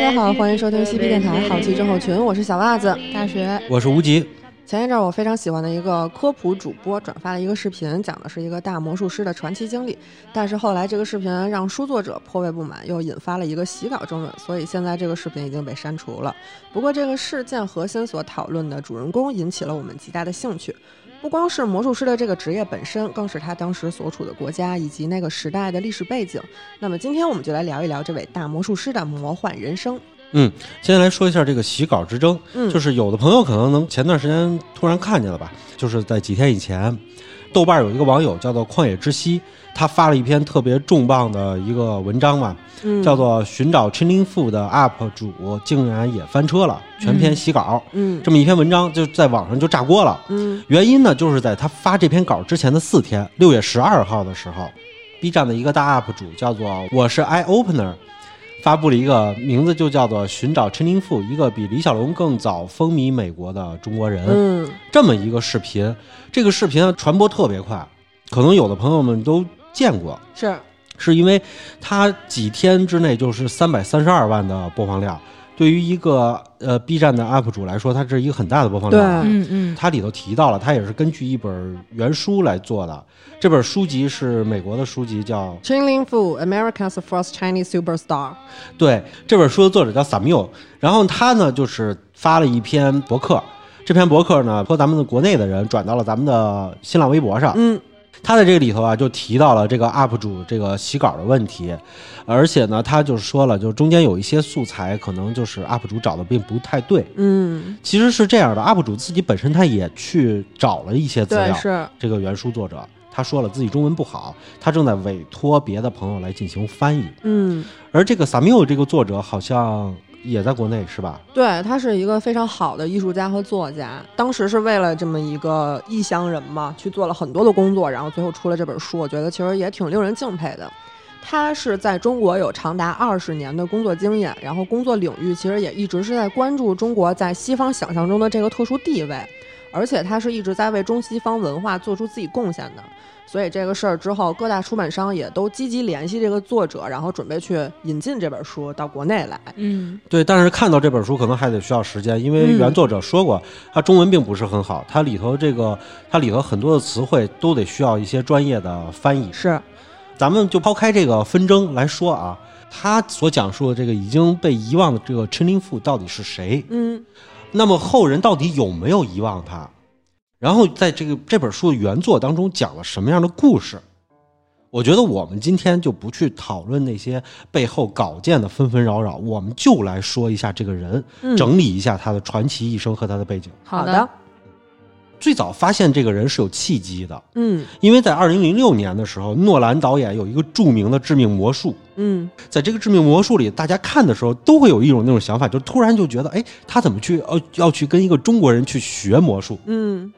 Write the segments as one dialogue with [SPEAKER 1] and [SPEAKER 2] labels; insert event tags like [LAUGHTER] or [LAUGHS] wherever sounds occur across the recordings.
[SPEAKER 1] 家好，欢迎收听嬉皮电台好奇症候群，我是小袜子。
[SPEAKER 2] 大学
[SPEAKER 3] 我是无极，
[SPEAKER 1] 前一阵儿我非常喜欢的一个科普主播转发了一个视频，讲的是一个大魔术师的传奇经历。但是后来这个视频让书作者颇为不满，又引发了一个洗稿争论，所以现在这个视频已经被删除了。不过这个事件核心所讨论的主人公引起了我们极大的兴趣。不光是魔术师的这个职业本身，更是他当时所处的国家以及那个时代的历史背景。那么今天我们就来聊一聊这位大魔术师的魔幻人生。
[SPEAKER 3] 先来说一下这个洗稿之争。
[SPEAKER 1] 嗯，
[SPEAKER 3] 就是有的朋友可能能前段时间突然看见了吧，就是在几天以前，豆瓣有一个网友叫做旷野之息，他发了一篇特别重磅的一个文章嘛，
[SPEAKER 1] 嗯
[SPEAKER 3] 叫做《寻找 c h i n l i n f o o 的 UP 主竟然也翻车了，全篇洗稿。
[SPEAKER 1] 嗯
[SPEAKER 3] 这么一篇文章就在网上就炸锅了。
[SPEAKER 1] 嗯
[SPEAKER 3] 原因呢，就是在他发这篇稿之前的四天，六月十二号的时候，B 站的一个大 UP 主叫做我是 Eye Opener，发布了一个名字就叫做“寻找陈林富”，一个比李小龙更早风靡美国的中国人、
[SPEAKER 1] 嗯
[SPEAKER 3] 这么一个视频。这个视频啊传播特别快，可能有的朋友们都见过，
[SPEAKER 1] 是
[SPEAKER 3] 是因为它几天之内就是三百三十二万的播放量，对于一个呃 B 站的 UP 主来说，它是一个很大的播放量啊。
[SPEAKER 1] 对
[SPEAKER 2] 嗯嗯
[SPEAKER 3] 它里头提到了，它也是根据一本原书来做的。这本书籍是美国的书籍，叫
[SPEAKER 1] Chin Lin Fu, America's first Chinese superstar。
[SPEAKER 3] 对这本书的作者叫 Samuel。然后他呢，就是发了一篇博客，这篇博客呢，托咱们的国内的人转到了咱们的新浪微博上。
[SPEAKER 1] 嗯
[SPEAKER 3] 他在这个里头啊，就提到了这个 UP 主这个洗稿的问题，而且呢，他就说了，就中间有一些素材可能就是 UP 主找的并不太对。
[SPEAKER 1] 嗯，
[SPEAKER 3] 其实是这样的，UP 主自己本身他也去找了一些资
[SPEAKER 1] 对
[SPEAKER 3] 料，
[SPEAKER 1] 是，
[SPEAKER 3] 这个原书作者，他说了自己中文不好，他正在委托别的朋友来进行翻译。
[SPEAKER 1] 嗯，
[SPEAKER 3] 而这个萨缪这个作者好像也在国内是吧？
[SPEAKER 1] 对，他是一个非常好的艺术家和作家。当时是为了这么一个异乡人嘛，去做了很多的工作，然后最后出了这本书，我觉得其实也挺令人敬佩的。他是在中国有长达二十年的工作经验，然后工作领域其实也一直是在关注中国在西方想象中的这个特殊地位，而且他是一直在为中西方文化做出自己贡献的。所以这个事儿之后，各大出版商也都积极联系这个作者，然后准备去引进这本书到国内来。
[SPEAKER 2] 嗯
[SPEAKER 3] 对，但是看到这本书可能还得需要时间，因为
[SPEAKER 1] 嗯
[SPEAKER 3] 原作者说过，他中文并不是很好，他里头这个他里头很多的词汇都得需要一些专业的翻译。
[SPEAKER 1] 是，
[SPEAKER 3] 咱们就抛开这个纷争来说啊，他所讲述的这个已经被遗忘的这个陈林富到底是谁？
[SPEAKER 1] 嗯
[SPEAKER 3] 那么后人到底有没有遗忘他？然后在这个这本书的原作当中讲了什么样的故事？我觉得我们今天就不去讨论那些背后稿件的纷纷扰扰，我们就来说一下这个人，
[SPEAKER 1] 嗯，
[SPEAKER 3] 整理一下他的传奇一生和他的背景。
[SPEAKER 1] 好
[SPEAKER 2] 的，哦
[SPEAKER 3] 最早发现这个人是有契机的，
[SPEAKER 1] 嗯
[SPEAKER 3] 因为在二零零六年的时候，诺兰导演有一个著名的《致命魔术》，
[SPEAKER 1] 嗯，
[SPEAKER 3] 在这个致命魔术里，大家看的时候都会有一种那种想法，就突然就觉得，哎，他怎么去要要去跟一个中国人去学魔术？
[SPEAKER 1] 嗯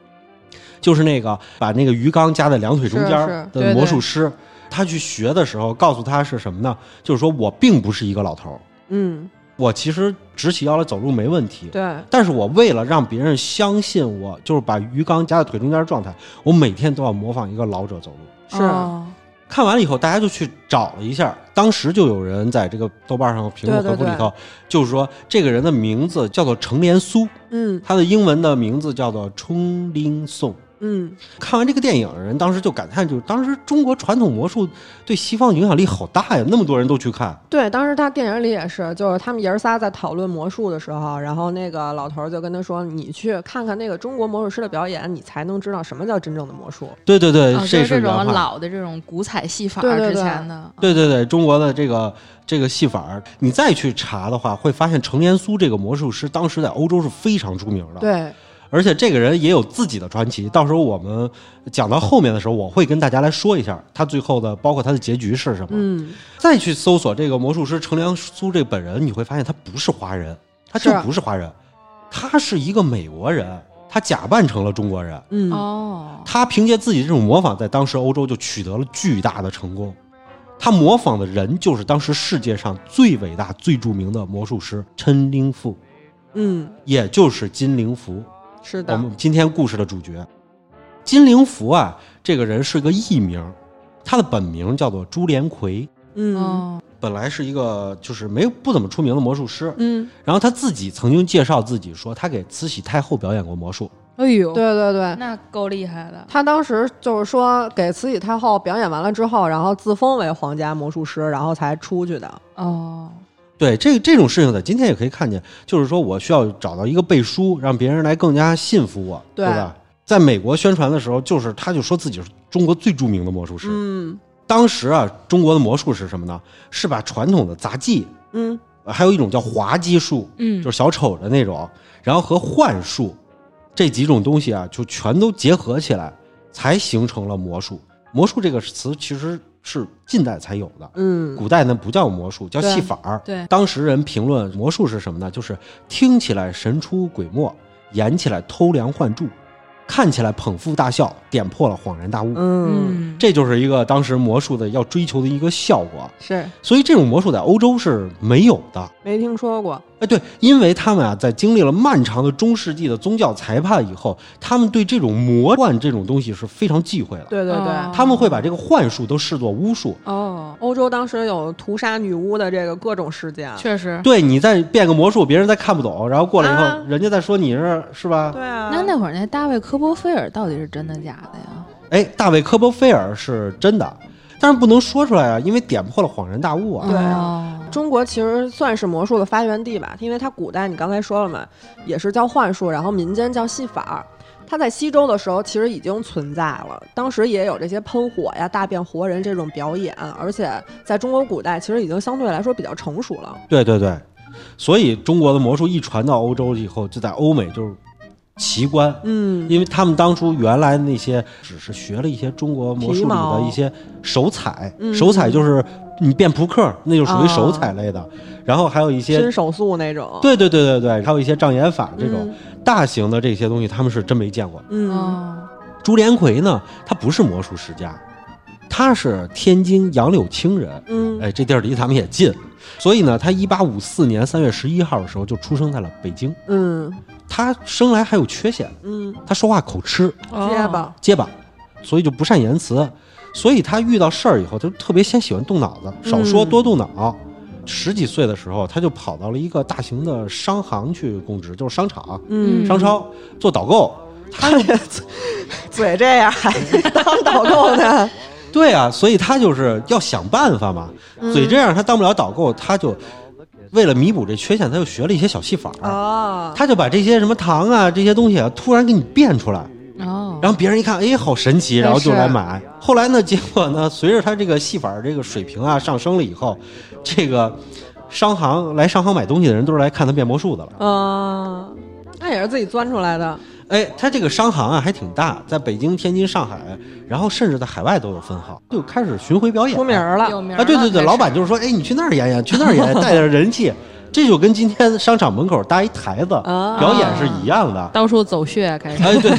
[SPEAKER 3] 就是那个把那个鱼缸夹在两腿中间
[SPEAKER 1] 是是
[SPEAKER 3] 儿
[SPEAKER 2] 对对
[SPEAKER 3] 的魔术师，他去学的时候，告诉他是什么呢？就是说我并不是一个老头儿，
[SPEAKER 1] 嗯，
[SPEAKER 3] 我其实直起腰来走路没问题。
[SPEAKER 1] 对，
[SPEAKER 3] 但是我为了让别人相信我，就是把鱼缸夹在腿中间的状态，我每天都要模仿一个老者走路。
[SPEAKER 1] 是，
[SPEAKER 2] 哦
[SPEAKER 3] 看完了以后，大家就去找了一下，当时就有人在这个豆瓣上评论
[SPEAKER 1] 对对
[SPEAKER 3] 回复里
[SPEAKER 1] 对
[SPEAKER 3] 头，就是说这个人的名字叫做程连苏，
[SPEAKER 1] 嗯
[SPEAKER 3] 他的英文的名字叫做冲林颂。
[SPEAKER 1] 嗯，
[SPEAKER 3] 看完这个电影的人，当时就感叹，就是当时中国传统魔术对西方影响力好大呀，那么多人都去看。
[SPEAKER 1] 对，当时他电影里也是，就是他们爷儿仨在讨论魔术的时候，然后那个老头儿就跟他说：“你去看看那个中国魔术师的表演，你才能知道什么叫真正的魔术。
[SPEAKER 3] 对对对，
[SPEAKER 2] 哦就
[SPEAKER 3] 这
[SPEAKER 2] 是这
[SPEAKER 3] 呃原
[SPEAKER 2] 种
[SPEAKER 3] 话。
[SPEAKER 2] 老的这种古彩戏法
[SPEAKER 1] 对对
[SPEAKER 2] 之
[SPEAKER 1] 对
[SPEAKER 2] 前的，嗯
[SPEAKER 3] 对对对，中国的这个这个戏法儿，你再去查的话，会发现程连苏这个魔术师当时在欧洲是非常出名”的。，
[SPEAKER 1] 对，
[SPEAKER 3] 而且这个人也有自己的传奇。到时候我们讲到后面的时候，我会跟大家来说一下他最后的，包括他的结局是什么。
[SPEAKER 1] 嗯，
[SPEAKER 3] 再去搜索这个魔术师程良苏这本人，你会发现他不是华人，他就是不是华人，他是一个美国人，他假扮成了中国人。
[SPEAKER 1] 嗯，
[SPEAKER 2] 哦，
[SPEAKER 3] 他凭借自己这种模仿，在当时欧洲就取得了巨大的成功。他模仿的人就是当时世界上最伟大、最著名的魔术师陈灵富，
[SPEAKER 1] 嗯，
[SPEAKER 3] 也就是金灵福，
[SPEAKER 1] 是
[SPEAKER 3] 我
[SPEAKER 1] 的，
[SPEAKER 3] 们今天故事的主角。金灵福啊，这个人是个艺名，他的本名叫做朱连魁，
[SPEAKER 1] 嗯
[SPEAKER 2] 哦，
[SPEAKER 3] 本来是一个就是没有不怎么出名的魔术师，
[SPEAKER 1] 嗯，
[SPEAKER 3] 然后他自己曾经介绍自己说，他给慈禧太后表演过魔术，
[SPEAKER 2] 哎呦，
[SPEAKER 1] 对对对，
[SPEAKER 2] 那够厉害的。
[SPEAKER 1] 他当时就是说给慈禧太后表演完了之后，然后自封为皇家魔术师，然后才出去的。
[SPEAKER 2] 哦，
[SPEAKER 3] 对这这种事情，在今天也可以看见，就是说我需要找到一个背书，让别人来更加信服我，对
[SPEAKER 1] 对
[SPEAKER 3] 吧？在美国宣传的时候，就是他就说自己是中国最著名的魔术师。
[SPEAKER 1] 嗯
[SPEAKER 3] 当时啊，中国的魔术是什么呢？是把传统的杂技，
[SPEAKER 1] 嗯，
[SPEAKER 3] 呃还有一种叫滑稽术，
[SPEAKER 2] 嗯，
[SPEAKER 3] 就是小丑的那种，然后和幻术这几种东西啊，就全都结合起来，才形成了魔术。魔术这个词其实是近代才有的，
[SPEAKER 1] 嗯，
[SPEAKER 3] 古代呢不叫魔术，叫
[SPEAKER 1] 对
[SPEAKER 3] 戏法儿。
[SPEAKER 2] 对
[SPEAKER 3] 当时人评论魔术是什么呢？就是听起来神出鬼没，演起来偷梁换柱，看起来捧腹大笑，点破了恍然大悟。
[SPEAKER 1] 嗯，
[SPEAKER 3] 这就是一个当时魔术的要追求的一个效果，
[SPEAKER 1] 是
[SPEAKER 3] 所以这种魔术在欧洲是没有的。
[SPEAKER 1] 没听说过。
[SPEAKER 3] 哎，对，因为他们啊，在经历了漫长的中世纪的宗教裁判以后，他们对这种魔幻这种东西是非常忌讳的。
[SPEAKER 1] 对对对，
[SPEAKER 2] 哦
[SPEAKER 3] 他们会把这个幻术都视作巫术。
[SPEAKER 2] 哦，
[SPEAKER 1] 欧洲当时有屠杀女巫的这个各种事件。
[SPEAKER 2] 确实，
[SPEAKER 3] 对你再变个魔术，别人再看不懂，然后过来以后，
[SPEAKER 1] 啊
[SPEAKER 3] 人家再说你是是吧？
[SPEAKER 1] 对啊，
[SPEAKER 2] 那那会儿那大卫科波菲尔到底是真的假的呀？
[SPEAKER 3] 哎，大卫科波菲尔是真的，但是不能说出来啊，因为点破了恍然大悟啊。
[SPEAKER 1] 对
[SPEAKER 2] 啊，
[SPEAKER 1] 中国其实算是魔术的发源地吧，因为它古代你刚才说了嘛，也是叫幻术，然后民间叫戏法儿。它在西周的时候其实已经存在了，当时也有这些喷火呀、大变活人这种表演，而且在中国古代其实已经相对来说比较成熟了。
[SPEAKER 3] 对对对，所以中国的魔术一传到欧洲以后，就在欧美就是奇观，
[SPEAKER 1] 嗯，
[SPEAKER 3] 因为他们当初原来那些只是学了一些中国魔术里
[SPEAKER 1] 皮
[SPEAKER 3] 的
[SPEAKER 1] 毛
[SPEAKER 3] 一些手彩，
[SPEAKER 1] 嗯
[SPEAKER 3] 手彩就是你变扑克，那就属于手彩类的。
[SPEAKER 1] 哦
[SPEAKER 3] 然后还有一些
[SPEAKER 1] 伸，手速那种。
[SPEAKER 3] 对对对对对，还有一些障眼法这种、
[SPEAKER 1] 嗯
[SPEAKER 3] 大型的这些东西，他们是真没见过。
[SPEAKER 1] 嗯，
[SPEAKER 2] 哦，
[SPEAKER 3] 朱连魁呢，他不是魔术世家，他是天津杨柳青人。
[SPEAKER 1] 嗯
[SPEAKER 3] 哎，这地儿离咱们也近，所以呢，他一八五四年三月十一号的时候就出生在了北京。
[SPEAKER 1] 嗯
[SPEAKER 3] 他生来还有缺陷，
[SPEAKER 1] 嗯，
[SPEAKER 3] 他说话口吃，
[SPEAKER 2] 哦
[SPEAKER 1] 结巴，
[SPEAKER 3] 结巴，所以就不善言辞。所以他遇到事儿以后，他就特别先喜欢动脑子，少说
[SPEAKER 1] 嗯
[SPEAKER 3] 多动脑。十几岁的时候，他就跑到了一个大型的商行去供职，就是商场、
[SPEAKER 1] 嗯，
[SPEAKER 3] 商超做导购。他
[SPEAKER 1] 嘴这样还 [LAUGHS] 当导购呢。
[SPEAKER 3] 对啊，所以他就是要想办法嘛。
[SPEAKER 1] 嗯
[SPEAKER 3] 嘴这样，他当不了导购，他就为了弥补这缺陷，他就学了一些小戏法儿。
[SPEAKER 1] 啊，
[SPEAKER 3] 他就把这些什么糖啊这些东西啊，突然给你变出来，
[SPEAKER 2] 哦，
[SPEAKER 3] 然后别人一看，哎，好神奇，
[SPEAKER 2] 哎
[SPEAKER 3] 然后就是来买。后来呢，结果呢，随着他这个戏法儿这个水平啊上升了以后，这个商行来商行买东西的人都是来看他变魔术的了。
[SPEAKER 1] 啊，那也是自己钻出来的。
[SPEAKER 3] 哎，他这个商行啊还挺大，在北京、天津、上海，然后甚至在海外都有分号，就开始巡回表演，
[SPEAKER 1] 出名儿了，
[SPEAKER 2] 有名儿
[SPEAKER 3] 啊，对对
[SPEAKER 2] 了
[SPEAKER 3] 对，老板就是说，哎，你去那儿演演，去那儿演，带点人气，这就跟今天商场门口搭一台子
[SPEAKER 1] [LAUGHS] 啊
[SPEAKER 3] 表演是一样的。
[SPEAKER 2] 到处走穴开始，
[SPEAKER 3] [LAUGHS] 哎，对，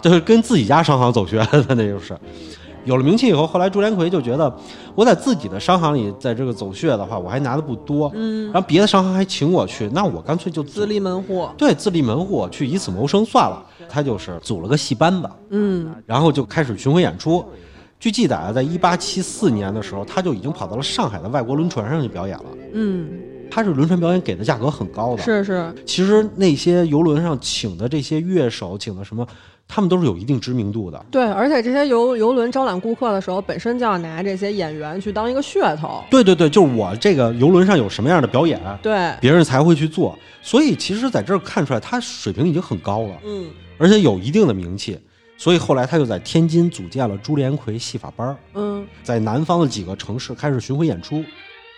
[SPEAKER 3] 就是跟自己家商行走学的，那就是。有了名气以后，后来朱连魁就觉得，我在自己的商行里，在这个走穴的话，我还拿的不多，
[SPEAKER 1] 嗯，
[SPEAKER 3] 然后别的商行还请我去，那我干脆就
[SPEAKER 1] 自立门户，
[SPEAKER 3] 对自立门户，去以此谋生算了。他就是组了个戏班子，
[SPEAKER 1] 嗯
[SPEAKER 3] 然后就开始巡回演出。据记载啊，在一八七四年的时候，他就已经跑到了上海的外国轮船上去表演了。
[SPEAKER 1] 嗯，
[SPEAKER 3] 他是轮船表演给的价格很高的，
[SPEAKER 1] 是是，
[SPEAKER 3] 其实那些游轮上请的这些乐手，请的什么，他们都是有一定知名度的。
[SPEAKER 1] 对，而且这些游游轮招揽顾客的时候，本身就要拿这些演员去当一个噱头，
[SPEAKER 3] 对对对，就是我这个游轮上有什么样的表演，
[SPEAKER 1] 对，
[SPEAKER 3] 别人才会去做。所以其实在这儿看出来，他水平已经很高了，
[SPEAKER 1] 嗯
[SPEAKER 3] 而且有一定的名气。所以后来他就在天津组建了朱连魁戏法班儿，
[SPEAKER 1] 嗯
[SPEAKER 3] 在南方的几个城市开始巡回演出。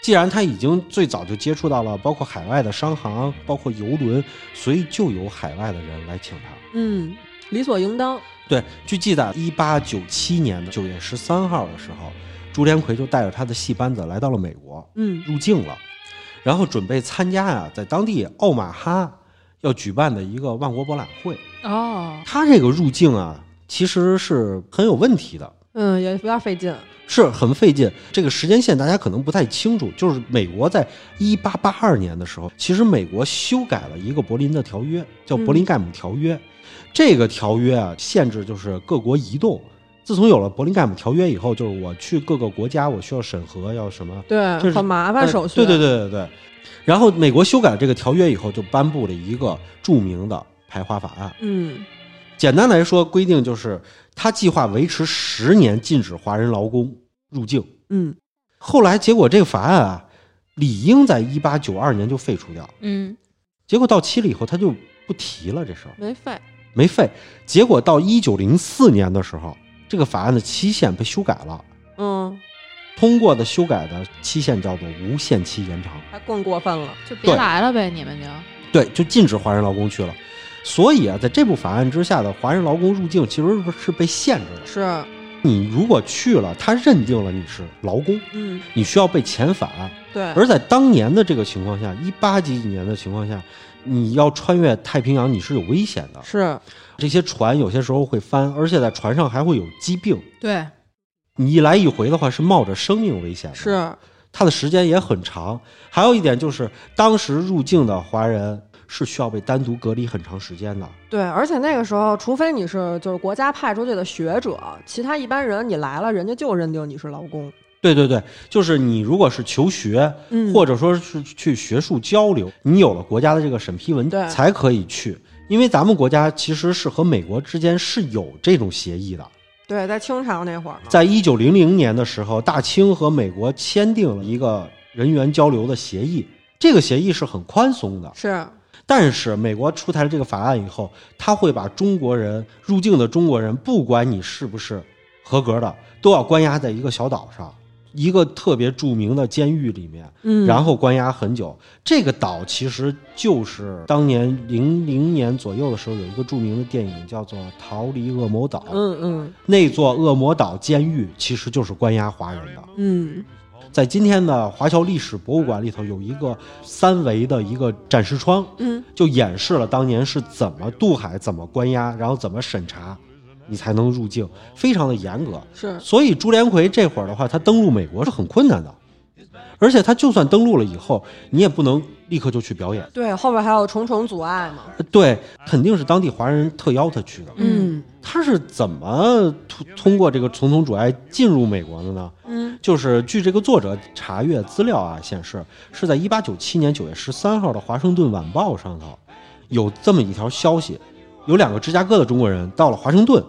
[SPEAKER 3] 既然他已经最早就接触到了包括海外的商行，包括游轮，所以就有海外的人来请他。
[SPEAKER 1] 嗯，理所应当，
[SPEAKER 3] 对，据记载，一八九七年的九月十三号的时候，朱连魁就带着他的戏班子来到了美国，
[SPEAKER 1] 嗯
[SPEAKER 3] 入境了，然后准备参加啊，在当地奥马哈要举办的一个万国博览会。
[SPEAKER 2] 哦，
[SPEAKER 3] 他这个入境啊，其实是很有问题的。
[SPEAKER 1] 嗯，也有点费劲，
[SPEAKER 3] 是很费劲，这个时间线大家可能不太清楚。就是美国在一八八二年的时候，其实美国修改了一个柏林的条约，叫《柏林盖姆条约》。这个条约啊，限制就是各国移动自从有了柏林盖姆条约以后，就是我去各个国家，我需要审核，要什么
[SPEAKER 1] 对，
[SPEAKER 3] 就是
[SPEAKER 1] 很麻烦
[SPEAKER 3] 呃
[SPEAKER 1] 手续。啊
[SPEAKER 3] 对对对对对。然后美国修改了这个条约以后，就颁布了一个著名的排华法案。
[SPEAKER 1] 嗯，
[SPEAKER 3] 简单来说，规定就是他计划维持十年禁止华人劳工入境。
[SPEAKER 1] 嗯
[SPEAKER 3] 后来结果这个法案啊，理应在一八九二年就废除掉，
[SPEAKER 2] 嗯，
[SPEAKER 3] 结果到期了以后他就不提了这事儿。
[SPEAKER 1] 没费。
[SPEAKER 3] 没废。结果到一九零四年的时候，这个法案的期限被修改了，
[SPEAKER 1] 嗯，
[SPEAKER 3] 通过的修改的期限叫做无限期延长。
[SPEAKER 1] 还更过分了。
[SPEAKER 2] 就别
[SPEAKER 3] 对
[SPEAKER 2] 来了呗，你们就
[SPEAKER 3] 对，就禁止华人劳工去了。所以啊，在这部法案之下的华人劳工入境其实是被限制的。
[SPEAKER 1] 是，
[SPEAKER 3] 你如果去了，他认定了你是劳工，
[SPEAKER 1] 嗯，
[SPEAKER 3] 你需要被遣返。
[SPEAKER 1] 对，
[SPEAKER 3] [LAUGHS] 而在当年的这个情况下，一八几几年的情况下，你要穿越太平洋，你是有危险的。
[SPEAKER 1] 是，
[SPEAKER 3] 这些船有些时候会翻，而且在船上还会有疾病，
[SPEAKER 2] 对，
[SPEAKER 3] 你一来一回的话是冒着生命危险的，
[SPEAKER 1] 是，
[SPEAKER 3] 它的时间也很长。还有一点就是，当时入境的华人是需要被单独隔离很长时间的。
[SPEAKER 1] 对。而且那个时候，除非你是就是国家派出去的学者，其他一般人你来了，人家就认定你是劳工。
[SPEAKER 3] 对对对，就是你如果是求学，
[SPEAKER 1] 嗯
[SPEAKER 3] 或者说是去学术交流，你有了国家的这个审批文
[SPEAKER 1] 对
[SPEAKER 3] 才可以去。因为咱们国家其实是和美国之间是有这种协议的，
[SPEAKER 1] 对，在清朝那会儿嘛。
[SPEAKER 3] 在一九零零年的时候，大清和美国签订了一个人员交流的协议，这个协议是很宽松的，
[SPEAKER 1] 是，
[SPEAKER 3] 但是美国出台了这个法案以后，他会把中国人入境的中国人，不管你是不是合格的，都要关押在一个小岛上，一个特别著名的监狱里面，
[SPEAKER 1] 嗯，
[SPEAKER 3] 然后关押很久。这个岛其实就是当年零零年左右的时候，有一个著名的电影叫做《逃离恶魔岛》，
[SPEAKER 1] 嗯嗯
[SPEAKER 3] 那座恶魔岛监狱其实就是关押华人的。
[SPEAKER 1] 嗯，
[SPEAKER 3] 在今天的华侨历史博物馆里头，有一个三维的一个展示窗，
[SPEAKER 1] 嗯，
[SPEAKER 3] 就演示了当年是怎么渡海、怎么关押，然后怎么审查，你才能入境，非常的严格。
[SPEAKER 1] 是，
[SPEAKER 3] 所以朱连魁这会儿的话，他登陆美国是很困难的，而且他就算登陆了以后，你也不能立刻就去表演，
[SPEAKER 1] 对，后边还有重重阻碍嘛。
[SPEAKER 3] 对，肯定是当地华人特邀他去的。
[SPEAKER 1] 嗯
[SPEAKER 3] 他是怎么通通过这个重重阻碍进入美国的呢？
[SPEAKER 1] 嗯
[SPEAKER 3] 就是据这个作者查阅资料啊，显示是在一八九七年九月十三号的《华盛顿晚报》上头有这么一条消息，有两个芝加哥的中国人到了华盛顿，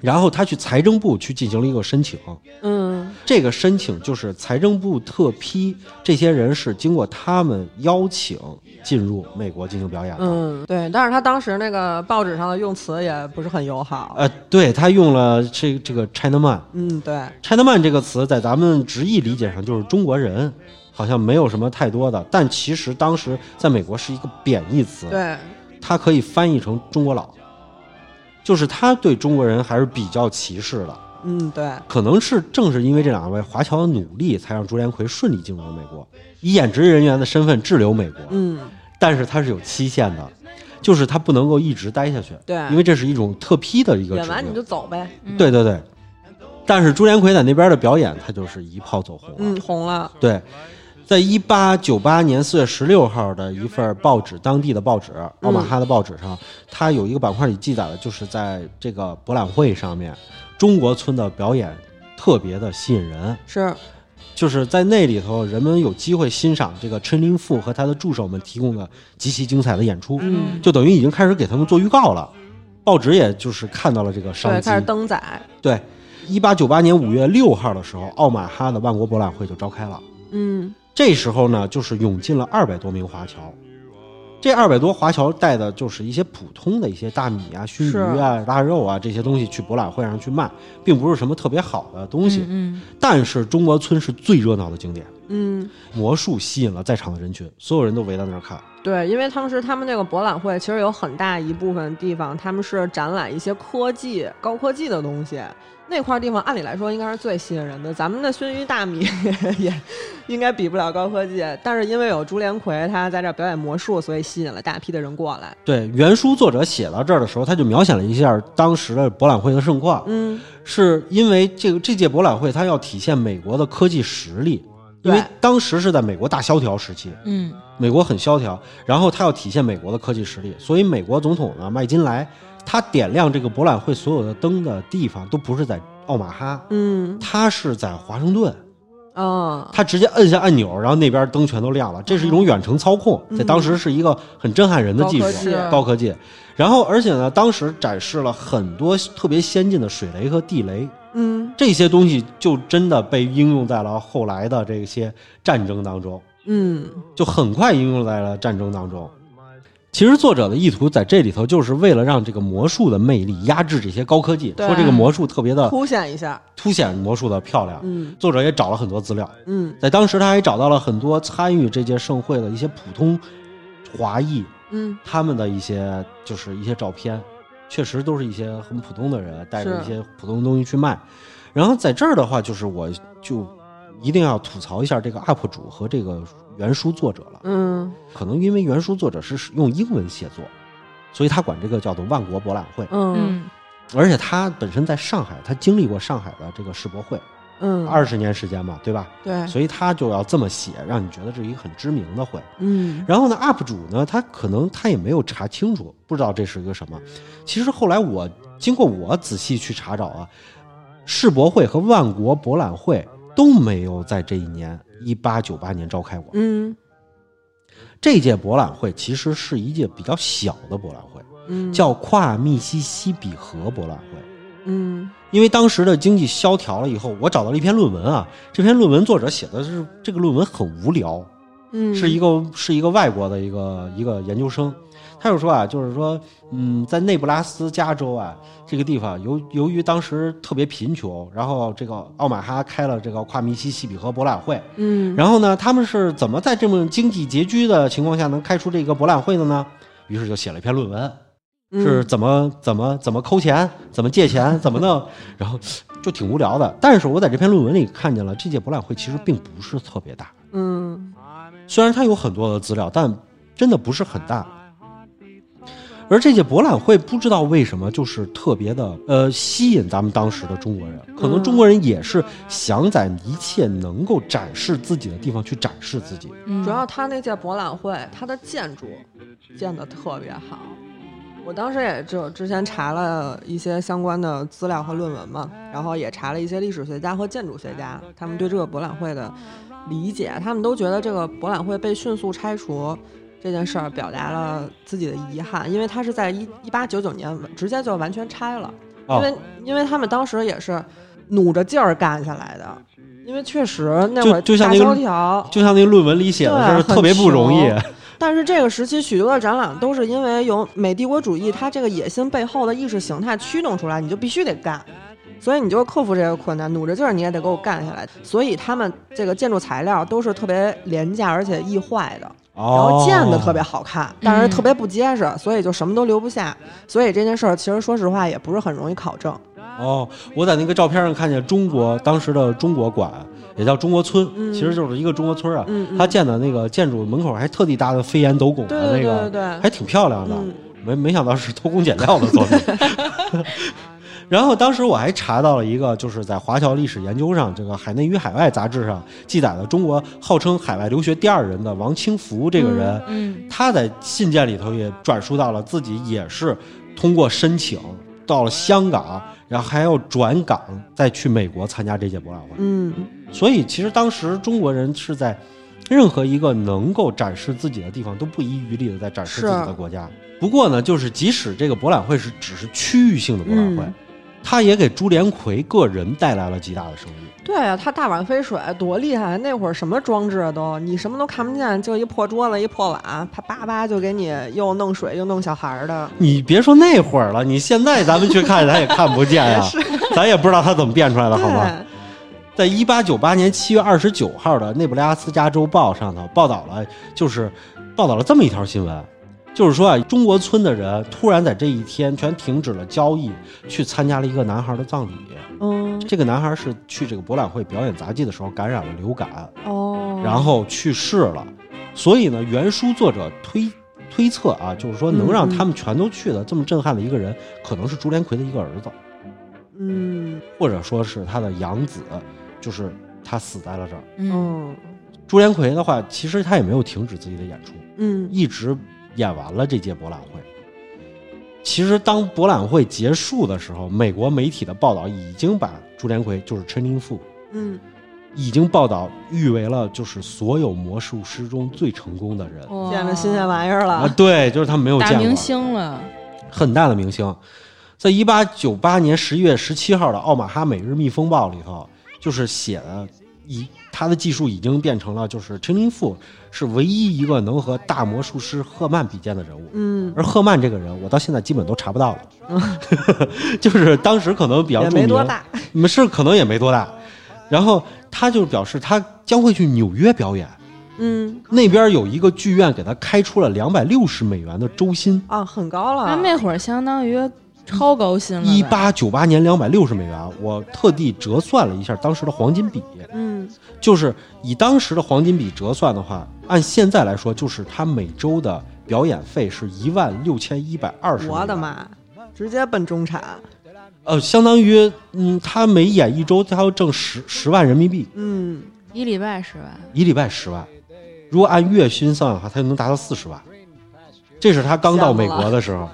[SPEAKER 3] 然后他去财政部去进行了一个申请，
[SPEAKER 1] 嗯
[SPEAKER 3] 这个申请就是财政部特批这些人是经过他们邀请进入美国进行表演的。
[SPEAKER 1] 嗯，对。但是他当时那个报纸上的用词也不是很友好。
[SPEAKER 3] 呃，对他用了这这个 China Man，
[SPEAKER 1] 嗯，对，
[SPEAKER 3] China man 这个词在咱们直译理解上就是中国人，好像没有什么太多的，但其实当时在美国是一个贬义词，
[SPEAKER 1] 对，
[SPEAKER 3] 它可以翻译成中国佬，就是他对中国人还是比较歧视的。
[SPEAKER 1] 嗯对，
[SPEAKER 3] 可能是正是因为这两位华侨的努力，才让朱连魁顺利进入了美国，以演职人员的身份滞留美国。
[SPEAKER 1] 嗯
[SPEAKER 3] 但是他是有期限的，就是他不能够一直待下去，
[SPEAKER 1] 对，
[SPEAKER 3] 因为这是一种特批的一个
[SPEAKER 1] 演
[SPEAKER 3] 职
[SPEAKER 1] 完你
[SPEAKER 3] 业。
[SPEAKER 1] 就走呗。
[SPEAKER 3] 对对对，但是朱连魁在那边的表演，他就是一炮走红了。
[SPEAKER 1] 嗯，红了。
[SPEAKER 3] 对，在一八九八年四月十六号的一份报纸，当地的报纸《奥马哈》的报纸上，它有一个板块里记载了，就是在这个博览会上面，中国村的表演特别的吸引人，
[SPEAKER 1] 是，
[SPEAKER 3] 就是在那里头，人们有机会欣赏这个陈林富和他的助手们提供的极其精彩的演出，
[SPEAKER 1] 嗯，
[SPEAKER 3] 就等于已经开始给他们做预告了。报纸也就是看到了这个商
[SPEAKER 1] 对，
[SPEAKER 3] 机
[SPEAKER 1] 开，始登载。
[SPEAKER 3] 对。一八九八年五月六号的时候，奥马哈的万国博览会就召开了。
[SPEAKER 1] 嗯
[SPEAKER 3] 这时候呢，就是涌进了二百多名华侨。这二百多华侨带的就是一些普通的一些大米啊、熏鱼啊、腊肉啊这些东西去博览会上去卖，并不是什么特别好的东西。
[SPEAKER 2] 嗯，
[SPEAKER 3] 但是中国村是最热闹的景点，
[SPEAKER 1] 嗯，
[SPEAKER 3] 魔术吸引了在场的人群，所有人都围在那儿看。
[SPEAKER 1] 对，因为当时他们那个博览会，其实有很大一部分地方他们是展览一些科技、高科技的东西。那块地方按理来说应该是最吸引人的，咱们的熏鱼大米 [LAUGHS] 也应该比不了高科技，但是因为有朱连魁他在这儿表演魔术，所以吸引了大批的人过来。
[SPEAKER 3] 对，原书作者写到这儿的时候，他就描写了一下当时的博览会的盛况。
[SPEAKER 1] 嗯
[SPEAKER 3] 是因为这个这届博览会它要体现美国的科技实力，因为
[SPEAKER 1] 对
[SPEAKER 3] 当时是在美国大萧条时期，
[SPEAKER 2] 嗯
[SPEAKER 3] 美国很萧条，然后他要体现美国的科技实力，所以美国总统呢麦金莱，他点亮这个博览会所有的灯的地方都不是在奥马哈，
[SPEAKER 1] 嗯
[SPEAKER 3] 他是在华盛顿，
[SPEAKER 1] 啊，
[SPEAKER 3] 他直接摁下按钮，然后那边灯全都亮了，这是一种远程操控，在当时是一个很震撼人的技术
[SPEAKER 1] 嗯高科，技
[SPEAKER 3] 高科技。然后而且呢，当时展示了很多特别先进的水雷和地雷，
[SPEAKER 1] 嗯
[SPEAKER 3] 这些东西就真的被应用在了后来的这些战争当中。
[SPEAKER 1] 嗯
[SPEAKER 3] 就很快应用在了战争当中。其实作者的意图在这里头，就是为了让这个魔术的魅力压制这些高科技，
[SPEAKER 1] 对
[SPEAKER 3] 说这个魔术特别的
[SPEAKER 1] 凸显一下，
[SPEAKER 3] 凸显魔术的漂亮。
[SPEAKER 1] 嗯
[SPEAKER 3] 作者也找了很多资料，
[SPEAKER 1] 嗯
[SPEAKER 3] 在当时他还找到了很多参与这届盛会的一些普通华裔，
[SPEAKER 1] 嗯
[SPEAKER 3] 他们的一些就是一些照片，确实都是一些很普通的人带着一些普通的东西去卖。然后在这儿的话，就是我就一定要吐槽一下这个 UP 主和这个原书作者了。
[SPEAKER 1] 嗯
[SPEAKER 3] 可能因为原书作者是使用英文写作，所以他管这个叫做万国博览会。
[SPEAKER 1] 嗯
[SPEAKER 2] 嗯
[SPEAKER 3] 而且他本身在上海，他经历过上海的这个世博会，
[SPEAKER 1] 嗯，
[SPEAKER 3] 二十年时间嘛，对吧？
[SPEAKER 1] 对，
[SPEAKER 3] 所以他就要这么写，让你觉得这是一个很知名的会。
[SPEAKER 1] 嗯
[SPEAKER 3] 然后呢，UP 主呢，他可能他也没有查清楚，不知道这是一个什么。其实后来我经过我仔细去查找啊，世博会和万国博览会都没有在这一年一八九八年召开过。
[SPEAKER 1] 嗯
[SPEAKER 3] 这届博览会其实是一届比较小的博览会，
[SPEAKER 1] 嗯
[SPEAKER 3] 叫跨密西西比河博览会。
[SPEAKER 1] 嗯
[SPEAKER 3] 因为当时的经济萧条了以后，我找到了一篇论文啊，这篇论文作者写的是这个论文很无聊，
[SPEAKER 1] 嗯
[SPEAKER 3] 是一个是一个外国的一个一个研究生，他就说啊，就是说，嗯，在内布拉斯加州啊这个地方，由由于当时特别贫穷，然后这个奥马哈开了这个跨密西西比河博览会，
[SPEAKER 1] 嗯
[SPEAKER 3] 然后呢，他们是怎么在这么经济拮据的情况下能开出这个博览会的呢？于是就写了一篇论文，
[SPEAKER 1] 嗯
[SPEAKER 3] 是怎么怎么怎么抠钱，怎么借钱，怎么弄，然后就挺无聊的。但是我在这篇论文里看见了，这届博览会其实并不是特别大，
[SPEAKER 1] 嗯
[SPEAKER 3] 虽然它有很多的资料，但真的不是很大。而这届博览会不知道为什么就是特别的呃吸引咱们当时的中国人，可
[SPEAKER 1] 嗯
[SPEAKER 3] 能中国人也是想在一切能够展示自己的地方去展示自己。
[SPEAKER 2] 嗯，
[SPEAKER 1] 主要他那届博览会，它的建筑建得特别好。我当时也就之前查了一些相关的资料和论文嘛，然后也查了一些历史学家和建筑学家，他们对这个博览会的理解，他们都觉得这个博览会被迅速拆除这件事儿表达了自己的遗憾，因为它是在一一八九九年直接就完全拆了，因
[SPEAKER 3] 哦
[SPEAKER 1] 为、因为他们当时也是努着劲儿干下来的，因为确实那会儿
[SPEAKER 3] 就就像
[SPEAKER 1] 大
[SPEAKER 3] 那个
[SPEAKER 1] 萧条，
[SPEAKER 3] 就像那个论文里写的是
[SPEAKER 1] 对啊
[SPEAKER 3] 特别不容易
[SPEAKER 1] 很，但是这个时期许多的展览都是因为有美帝国主义它这个野心背后的意识形态驱动出来，你就必须得干，所以你就克服这个困难，努着劲儿你也得给我干下来。所以他们这个建筑材料都是特别廉价而且易坏的，
[SPEAKER 3] 哦
[SPEAKER 1] 然后建的特别
[SPEAKER 3] 好。
[SPEAKER 1] 好看，但是特别不结实，所以就什么都留不下。所以这件事儿其实说实话也不是很容易考证。
[SPEAKER 3] 哦，我在那个照片上看见中国当时的中国馆，也叫中国村，
[SPEAKER 1] 嗯
[SPEAKER 3] 其实就是一个中国村啊。
[SPEAKER 1] 嗯，嗯
[SPEAKER 3] 他建的那个建筑门口还特地搭的飞檐斗拱
[SPEAKER 1] 对
[SPEAKER 3] 的那
[SPEAKER 1] 对
[SPEAKER 3] 个
[SPEAKER 1] 对对，对，
[SPEAKER 3] 还挺漂亮的。
[SPEAKER 1] 嗯
[SPEAKER 3] 没没想到是偷工减料
[SPEAKER 1] [LAUGHS]
[SPEAKER 3] 的作品。然后当时我还查到了一个，就是在华侨历史研究上，这个《海内与海外》杂志上记载了中国号称海外留学第二人的王清福这个人，
[SPEAKER 2] 嗯
[SPEAKER 3] 他在信件里头也转述到了自己也是通过申请到了香港，然后还要转港再去美国参加这届博览会。
[SPEAKER 1] 嗯
[SPEAKER 3] 所以其实当时中国人是在任何一个能够展示自己的地方都不遗余力的在展示自己的国家。不过呢，就是即使这个博览会是只是区域性的博览会，
[SPEAKER 1] 嗯
[SPEAKER 3] 它也给朱连魁个人带来了极大的收益。
[SPEAKER 1] 对啊，他大碗飞水多厉害！那会儿什么装置啊都，你什么都看不见，就一破桌子一破碗，啪叭叭就给你又弄水又弄小孩儿的。
[SPEAKER 3] 你别说那会儿了，你现在咱们去看咱也看不见呀、咱也不知道它怎么变出来的，
[SPEAKER 1] 对
[SPEAKER 3] 好吗？在一八九八年七月二十九号的《内布拉斯加州报》上头报道了，就是报道了这么一条新闻，就是说啊，中国村的人突然在这一天全停止了交易，去参加了一个男孩的葬礼。
[SPEAKER 1] 嗯，
[SPEAKER 3] 这个男孩是去这个博览会表演杂技的时候感染了流感，
[SPEAKER 1] 哦，
[SPEAKER 3] 然后去世了。所以呢，原书作者推推测啊，就是说能让他们全都去的这么震撼的一个人，可能是朱连魁的一个儿子，
[SPEAKER 1] 嗯
[SPEAKER 3] 或者说是他的养子，就是他死在了这儿。
[SPEAKER 2] 嗯
[SPEAKER 1] 嗯
[SPEAKER 3] 朱连魁的话，其实他也没有停止自己的演出，
[SPEAKER 1] 嗯
[SPEAKER 3] 一直演完了这届博览会。其实当博览会结束的时候，美国媒体的报道已经把朱连魁就是陈林富
[SPEAKER 1] 嗯，
[SPEAKER 3] 已经报道誉为了就是所有魔术师中最成功的人
[SPEAKER 2] 嗯哇
[SPEAKER 1] 见着新鲜玩意儿
[SPEAKER 3] 啊，
[SPEAKER 1] 了，
[SPEAKER 3] 对，就是他没有见
[SPEAKER 2] 大
[SPEAKER 3] 过
[SPEAKER 2] 明星了，
[SPEAKER 3] 很大的明星。在一八九八年十一月十七号的奥马哈《每日蜜风暴》里头，就是写的以他的技术已经变成了，就是陈林富是唯一一个能和大魔术师赫曼比肩的人物。
[SPEAKER 1] 嗯，
[SPEAKER 3] 而赫曼这个人，我到现在基本都查不到了， [LAUGHS] 就是当时可能比较
[SPEAKER 1] 也
[SPEAKER 3] 著名，
[SPEAKER 1] 没多大，
[SPEAKER 3] 你们是可能也没多大。然后他就表示他将会去纽约表演，
[SPEAKER 1] 嗯
[SPEAKER 3] 那边有一个剧院给他开出了两百六十美元的周薪，
[SPEAKER 1] 啊，很高
[SPEAKER 2] 他
[SPEAKER 1] 了，
[SPEAKER 2] 那会儿相当于超高薪了呗，
[SPEAKER 3] 一八九八年两百六十美元，我特地折算了一下当时的黄金比，
[SPEAKER 1] 嗯
[SPEAKER 3] 就是以当时的黄金比折算的话，按现在来说，就是他每周的表演费是一万六千一百二十。
[SPEAKER 1] 嗯我的！妈，直接奔中产，
[SPEAKER 3] 呃，相当于，嗯，他每演一周，他要挣十十万人民币，
[SPEAKER 1] 嗯，
[SPEAKER 2] 一礼拜十万，
[SPEAKER 3] 一礼拜十万。如果按月薪算的话，他就能达到四十万。这是他刚到美国的时候，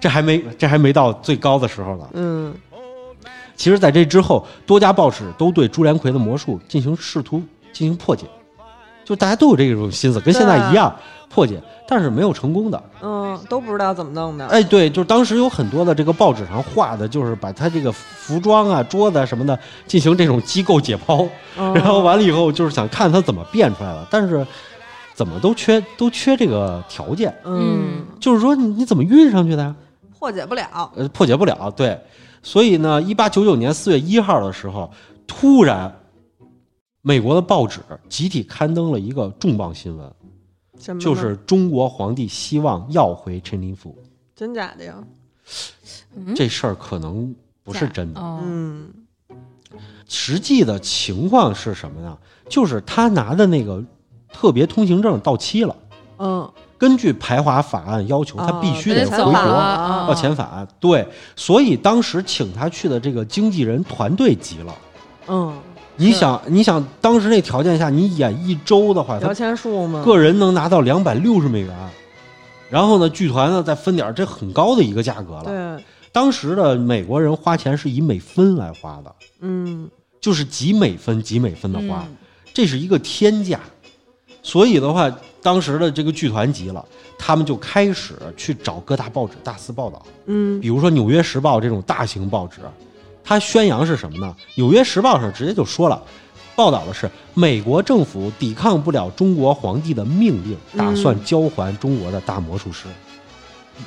[SPEAKER 3] 这还没这还没到最高的时候呢。
[SPEAKER 1] 嗯
[SPEAKER 3] 其实，在这之后，多家报纸都对朱连魁的魔术进行试图进行破解，就大家都有这种心思，跟现在一样破解，但是没有成功的。
[SPEAKER 1] 嗯，都不知道怎么弄的，
[SPEAKER 3] 哎，对，就是当时有很多的这个报纸上画的，就是把他这个服装啊、桌子啊什么的进行这种机构解剖，
[SPEAKER 1] 嗯
[SPEAKER 3] 然后完了以后就是想看他怎么变出来的，但是怎么都缺都缺这个条件，
[SPEAKER 1] 嗯，
[SPEAKER 3] 就是说你你怎么运上去的呀、
[SPEAKER 1] 破解不了，
[SPEAKER 3] 呃，破解不了。对，所以呢，一八九九年四月一号的时候，突然，美国的报纸集体刊登了一个重磅新闻，
[SPEAKER 1] 什么呢
[SPEAKER 3] 就是中国皇帝希望要回陈林甫。
[SPEAKER 1] 真假的呀，
[SPEAKER 2] 嗯，
[SPEAKER 3] 这事儿可能不是真的，
[SPEAKER 2] 哦，
[SPEAKER 1] 嗯
[SPEAKER 3] 实际的情况是什么呢？就是他拿的那个特别通行证到期了，
[SPEAKER 1] 嗯，
[SPEAKER 3] 根据排华法案要求，他必须
[SPEAKER 2] 哦
[SPEAKER 3] 得
[SPEAKER 2] 得
[SPEAKER 3] 回
[SPEAKER 2] 走
[SPEAKER 3] 国。啊
[SPEAKER 2] 了
[SPEAKER 1] 啊
[SPEAKER 3] 要遣返，对，所以当时请他去的这个经纪人团队急了，
[SPEAKER 1] 嗯，
[SPEAKER 3] 你想，你想当时那条件下，你演一周的话，
[SPEAKER 1] 摇
[SPEAKER 3] 他
[SPEAKER 1] 钱树吗？
[SPEAKER 3] 个人能拿到两百六十美元，然后呢，剧团呢再分点儿，这很高的一个价格了。
[SPEAKER 1] 对，
[SPEAKER 3] 当时的美国人花钱是以美分来花的，
[SPEAKER 1] 嗯
[SPEAKER 3] 就是几美分几美分的
[SPEAKER 2] 嗯
[SPEAKER 3] 花，这是一个天价。所以的话，当时的这个剧团急了，他们就开始去找各大报纸大肆报道。
[SPEAKER 1] 嗯
[SPEAKER 3] 比如说《纽约时报》这种大型报纸，它宣扬是什么呢？《纽约时报》上直接就说了，报道的是美国政府抵抗不了中国皇帝的命令，
[SPEAKER 1] 嗯
[SPEAKER 3] 打算交还中国的大魔术师。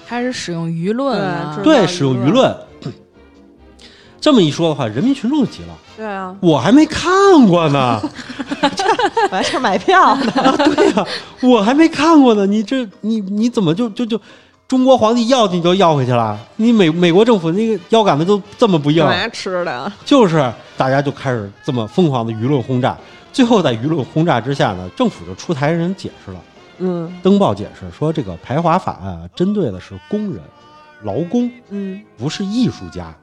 [SPEAKER 2] 开始嗯使用舆论啊了
[SPEAKER 1] 嗯，
[SPEAKER 3] 对，
[SPEAKER 1] 舆
[SPEAKER 3] 使用舆
[SPEAKER 1] 论
[SPEAKER 3] 论。这么一说的话，人民群众急了，
[SPEAKER 1] 对 [LAUGHS] 啊，
[SPEAKER 3] 我还没看过呢，
[SPEAKER 1] 我还是买票 [LAUGHS] 呢，
[SPEAKER 3] 我还没看过呢，你这你你怎么就就就中国皇帝要你就要回去了？你美美国政府那个腰杆子都这么不硬啊
[SPEAKER 1] 干，嘛吃的？啊
[SPEAKER 3] 就是大家就开始这么疯狂的舆论轰炸。最后在舆论轰炸之下呢，政府就出台人解释了，
[SPEAKER 1] 嗯
[SPEAKER 3] 登报解释说这个排华法案啊，针对的是工人、劳工，
[SPEAKER 1] 嗯，
[SPEAKER 3] 不是艺术家。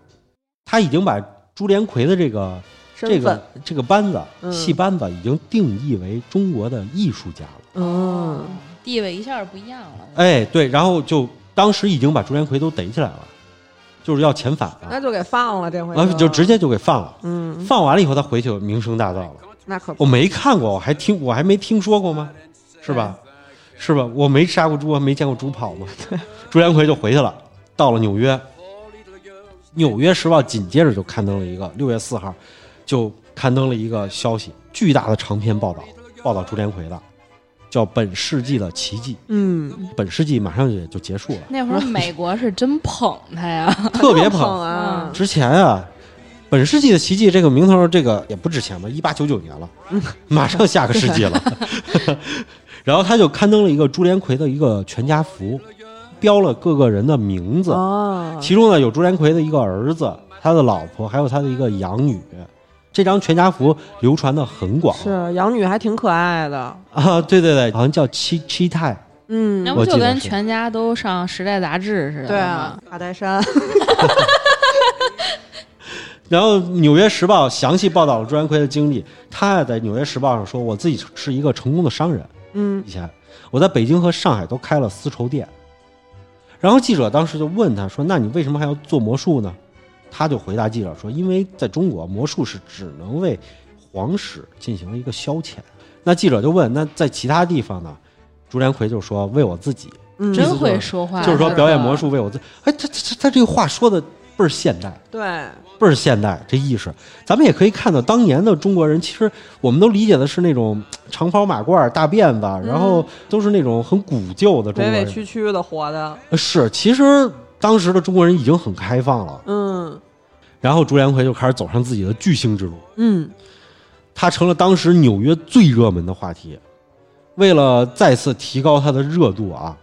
[SPEAKER 3] 他已经把朱连魁的这个这
[SPEAKER 1] 身
[SPEAKER 3] 个
[SPEAKER 1] 份，
[SPEAKER 3] 这个班子
[SPEAKER 1] 嗯
[SPEAKER 3] 戏班子已经定义为中国的艺术家了。
[SPEAKER 2] 哦
[SPEAKER 1] 嗯，
[SPEAKER 2] 地位一下不一样了，
[SPEAKER 3] 哎，对，然后就当时已经把朱连魁都逮起来了，就是要遣返了，
[SPEAKER 1] 那就给放了这回，啊
[SPEAKER 3] 然后啊就直，接就给放了。
[SPEAKER 1] 嗯，
[SPEAKER 3] 放完了以后，他回去名声大噪了。
[SPEAKER 1] 那可不
[SPEAKER 3] 我，没看过，我还听我还没听说过吗？是吧？是吧？我没杀过猪，还没见过猪跑吗？ [LAUGHS] 朱连魁就回去了，到了纽约，《纽约时报》紧接着就刊登了一个六月四号，就刊登了一个消息，巨大的长篇报道，报道朱连魁的，叫《本世纪的奇迹
[SPEAKER 1] 嗯，》。
[SPEAKER 3] 本世纪马上也就结束
[SPEAKER 2] [LAUGHS]
[SPEAKER 3] 了，
[SPEAKER 2] 那会儿美国是真捧他
[SPEAKER 1] 嗯
[SPEAKER 2] 呀，
[SPEAKER 3] 特别
[SPEAKER 1] 捧
[SPEAKER 3] 捧。
[SPEAKER 1] 啊，
[SPEAKER 3] 之前啊，《本世纪的奇迹》这个名头，这个也不值钱吧？一八九九
[SPEAKER 1] [LAUGHS]
[SPEAKER 3] 年了，马上下个世纪了。 [LAUGHS] 然后他就刊登了一个朱连魁的一个全家福，标了各个人的名字，
[SPEAKER 1] 哦，
[SPEAKER 3] 其中呢有朱连魁的一个儿子、他的老婆，还有他的一个养女。这张全家福流传的很广
[SPEAKER 1] 是养女还挺可爱的，
[SPEAKER 3] 啊，对对对，好像叫七七太，
[SPEAKER 1] 嗯
[SPEAKER 2] 那，
[SPEAKER 3] 我
[SPEAKER 2] 不就
[SPEAKER 3] 记得
[SPEAKER 2] 跟
[SPEAKER 3] 是
[SPEAKER 2] 全家都
[SPEAKER 1] 啊
[SPEAKER 2] 上《时代》杂志似的？
[SPEAKER 1] 对啊，，卡戴珊，
[SPEAKER 3] 然后《纽约时报》详细报道了朱元奎的经历。他也在《纽约时报》上说：“我自己是一个成功的商人，
[SPEAKER 1] 嗯
[SPEAKER 3] 以前我在北京和上海都开了丝绸店。”然后记者当时就问他说：“那你为什么还要做魔术呢？”他就回答记者说：“因为在中国，魔术是只能为皇室进行一个消遣。”那记者就问：“那在其他地方呢？”朱连魁就说：“为我自己，
[SPEAKER 1] 嗯，
[SPEAKER 3] 意思
[SPEAKER 2] 真
[SPEAKER 3] 就是
[SPEAKER 2] 会说话，
[SPEAKER 3] 就是说表演魔
[SPEAKER 2] 术。
[SPEAKER 3] 术为我自己。”哎，他他他他这个话说的倍儿现代。
[SPEAKER 1] 对，
[SPEAKER 3] 倍儿现代，这意识，咱们也可以看到，当年的中国人，其实我们都理解的是那种嘖长袍马褂、大辫子，然后都是那种很古旧的中
[SPEAKER 1] 委嗯
[SPEAKER 3] 国
[SPEAKER 1] 委
[SPEAKER 3] 人。
[SPEAKER 1] 屈屈的活的，
[SPEAKER 3] 呃是，其实当时的中国人已经很开放了。
[SPEAKER 1] 嗯
[SPEAKER 3] 然后朱连魁就开始走上自己的巨星之路，
[SPEAKER 1] 嗯
[SPEAKER 3] 他成了当时纽约最热门的话题。为了再次提高他的热度啊，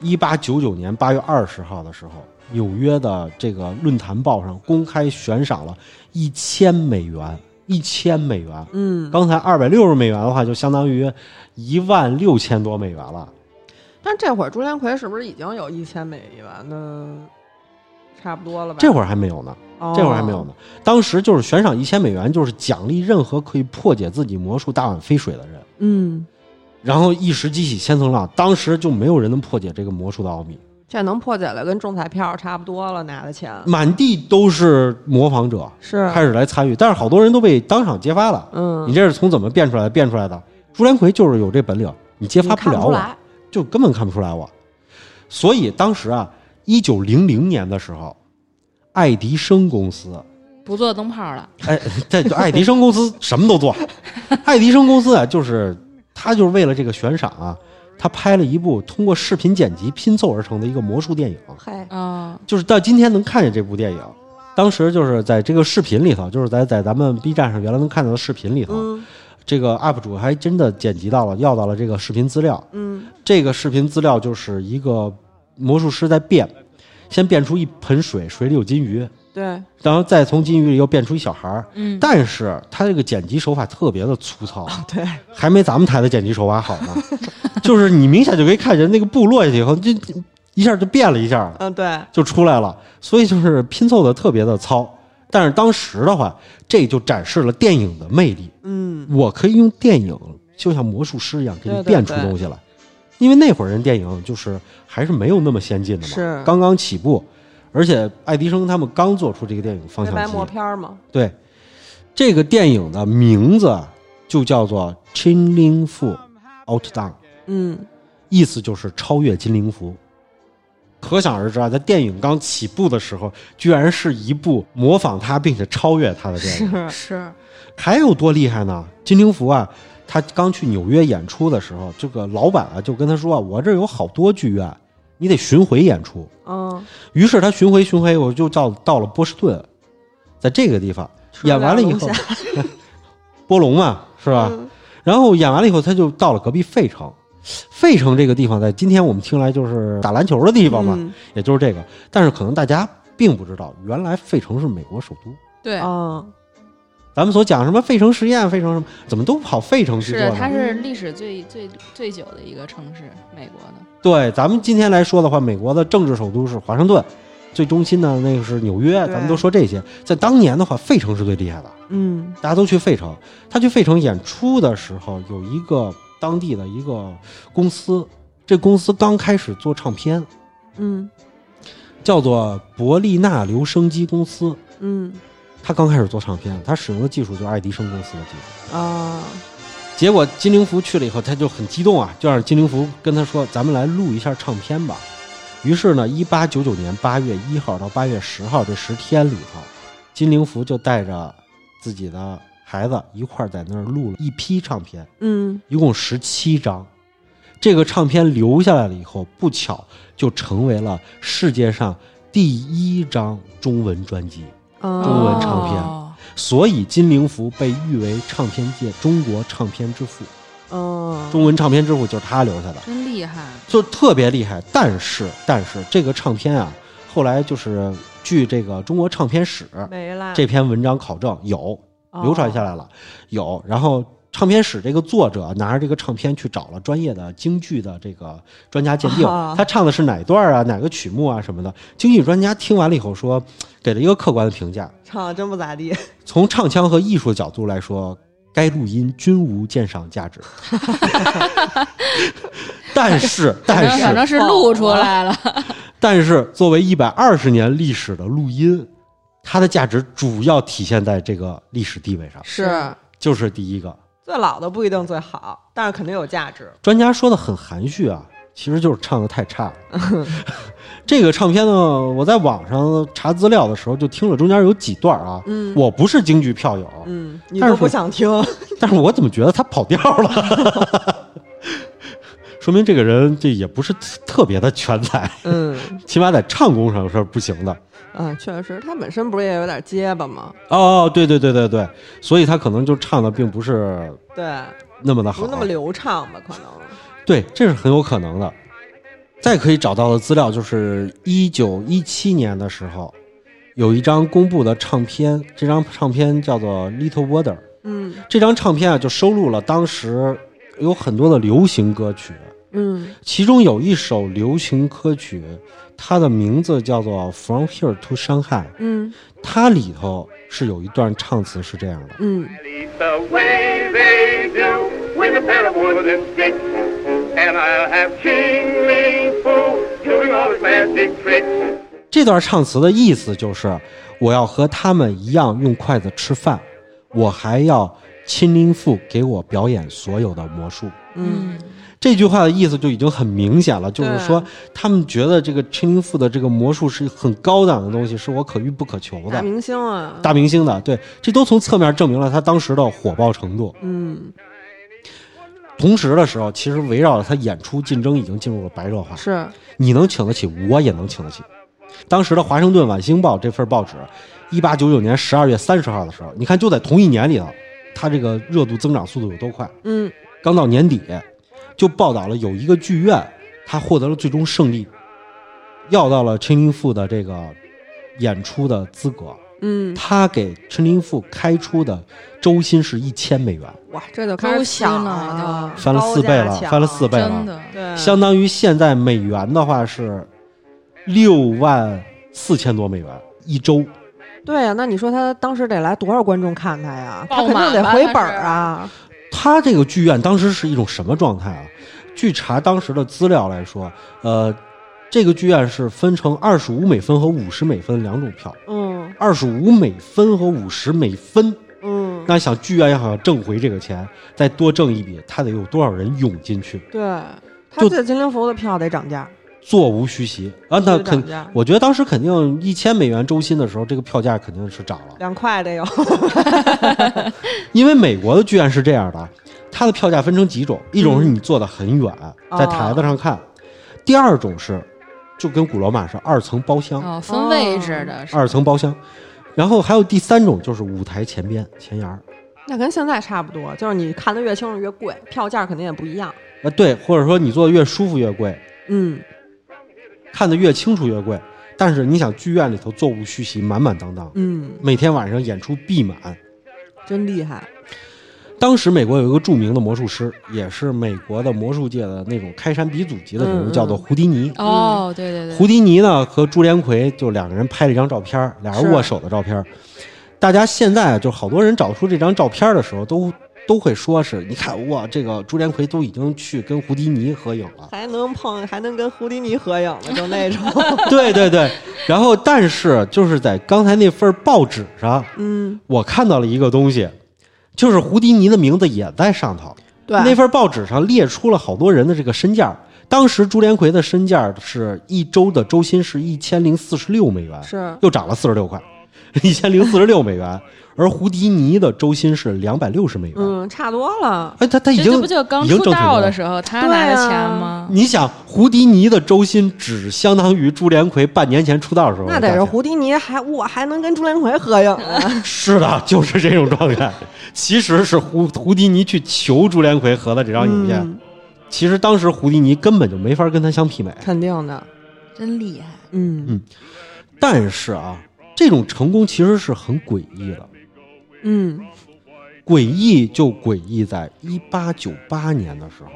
[SPEAKER 3] 一八九九年八月二十号的时候，纽约的这个论坛报上公开悬赏了一千美元，一千美元。
[SPEAKER 1] 嗯。
[SPEAKER 3] 刚才二百六十美元的话，就相当于一万六千多美元了。
[SPEAKER 1] 但这会儿朱连魁是不是已经有一千美元的差不多了吧？
[SPEAKER 3] 这会儿还没有呢，
[SPEAKER 1] 哦
[SPEAKER 3] 这会儿还没有呢。当时就是悬赏一千美元，就是奖励任何可以破解自己魔术大碗飞水的人。
[SPEAKER 1] 嗯，
[SPEAKER 3] 然后一时激起千层浪，当时就没有人能破解这个魔术的奥秘，
[SPEAKER 1] 这能破解了，跟中彩票差不多了，拿的钱
[SPEAKER 3] 满地都是模仿者
[SPEAKER 1] 是，
[SPEAKER 3] 开始来参与，但是好多人都被当场揭发了。
[SPEAKER 1] 嗯，
[SPEAKER 3] 你这是从怎么变出来的？变出来的？朱连魁就是有这本领，你揭发
[SPEAKER 1] 你看
[SPEAKER 3] 了
[SPEAKER 1] 不出
[SPEAKER 3] 我，
[SPEAKER 1] 来，
[SPEAKER 3] 就根本看不出来我。所以当时啊，一九零零年的时候，爱迪生公司，
[SPEAKER 2] 不做灯泡了，
[SPEAKER 3] 哎， [LAUGHS] 这就爱迪生公司什么都做。爱迪生公司啊，就是他就是为了这个悬赏啊，他拍了一部通过视频剪辑拼凑而成的一个魔术电影，
[SPEAKER 1] 嘿，
[SPEAKER 2] 嗯，
[SPEAKER 3] 就是到今天能看见这部电影。当时就是在这个视频里头，就是在在咱们 B 站上原来能看到的视频里头，
[SPEAKER 1] 嗯
[SPEAKER 3] 这个 UP 主还真的剪辑到了，要到了这个视频资料。
[SPEAKER 1] 嗯
[SPEAKER 3] 这个视频资料就是一个魔术师在变，先变出一盆水，水里有金鱼，
[SPEAKER 1] 对，
[SPEAKER 3] 然后再从金鱼里又变出一小孩儿。
[SPEAKER 2] 嗯
[SPEAKER 3] 但是他这个剪辑手法特别的粗糙，
[SPEAKER 1] 哦对，
[SPEAKER 3] 还没咱们台的剪辑手法好呢。 [LAUGHS] 就是你明显就可以看见那个布落下去以后，就就一下就变了一下，
[SPEAKER 1] 嗯对，
[SPEAKER 3] 就出来了。所以就是拼凑的特别的糙。但是当时的话，这就展示了电影的魅力。
[SPEAKER 1] 嗯
[SPEAKER 3] 我可以用电影，就像魔术师一样，给你
[SPEAKER 1] 对对
[SPEAKER 3] 变出
[SPEAKER 1] 对
[SPEAKER 3] 东西来。因为那会儿人电影就是还是没有那么先进的嘛，
[SPEAKER 1] 是
[SPEAKER 3] 刚刚起步，而且爱迪生他们刚做出这个电影方
[SPEAKER 1] 黑
[SPEAKER 3] 向
[SPEAKER 1] 白
[SPEAKER 3] 机
[SPEAKER 1] 默片儿嘛，
[SPEAKER 3] 对，这个电影的名字啊就叫做《金陵府 Out Down》，
[SPEAKER 1] 嗯
[SPEAKER 3] 哦意思就是超越金陵府。可想而知啊，在电影刚起步的时候，居然是一部模仿它并且超越它的电影，
[SPEAKER 1] 是，
[SPEAKER 2] 是
[SPEAKER 3] [LAUGHS] 还有多厉害呢？金陵福啊，他刚去纽约演出的时候，这个老板啊就跟他说啊，我这儿有好多剧院，你得巡回演出。
[SPEAKER 1] 嗯，
[SPEAKER 3] 于是他巡回巡回，我就到到了波士顿，在这个地方
[SPEAKER 1] 吃
[SPEAKER 3] 演完了以
[SPEAKER 1] 两
[SPEAKER 3] 后
[SPEAKER 1] 龙，
[SPEAKER 3] [LAUGHS] 波龙嘛是吧？
[SPEAKER 1] 嗯
[SPEAKER 3] 然后演完了以后，他就到了隔壁费城。费城这个地方，在今天我们听来就是打篮球的地方嘛，
[SPEAKER 1] 嗯
[SPEAKER 3] 也就是这个。但是可能大家并不知道，原来费城是美国首都。
[SPEAKER 2] 对，
[SPEAKER 1] 嗯
[SPEAKER 3] 咱们所讲什么费城实验、费城什么，怎么都跑费城去做
[SPEAKER 2] 是
[SPEAKER 3] 呢
[SPEAKER 2] 它？是
[SPEAKER 1] 嗯
[SPEAKER 2] 历史最最最久的一个城市，美国的。
[SPEAKER 3] 对，咱们今天来说的话，美国的政治首都是华盛顿，最中心呢那个是纽约，
[SPEAKER 1] 对
[SPEAKER 3] 咱们都说这些。在当年的话，费城是最厉害的，
[SPEAKER 1] 嗯
[SPEAKER 3] 大家都去费城。他去费城演出的时候，有一个当地的一个公司，这公司刚开始做唱片，
[SPEAKER 1] 嗯
[SPEAKER 3] 叫做伯利纳留声机公司。
[SPEAKER 1] 嗯
[SPEAKER 3] 他刚开始做唱片，他使用的技术就是爱迪生公司的技术。
[SPEAKER 1] 啊，
[SPEAKER 3] 结果金陵福去了以后，他就很激动啊，就让金陵福跟他说：“咱们来录一下唱片吧。”于是呢，一八九九年八月一号到八月十号这十天里头，金陵福就带着自己的孩子一块儿在那儿录了一批唱片，
[SPEAKER 1] 嗯
[SPEAKER 3] 一共十七张。这个唱片留下来了以后，不巧就成为了世界上第一张中文专辑，
[SPEAKER 1] 啊，
[SPEAKER 3] 中文唱片
[SPEAKER 2] 哦
[SPEAKER 3] 所以金陵福被誉为唱片界中国唱片之父。
[SPEAKER 1] 嗯，
[SPEAKER 3] 中文唱片之父就是他留下的，
[SPEAKER 2] 真厉害。
[SPEAKER 3] 就特别厉害。但是，但是这个唱片啊，后来就是据这个《中国唱片史》
[SPEAKER 1] 没啦，哦
[SPEAKER 3] 这篇文章考证有流传下来了，有。然后唱片史这个作者拿着这个唱片去找了专业的京剧的这个专家鉴定，
[SPEAKER 1] 啊
[SPEAKER 3] 他唱的是哪一段啊，哪个曲目啊什么的。京剧专家听完了以后说，给了一个客观的评价：
[SPEAKER 1] 唱的真不咋地。
[SPEAKER 3] 从唱腔和艺术角度来说，该录音均无鉴赏价值。 [LAUGHS] 但是，但
[SPEAKER 2] 反正反
[SPEAKER 3] 是，
[SPEAKER 2] 正是录出来了，
[SPEAKER 3] 但是，作为一百二十年历史的录音，它的价值主要体现在这个历史地位上，
[SPEAKER 1] [LAUGHS]
[SPEAKER 2] 嗯
[SPEAKER 1] 是
[SPEAKER 3] 就是第一个。
[SPEAKER 1] 最老的不一定最好，但是肯定有价值。
[SPEAKER 3] 专家说的很含蓄啊，其实就是唱的太差了。 [LAUGHS] 这个唱片呢，我在网上查资料的时候就听了中间有几段啊。
[SPEAKER 1] 嗯
[SPEAKER 3] 我不是京剧票友，
[SPEAKER 1] 嗯，你
[SPEAKER 3] 但是
[SPEAKER 1] 都不想听，
[SPEAKER 3] 但是我怎么觉得他跑调了？ [LAUGHS] 说明这个人这也不是特特别的全才，
[SPEAKER 1] [LAUGHS] 嗯
[SPEAKER 3] 起码在唱功上是不行的。
[SPEAKER 1] 嗯，确实，他本身不是也有点结巴吗？
[SPEAKER 3] 哦，对对对对对，所以他可能就唱的并不是
[SPEAKER 1] 对，
[SPEAKER 3] 那么的好，啊
[SPEAKER 1] 不那么流畅吧？可能
[SPEAKER 3] 对，这是很有可能的。再可以找到的资料就是一九一七年的时候，有一张公布的唱片，这张唱片叫做《Little Water》。
[SPEAKER 1] 嗯
[SPEAKER 3] 这张唱片啊，就收录了当时有很多的流行歌曲，
[SPEAKER 1] 嗯
[SPEAKER 3] 其中有一首流行歌曲，它的名字叫做《From Here to Shanghai》，
[SPEAKER 1] 嗯
[SPEAKER 3] 它里头是有一段唱词是这样的。
[SPEAKER 1] 嗯，
[SPEAKER 4] The way they do with a pair of wooden sticks. And I'll have King Ling Fu doing all his magic tricks.
[SPEAKER 3] 这段唱词的意思就是，我要和他们一样用筷子吃饭，我还要亲临父给我表演所有的魔术。
[SPEAKER 1] 嗯，
[SPEAKER 3] 这句话的意思就已经很明显了，就是说
[SPEAKER 1] 对
[SPEAKER 3] 他们觉得这个亲临父的这个魔术是很高档的东西，是我可遇不可求
[SPEAKER 1] 大
[SPEAKER 3] 的，
[SPEAKER 1] 明星啊，
[SPEAKER 3] 大明星的。对，这都从侧面证明了他当时的火爆程度。
[SPEAKER 1] 嗯
[SPEAKER 3] 同时的时候，其实围绕着他演出竞争已经进入了白热化。
[SPEAKER 1] 是，
[SPEAKER 3] 你能请得起，我也能请得起。当时的《华盛顿晚星报》这份报纸，一八九九年十二月三十号的时候，你看就在同一年里头，它这个热度增长速度有多快？
[SPEAKER 1] 嗯
[SPEAKER 3] 刚到年底，就报道了有一个剧院，它获得了最终胜利，要到了陈林富的这个演出的资格。
[SPEAKER 1] 嗯，
[SPEAKER 3] 他给陈林富开出的周薪是一千美元，
[SPEAKER 1] 哇，这就开始
[SPEAKER 2] 高薪了
[SPEAKER 1] 抢了，
[SPEAKER 3] 翻了四倍了
[SPEAKER 1] 高价抢
[SPEAKER 3] 翻了四倍了
[SPEAKER 2] 真的
[SPEAKER 1] 对，
[SPEAKER 3] 相当于现在美元的话是六万四千多美元一周。
[SPEAKER 1] 对啊呀，那你说他当时得来多少观众看他呀？他
[SPEAKER 2] 爆
[SPEAKER 1] 肯定
[SPEAKER 2] 满
[SPEAKER 1] 得
[SPEAKER 2] 吧
[SPEAKER 1] 回
[SPEAKER 2] 那
[SPEAKER 1] 本
[SPEAKER 2] 是
[SPEAKER 1] 儿啊，
[SPEAKER 3] 他这个剧院当时是一种什么状态啊？据查当时的资料来说，呃，这个剧院是分成二十五美分和五十美分两种票。
[SPEAKER 1] 嗯
[SPEAKER 3] 二十五美分和五十美分，
[SPEAKER 1] 嗯，
[SPEAKER 3] 那想剧院要想挣回这个钱，再多挣一笔，他得有多少人涌进去？
[SPEAKER 1] 对，他
[SPEAKER 3] 就
[SPEAKER 1] 这金陵服的票得涨价，
[SPEAKER 3] 座无虚席啊！那
[SPEAKER 1] 是
[SPEAKER 3] 肯
[SPEAKER 1] 涨，价，
[SPEAKER 3] 我觉得当时肯定一千美元周薪的时候，这个票价肯定是涨了。
[SPEAKER 1] 两块得有，
[SPEAKER 3] 因为美国的剧院是这样的，它的票价分成几种，一种是你坐得很远，
[SPEAKER 1] 嗯哦
[SPEAKER 3] 在台子上看；第二种是，就跟古罗马是二层包
[SPEAKER 1] 嗯
[SPEAKER 3] 厢，
[SPEAKER 2] 哦，分位置的是吧
[SPEAKER 3] 二层包厢。然后还有第三种就是舞台前边前沿儿，
[SPEAKER 1] 那跟现在差不多，就是你看的越清楚越贵，票价肯定也不一样。
[SPEAKER 3] 啊对，或者说你坐得越舒服越贵，
[SPEAKER 1] 嗯，
[SPEAKER 3] 看得越清楚越贵。但是你想，剧院里头座无虚席，满满当当，
[SPEAKER 1] 嗯，
[SPEAKER 3] 每天晚上演出必满。
[SPEAKER 1] 真厉害。
[SPEAKER 3] 当时美国有一个著名的魔术师，也是美国的魔术界的那种开山鼻祖级的人物，
[SPEAKER 1] 嗯嗯。
[SPEAKER 3] 叫做胡迪尼。
[SPEAKER 2] 哦，对对对，
[SPEAKER 3] 胡迪尼呢和朱连魁就两个人拍了一张照片儿，俩人握手的照片儿。大家现在就好多人找出这张照片儿的时候，都都会说是，你看哇，这个朱连魁都已经去跟胡迪尼合影了
[SPEAKER 1] [LAUGHS] 还能碰，还能跟胡迪尼合影了，就 [LAUGHS] 那种。嗯
[SPEAKER 3] 对对对，然后但是就是在刚才那份报纸上，
[SPEAKER 1] 嗯，
[SPEAKER 3] 我看到了一个东西，就是胡迪尼的名字也在上头。
[SPEAKER 1] 对，
[SPEAKER 3] 那份报纸上列出了好多人的这个身价儿。当时朱连魁的身价儿是一周的周薪是一千零四十六美元，
[SPEAKER 1] 是
[SPEAKER 3] 又涨了四十六块，一千零四十六美元。而胡迪尼的周薪是两百六十美元。
[SPEAKER 1] 嗯，差多了。
[SPEAKER 3] 哎，他他已
[SPEAKER 2] 这
[SPEAKER 3] 经
[SPEAKER 2] 这不就刚
[SPEAKER 3] 已经
[SPEAKER 2] 出
[SPEAKER 3] 挣挺
[SPEAKER 2] 道
[SPEAKER 3] 多
[SPEAKER 2] 的
[SPEAKER 3] 了
[SPEAKER 2] 时候他拿的
[SPEAKER 1] 对啊
[SPEAKER 2] 钱吗？
[SPEAKER 3] 你想，胡迪尼的周薪只相当于朱连魁半年前出道的时候的
[SPEAKER 1] 那
[SPEAKER 3] 价钱，
[SPEAKER 1] 得是胡迪尼还我还能跟朱连魁合影呢， [LAUGHS]
[SPEAKER 3] 是的，就是这种状态。其实是胡胡迪尼去求朱连魁合的这张影片，
[SPEAKER 1] 嗯
[SPEAKER 3] 其实当时胡迪尼根本就没法跟他相媲美。
[SPEAKER 1] 肯定的。
[SPEAKER 2] 真厉害，
[SPEAKER 1] 嗯
[SPEAKER 3] 但是啊，这种成功其实是很诡异的。
[SPEAKER 1] 嗯，
[SPEAKER 3] 诡异就诡异在一八九八年的时候，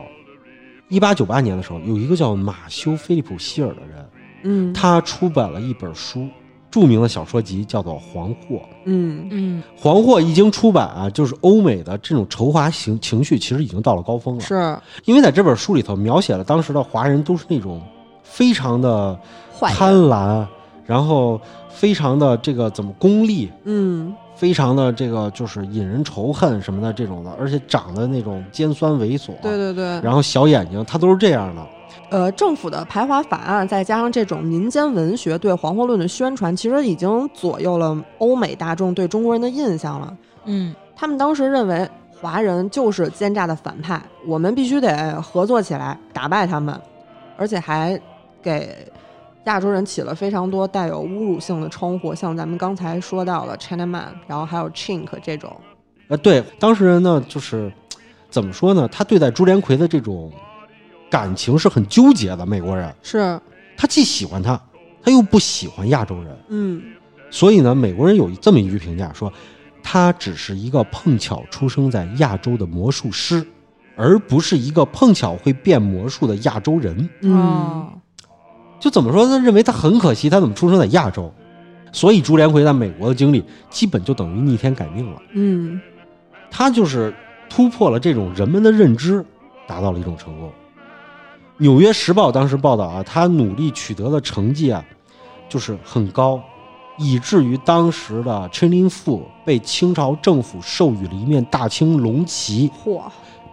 [SPEAKER 3] 一八九八年的时候，有一个叫马修·菲利普希尔的人，
[SPEAKER 1] 嗯
[SPEAKER 3] 他出版了一本书，著名的小说集叫做《黄祸》。
[SPEAKER 1] 嗯
[SPEAKER 2] 嗯，
[SPEAKER 3] 《黄祸》一经出版啊，就是欧美的这种仇华情情绪其实已经到了高峰了。
[SPEAKER 1] 是
[SPEAKER 3] 因为在这本书里头描写了当时的华人都是那种非常的
[SPEAKER 2] 坏人
[SPEAKER 3] 贪婪，然后非常的这个怎么功利，
[SPEAKER 1] 嗯
[SPEAKER 3] 非常的这个就是引人仇恨什么的这种的，而且长得那种尖酸猥琐，
[SPEAKER 1] 对对对，
[SPEAKER 3] 然后小眼睛，他都是这样的。
[SPEAKER 1] 呃，政府的排华法案，再加上这种民间文学对黄祸论的宣传，其实已经左右了欧美大众对中国人的印象了。
[SPEAKER 2] 嗯
[SPEAKER 1] 他们当时认为华人就是奸诈的反派，我们必须得合作起来打败他们，而且还给亚洲人起了非常多带有侮辱性的称呼，像咱们刚才说到的 Chinaman，然后还有 Chink 这种。
[SPEAKER 3] 呃，对，当事人呢，就是怎么说呢？他对待朱连魁的这种感情是很纠结的。美国人，
[SPEAKER 1] 是，
[SPEAKER 3] 他既喜欢他，他又不喜欢亚洲人。
[SPEAKER 1] 嗯
[SPEAKER 3] 所以呢，美国人有这么一句评价说，他只是一个碰巧出生在亚洲的魔术师，而不是一个碰巧会变魔术的亚洲人。
[SPEAKER 1] 嗯，
[SPEAKER 2] 哦
[SPEAKER 3] 就怎么说？他认为他很可惜，他怎么出生在亚洲？所以朱连魁在美国的经历基本就等于逆天改命了。
[SPEAKER 1] 嗯，
[SPEAKER 3] 他就是突破了这种人们的认知，达到了一种成功。《纽约时报》当时报道啊，他努力取得的成绩啊，就是很高，以至于当时的陈林富被清朝政府授予了一面大清龙旗，
[SPEAKER 1] 嚯，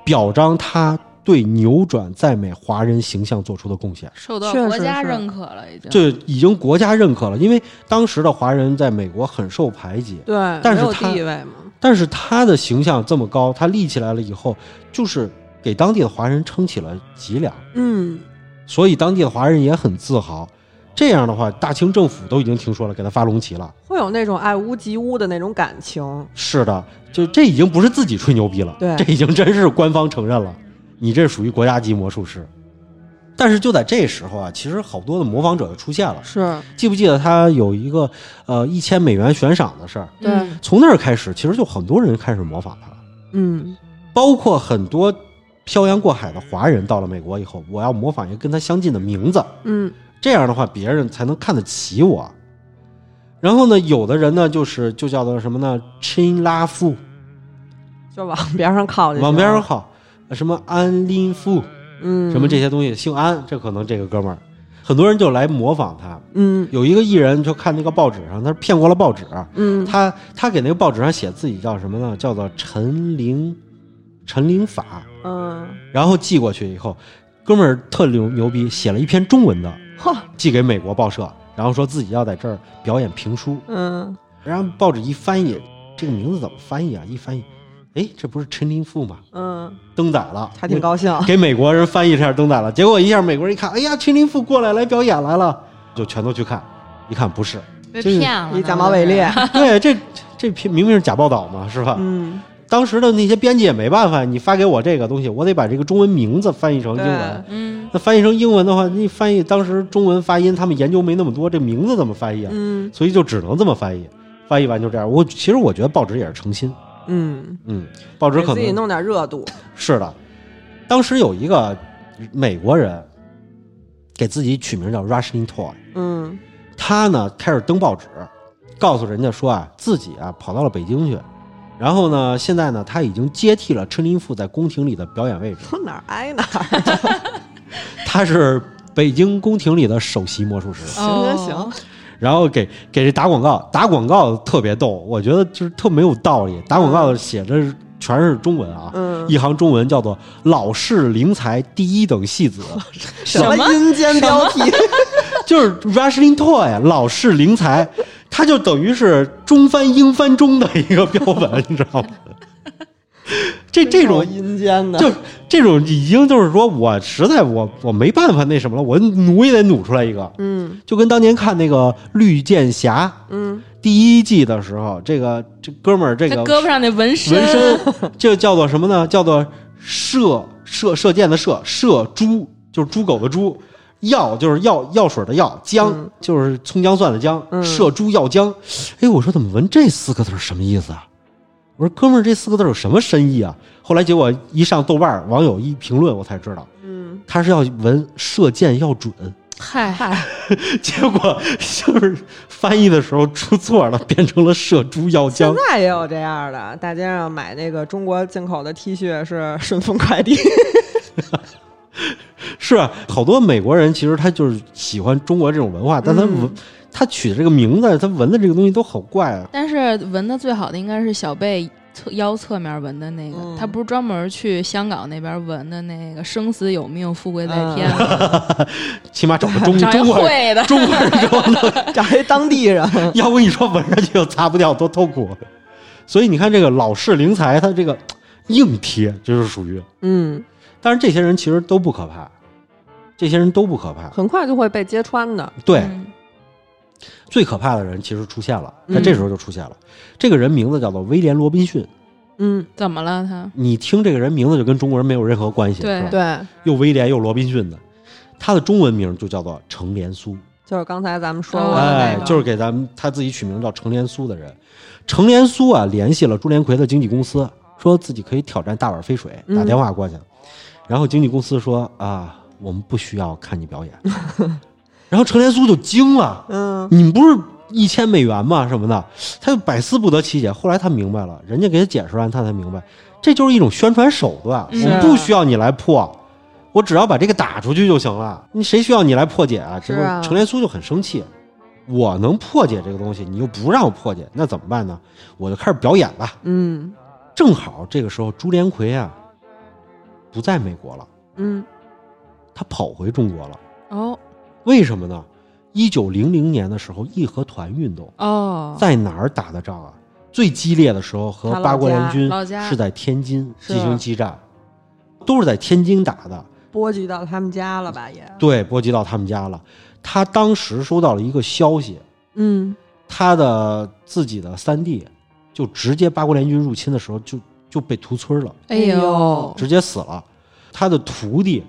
[SPEAKER 3] 表彰他对扭转在美华人形象做出的贡献。
[SPEAKER 2] 受到
[SPEAKER 1] 确实
[SPEAKER 2] 国家
[SPEAKER 1] 是
[SPEAKER 2] 认可了，已经
[SPEAKER 3] 这已经国家认可了，因为当时的华人在美国很受排挤，
[SPEAKER 1] 对，
[SPEAKER 3] 但
[SPEAKER 1] 没
[SPEAKER 3] 是
[SPEAKER 1] 有
[SPEAKER 3] 他
[SPEAKER 1] 地位嘛，
[SPEAKER 3] 但是他的形象这么高，他立起来了以后，就是给当地的华人撑起了脊梁，
[SPEAKER 1] 嗯，
[SPEAKER 3] 所以当地的华人也很自豪。这样的话，大清政府都已经听说了，给他发龙旗了。
[SPEAKER 1] 会有那种爱屋及乌的那种感情。
[SPEAKER 3] 是的，就这已经不是自己吹牛逼了，
[SPEAKER 1] 对
[SPEAKER 3] 这已经真是官方承认了，你这属于国家级魔术师。但是就在这时候啊，其实好多的模仿者就出现了。
[SPEAKER 1] 是，
[SPEAKER 3] 记不记得他有一个呃一千美元悬赏的事儿？
[SPEAKER 1] 对
[SPEAKER 2] 嗯
[SPEAKER 3] 从那儿开始，其实就很多人开始模仿他了。
[SPEAKER 1] 嗯
[SPEAKER 3] 包括很多漂洋过海的华人到了美国以后，我要模仿一个跟他相近的名字，
[SPEAKER 1] 嗯
[SPEAKER 3] 这样的话别人才能看得起我。然后呢，有的人呢，就是就叫做什么呢？亲拉夫，
[SPEAKER 1] 就往边上靠就行
[SPEAKER 3] 往边上，靠，什么安林夫，
[SPEAKER 1] 嗯，
[SPEAKER 3] 什么这，些东西，姓安，这可能这个哥们儿，很多人就来模仿他。
[SPEAKER 1] 嗯
[SPEAKER 3] 有一个艺人就看那个报纸上，他是骗过了报纸，啊
[SPEAKER 1] 嗯，
[SPEAKER 3] 他他给那个报纸上写自己叫什么呢？叫做陈灵，陈灵法，
[SPEAKER 1] 嗯，
[SPEAKER 3] 然后寄过去以后，哥们儿特牛牛逼，写了一篇中文的，
[SPEAKER 1] 呵，
[SPEAKER 3] 寄给美国报社，然后说自己要在这儿表演评书。
[SPEAKER 1] 嗯
[SPEAKER 3] 然后报纸一翻译，这个名字怎么翻译啊？一翻译，哎，这不是陈林富吗？
[SPEAKER 1] 嗯，
[SPEAKER 3] 登载了，
[SPEAKER 1] 还挺高兴，
[SPEAKER 3] 给美国人翻译一下登载了。结果一下美国人一看，哎呀，陈林富过来来表演来了，就全都去看，一看不是， [LAUGHS]
[SPEAKER 2] 被
[SPEAKER 3] 这个
[SPEAKER 2] 骗了，
[SPEAKER 1] 以假冒伪劣，
[SPEAKER 3] 对，这这篇明明是假报道嘛，是吧？ [LAUGHS]
[SPEAKER 1] 嗯，
[SPEAKER 3] 当时的那些编辑也没办法，你发给我这个东西，我得把这个中文名字翻译成英文
[SPEAKER 1] 对。
[SPEAKER 2] 嗯，
[SPEAKER 3] 那翻译成英文的话，那翻译当时中文发音他们研究没那么多，这名字怎么翻译啊？
[SPEAKER 1] 嗯
[SPEAKER 3] 所以就只能这么翻译，翻译完就这样。我其实我觉得报纸也是诚心，
[SPEAKER 1] 嗯，
[SPEAKER 3] 嗯，报纸
[SPEAKER 1] 给
[SPEAKER 3] 可
[SPEAKER 1] 自己
[SPEAKER 3] 能
[SPEAKER 1] 弄点热度，
[SPEAKER 3] 是的。当时有一个美国人给自己取名叫 Rushing Toy，
[SPEAKER 1] 嗯
[SPEAKER 3] 他呢开始登报纸，告诉人家说啊，自己啊跑到了北京去。然后呢，现在呢，他已经接替了陈林富在宫廷里的表演位置，
[SPEAKER 1] 从哪儿挨哪儿，
[SPEAKER 3] 他是北京宫廷里的首席魔术师。
[SPEAKER 1] 行行行，
[SPEAKER 3] 然后给给这打广告，打广告特别逗，我觉得就是特没有道理。打广告写着全是中文啊，
[SPEAKER 1] 嗯
[SPEAKER 3] 一行中文叫做“老式灵才第一等戏子
[SPEAKER 1] 什么阴间标题，”，
[SPEAKER 3] 就是 “Rushing Toy” 老式灵才，它就等于是中翻英翻中的一个标本，你知道吗？这这种
[SPEAKER 1] 够阴间的，
[SPEAKER 3] 就这种已经就是说我实在我我没办法那什么了，我努也得努出来一个，
[SPEAKER 1] 嗯
[SPEAKER 3] 就跟当年看那个《绿箭侠》。
[SPEAKER 1] 嗯
[SPEAKER 3] 第一季的时候，这个这哥们儿这
[SPEAKER 2] 他
[SPEAKER 3] 个
[SPEAKER 2] 胳膊上那纹身，
[SPEAKER 3] 纹身，这叫做什么呢？叫做射射射箭的射，射猪就是猪狗的猪，药就是药药水的药，姜、
[SPEAKER 1] 嗯
[SPEAKER 3] 就是葱姜蒜的姜，
[SPEAKER 1] 嗯
[SPEAKER 3] 射猪药姜。哎，我说怎么纹这四个字儿什么意思啊？我说哥们儿，这四个字儿有什么深意啊？后来结果一上豆瓣儿，网友一评论，我才知道
[SPEAKER 1] 嗯，
[SPEAKER 3] 他是要纹射箭要准， [LAUGHS]
[SPEAKER 2] 嗨，
[SPEAKER 1] 嗨，
[SPEAKER 3] 结果就是翻译的时候出错了，变成了射猪要
[SPEAKER 1] 现
[SPEAKER 3] 将。
[SPEAKER 1] 在也有这样的，大街上买那个中国进口的 T 恤是顺丰快递， [LAUGHS]
[SPEAKER 3] 是啊好多美国人其实他就是喜欢中国这种文化，但他
[SPEAKER 1] 嗯
[SPEAKER 3] 纹、他取的这个名字，他纹的这个东西都好怪啊。
[SPEAKER 2] 但是纹的最好的应该是小贝侧腰侧面纹的那个，
[SPEAKER 1] 嗯
[SPEAKER 2] 他不是专门去香港那边纹的那个“生死有命，富贵在天
[SPEAKER 1] 嗯”
[SPEAKER 2] 吗
[SPEAKER 3] 起码找个
[SPEAKER 2] [LAUGHS]
[SPEAKER 3] 中
[SPEAKER 2] 找一
[SPEAKER 3] 中国人，
[SPEAKER 2] 会的，
[SPEAKER 3] 中国人给我弄
[SPEAKER 1] 找一当地人。
[SPEAKER 3] 要不你说闻上去又擦不掉，多痛苦。啊所以你看这个老式灵材，它这个硬贴就是属于，
[SPEAKER 1] 嗯，
[SPEAKER 3] 但是这些人其实都不可怕，这些人都不可怕。
[SPEAKER 1] 很快就会被揭穿的。
[SPEAKER 3] 对，
[SPEAKER 2] 嗯
[SPEAKER 3] 最可怕的人其实出现了，
[SPEAKER 1] 嗯
[SPEAKER 3] 他这时候就出现了。这个人名字叫做威廉·罗宾逊，
[SPEAKER 1] 嗯，
[SPEAKER 2] 怎么了他？
[SPEAKER 3] 你听这个人名字就跟中国人没有任何关系，
[SPEAKER 2] 对
[SPEAKER 3] 是吧？
[SPEAKER 1] 对，
[SPEAKER 3] 又威廉又罗宾逊的，他的中文名就叫做程连苏。
[SPEAKER 1] 就是刚才咱们说过的
[SPEAKER 3] 哎
[SPEAKER 1] 那个，，
[SPEAKER 3] 就是给咱们他自己取名叫程连苏的人，程连苏啊，联系了朱连魁的经纪公司，说自己可以挑战大碗飞水，
[SPEAKER 1] 嗯
[SPEAKER 3] 打电话过去，然后经纪公司说啊，我们不需要看你表演，然后程连苏就惊了，
[SPEAKER 1] 嗯，
[SPEAKER 3] 你们不是一千美元吗？什么的，他就百思不得其解。后来他明白了，人家给他解释完，他才明白，这就是一种宣传手段，
[SPEAKER 2] 嗯
[SPEAKER 3] 我们不需要你来破。我只要把这个打出去就行了，你谁需要你来破解啊？结
[SPEAKER 1] 是
[SPEAKER 3] 果
[SPEAKER 1] 啊
[SPEAKER 3] 程连苏就很生气，我能破解这个东西，你又不让我破解，那怎么办呢？我就开始表演吧。
[SPEAKER 1] 嗯
[SPEAKER 3] 正好这个时候朱连魁啊不在美国了，
[SPEAKER 1] 嗯
[SPEAKER 3] 他跑回中国了。
[SPEAKER 2] 哦
[SPEAKER 3] 为什么呢？一九零零年的时候，义和团运动
[SPEAKER 2] 哦，
[SPEAKER 3] 在哪儿打的仗啊？最激烈的时候和
[SPEAKER 1] 他老
[SPEAKER 3] 八国联
[SPEAKER 1] 家
[SPEAKER 3] 军
[SPEAKER 2] 老家
[SPEAKER 3] 是在天津
[SPEAKER 2] 是
[SPEAKER 3] 进行激战，都是在天津打的。
[SPEAKER 1] 波及到他们家了吧也？
[SPEAKER 3] 对，波及到他们家了。他当时收到了一个消息，
[SPEAKER 1] 嗯，
[SPEAKER 3] 他的自己的三弟就直接八国联军入侵的时候就就被屠村了，
[SPEAKER 2] 哎
[SPEAKER 1] 哎
[SPEAKER 2] 呦
[SPEAKER 1] 呦，
[SPEAKER 3] 直接死了。他的徒弟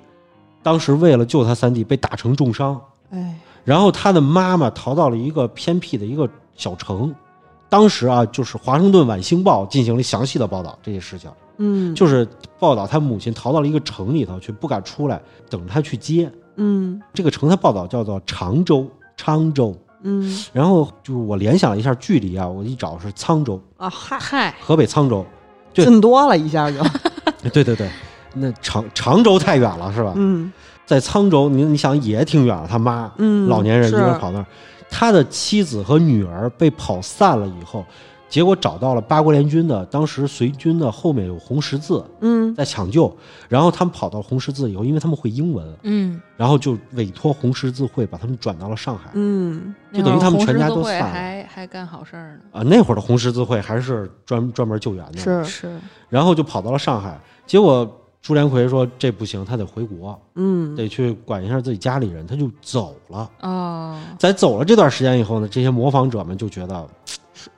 [SPEAKER 3] 当时为了救他三弟被打成重伤，
[SPEAKER 1] 哎，
[SPEAKER 3] 然后他的妈妈逃到了一个偏僻的一个小城，当时啊，就是《华盛顿晚星报》进行了详细的报道这些事情，
[SPEAKER 1] 嗯，
[SPEAKER 3] 就是报道他母亲逃到了一个城里头去，不敢出来，等他去接。
[SPEAKER 1] 嗯
[SPEAKER 3] 这个城他报道叫做常州，沧州。
[SPEAKER 1] 嗯
[SPEAKER 3] 然后就我联想了一下距离啊，我一找是沧州，
[SPEAKER 1] 啊，嗨，
[SPEAKER 2] 嗨，
[SPEAKER 3] 河北沧州。 [LAUGHS] 对
[SPEAKER 1] 进多了一下
[SPEAKER 3] [LAUGHS]
[SPEAKER 1] 就，
[SPEAKER 3] 对对对，那常常州太远了是吧？
[SPEAKER 1] 嗯
[SPEAKER 3] 在沧州，你你想也挺远了，他妈，
[SPEAKER 1] 嗯，
[SPEAKER 3] 老年人
[SPEAKER 1] 是
[SPEAKER 3] 就会跑那儿。他的妻子和女儿被跑散了以后，结果找到了八国联军的，当时随军的后面有红十字
[SPEAKER 1] 嗯
[SPEAKER 3] 在抢救，然后他们跑到红十字以后，因为他们会英文，
[SPEAKER 2] 嗯，
[SPEAKER 3] 然后就委托红十字会把他们转到了上海。
[SPEAKER 1] 嗯
[SPEAKER 3] 就等于他们全家都
[SPEAKER 2] 那会儿红十字会
[SPEAKER 3] 散了
[SPEAKER 2] 还还干好事儿呢，
[SPEAKER 3] 啊，那会儿的红十字会还是专专门救援的，
[SPEAKER 1] 是
[SPEAKER 2] 是
[SPEAKER 3] 然后就跑到了上海，结果朱连魁说这不行，他得回国，
[SPEAKER 1] 嗯
[SPEAKER 3] 得去管一下自己家里人，他就走了。
[SPEAKER 2] 哦，
[SPEAKER 3] 在走了这段时间以后呢，这些模仿者们就觉得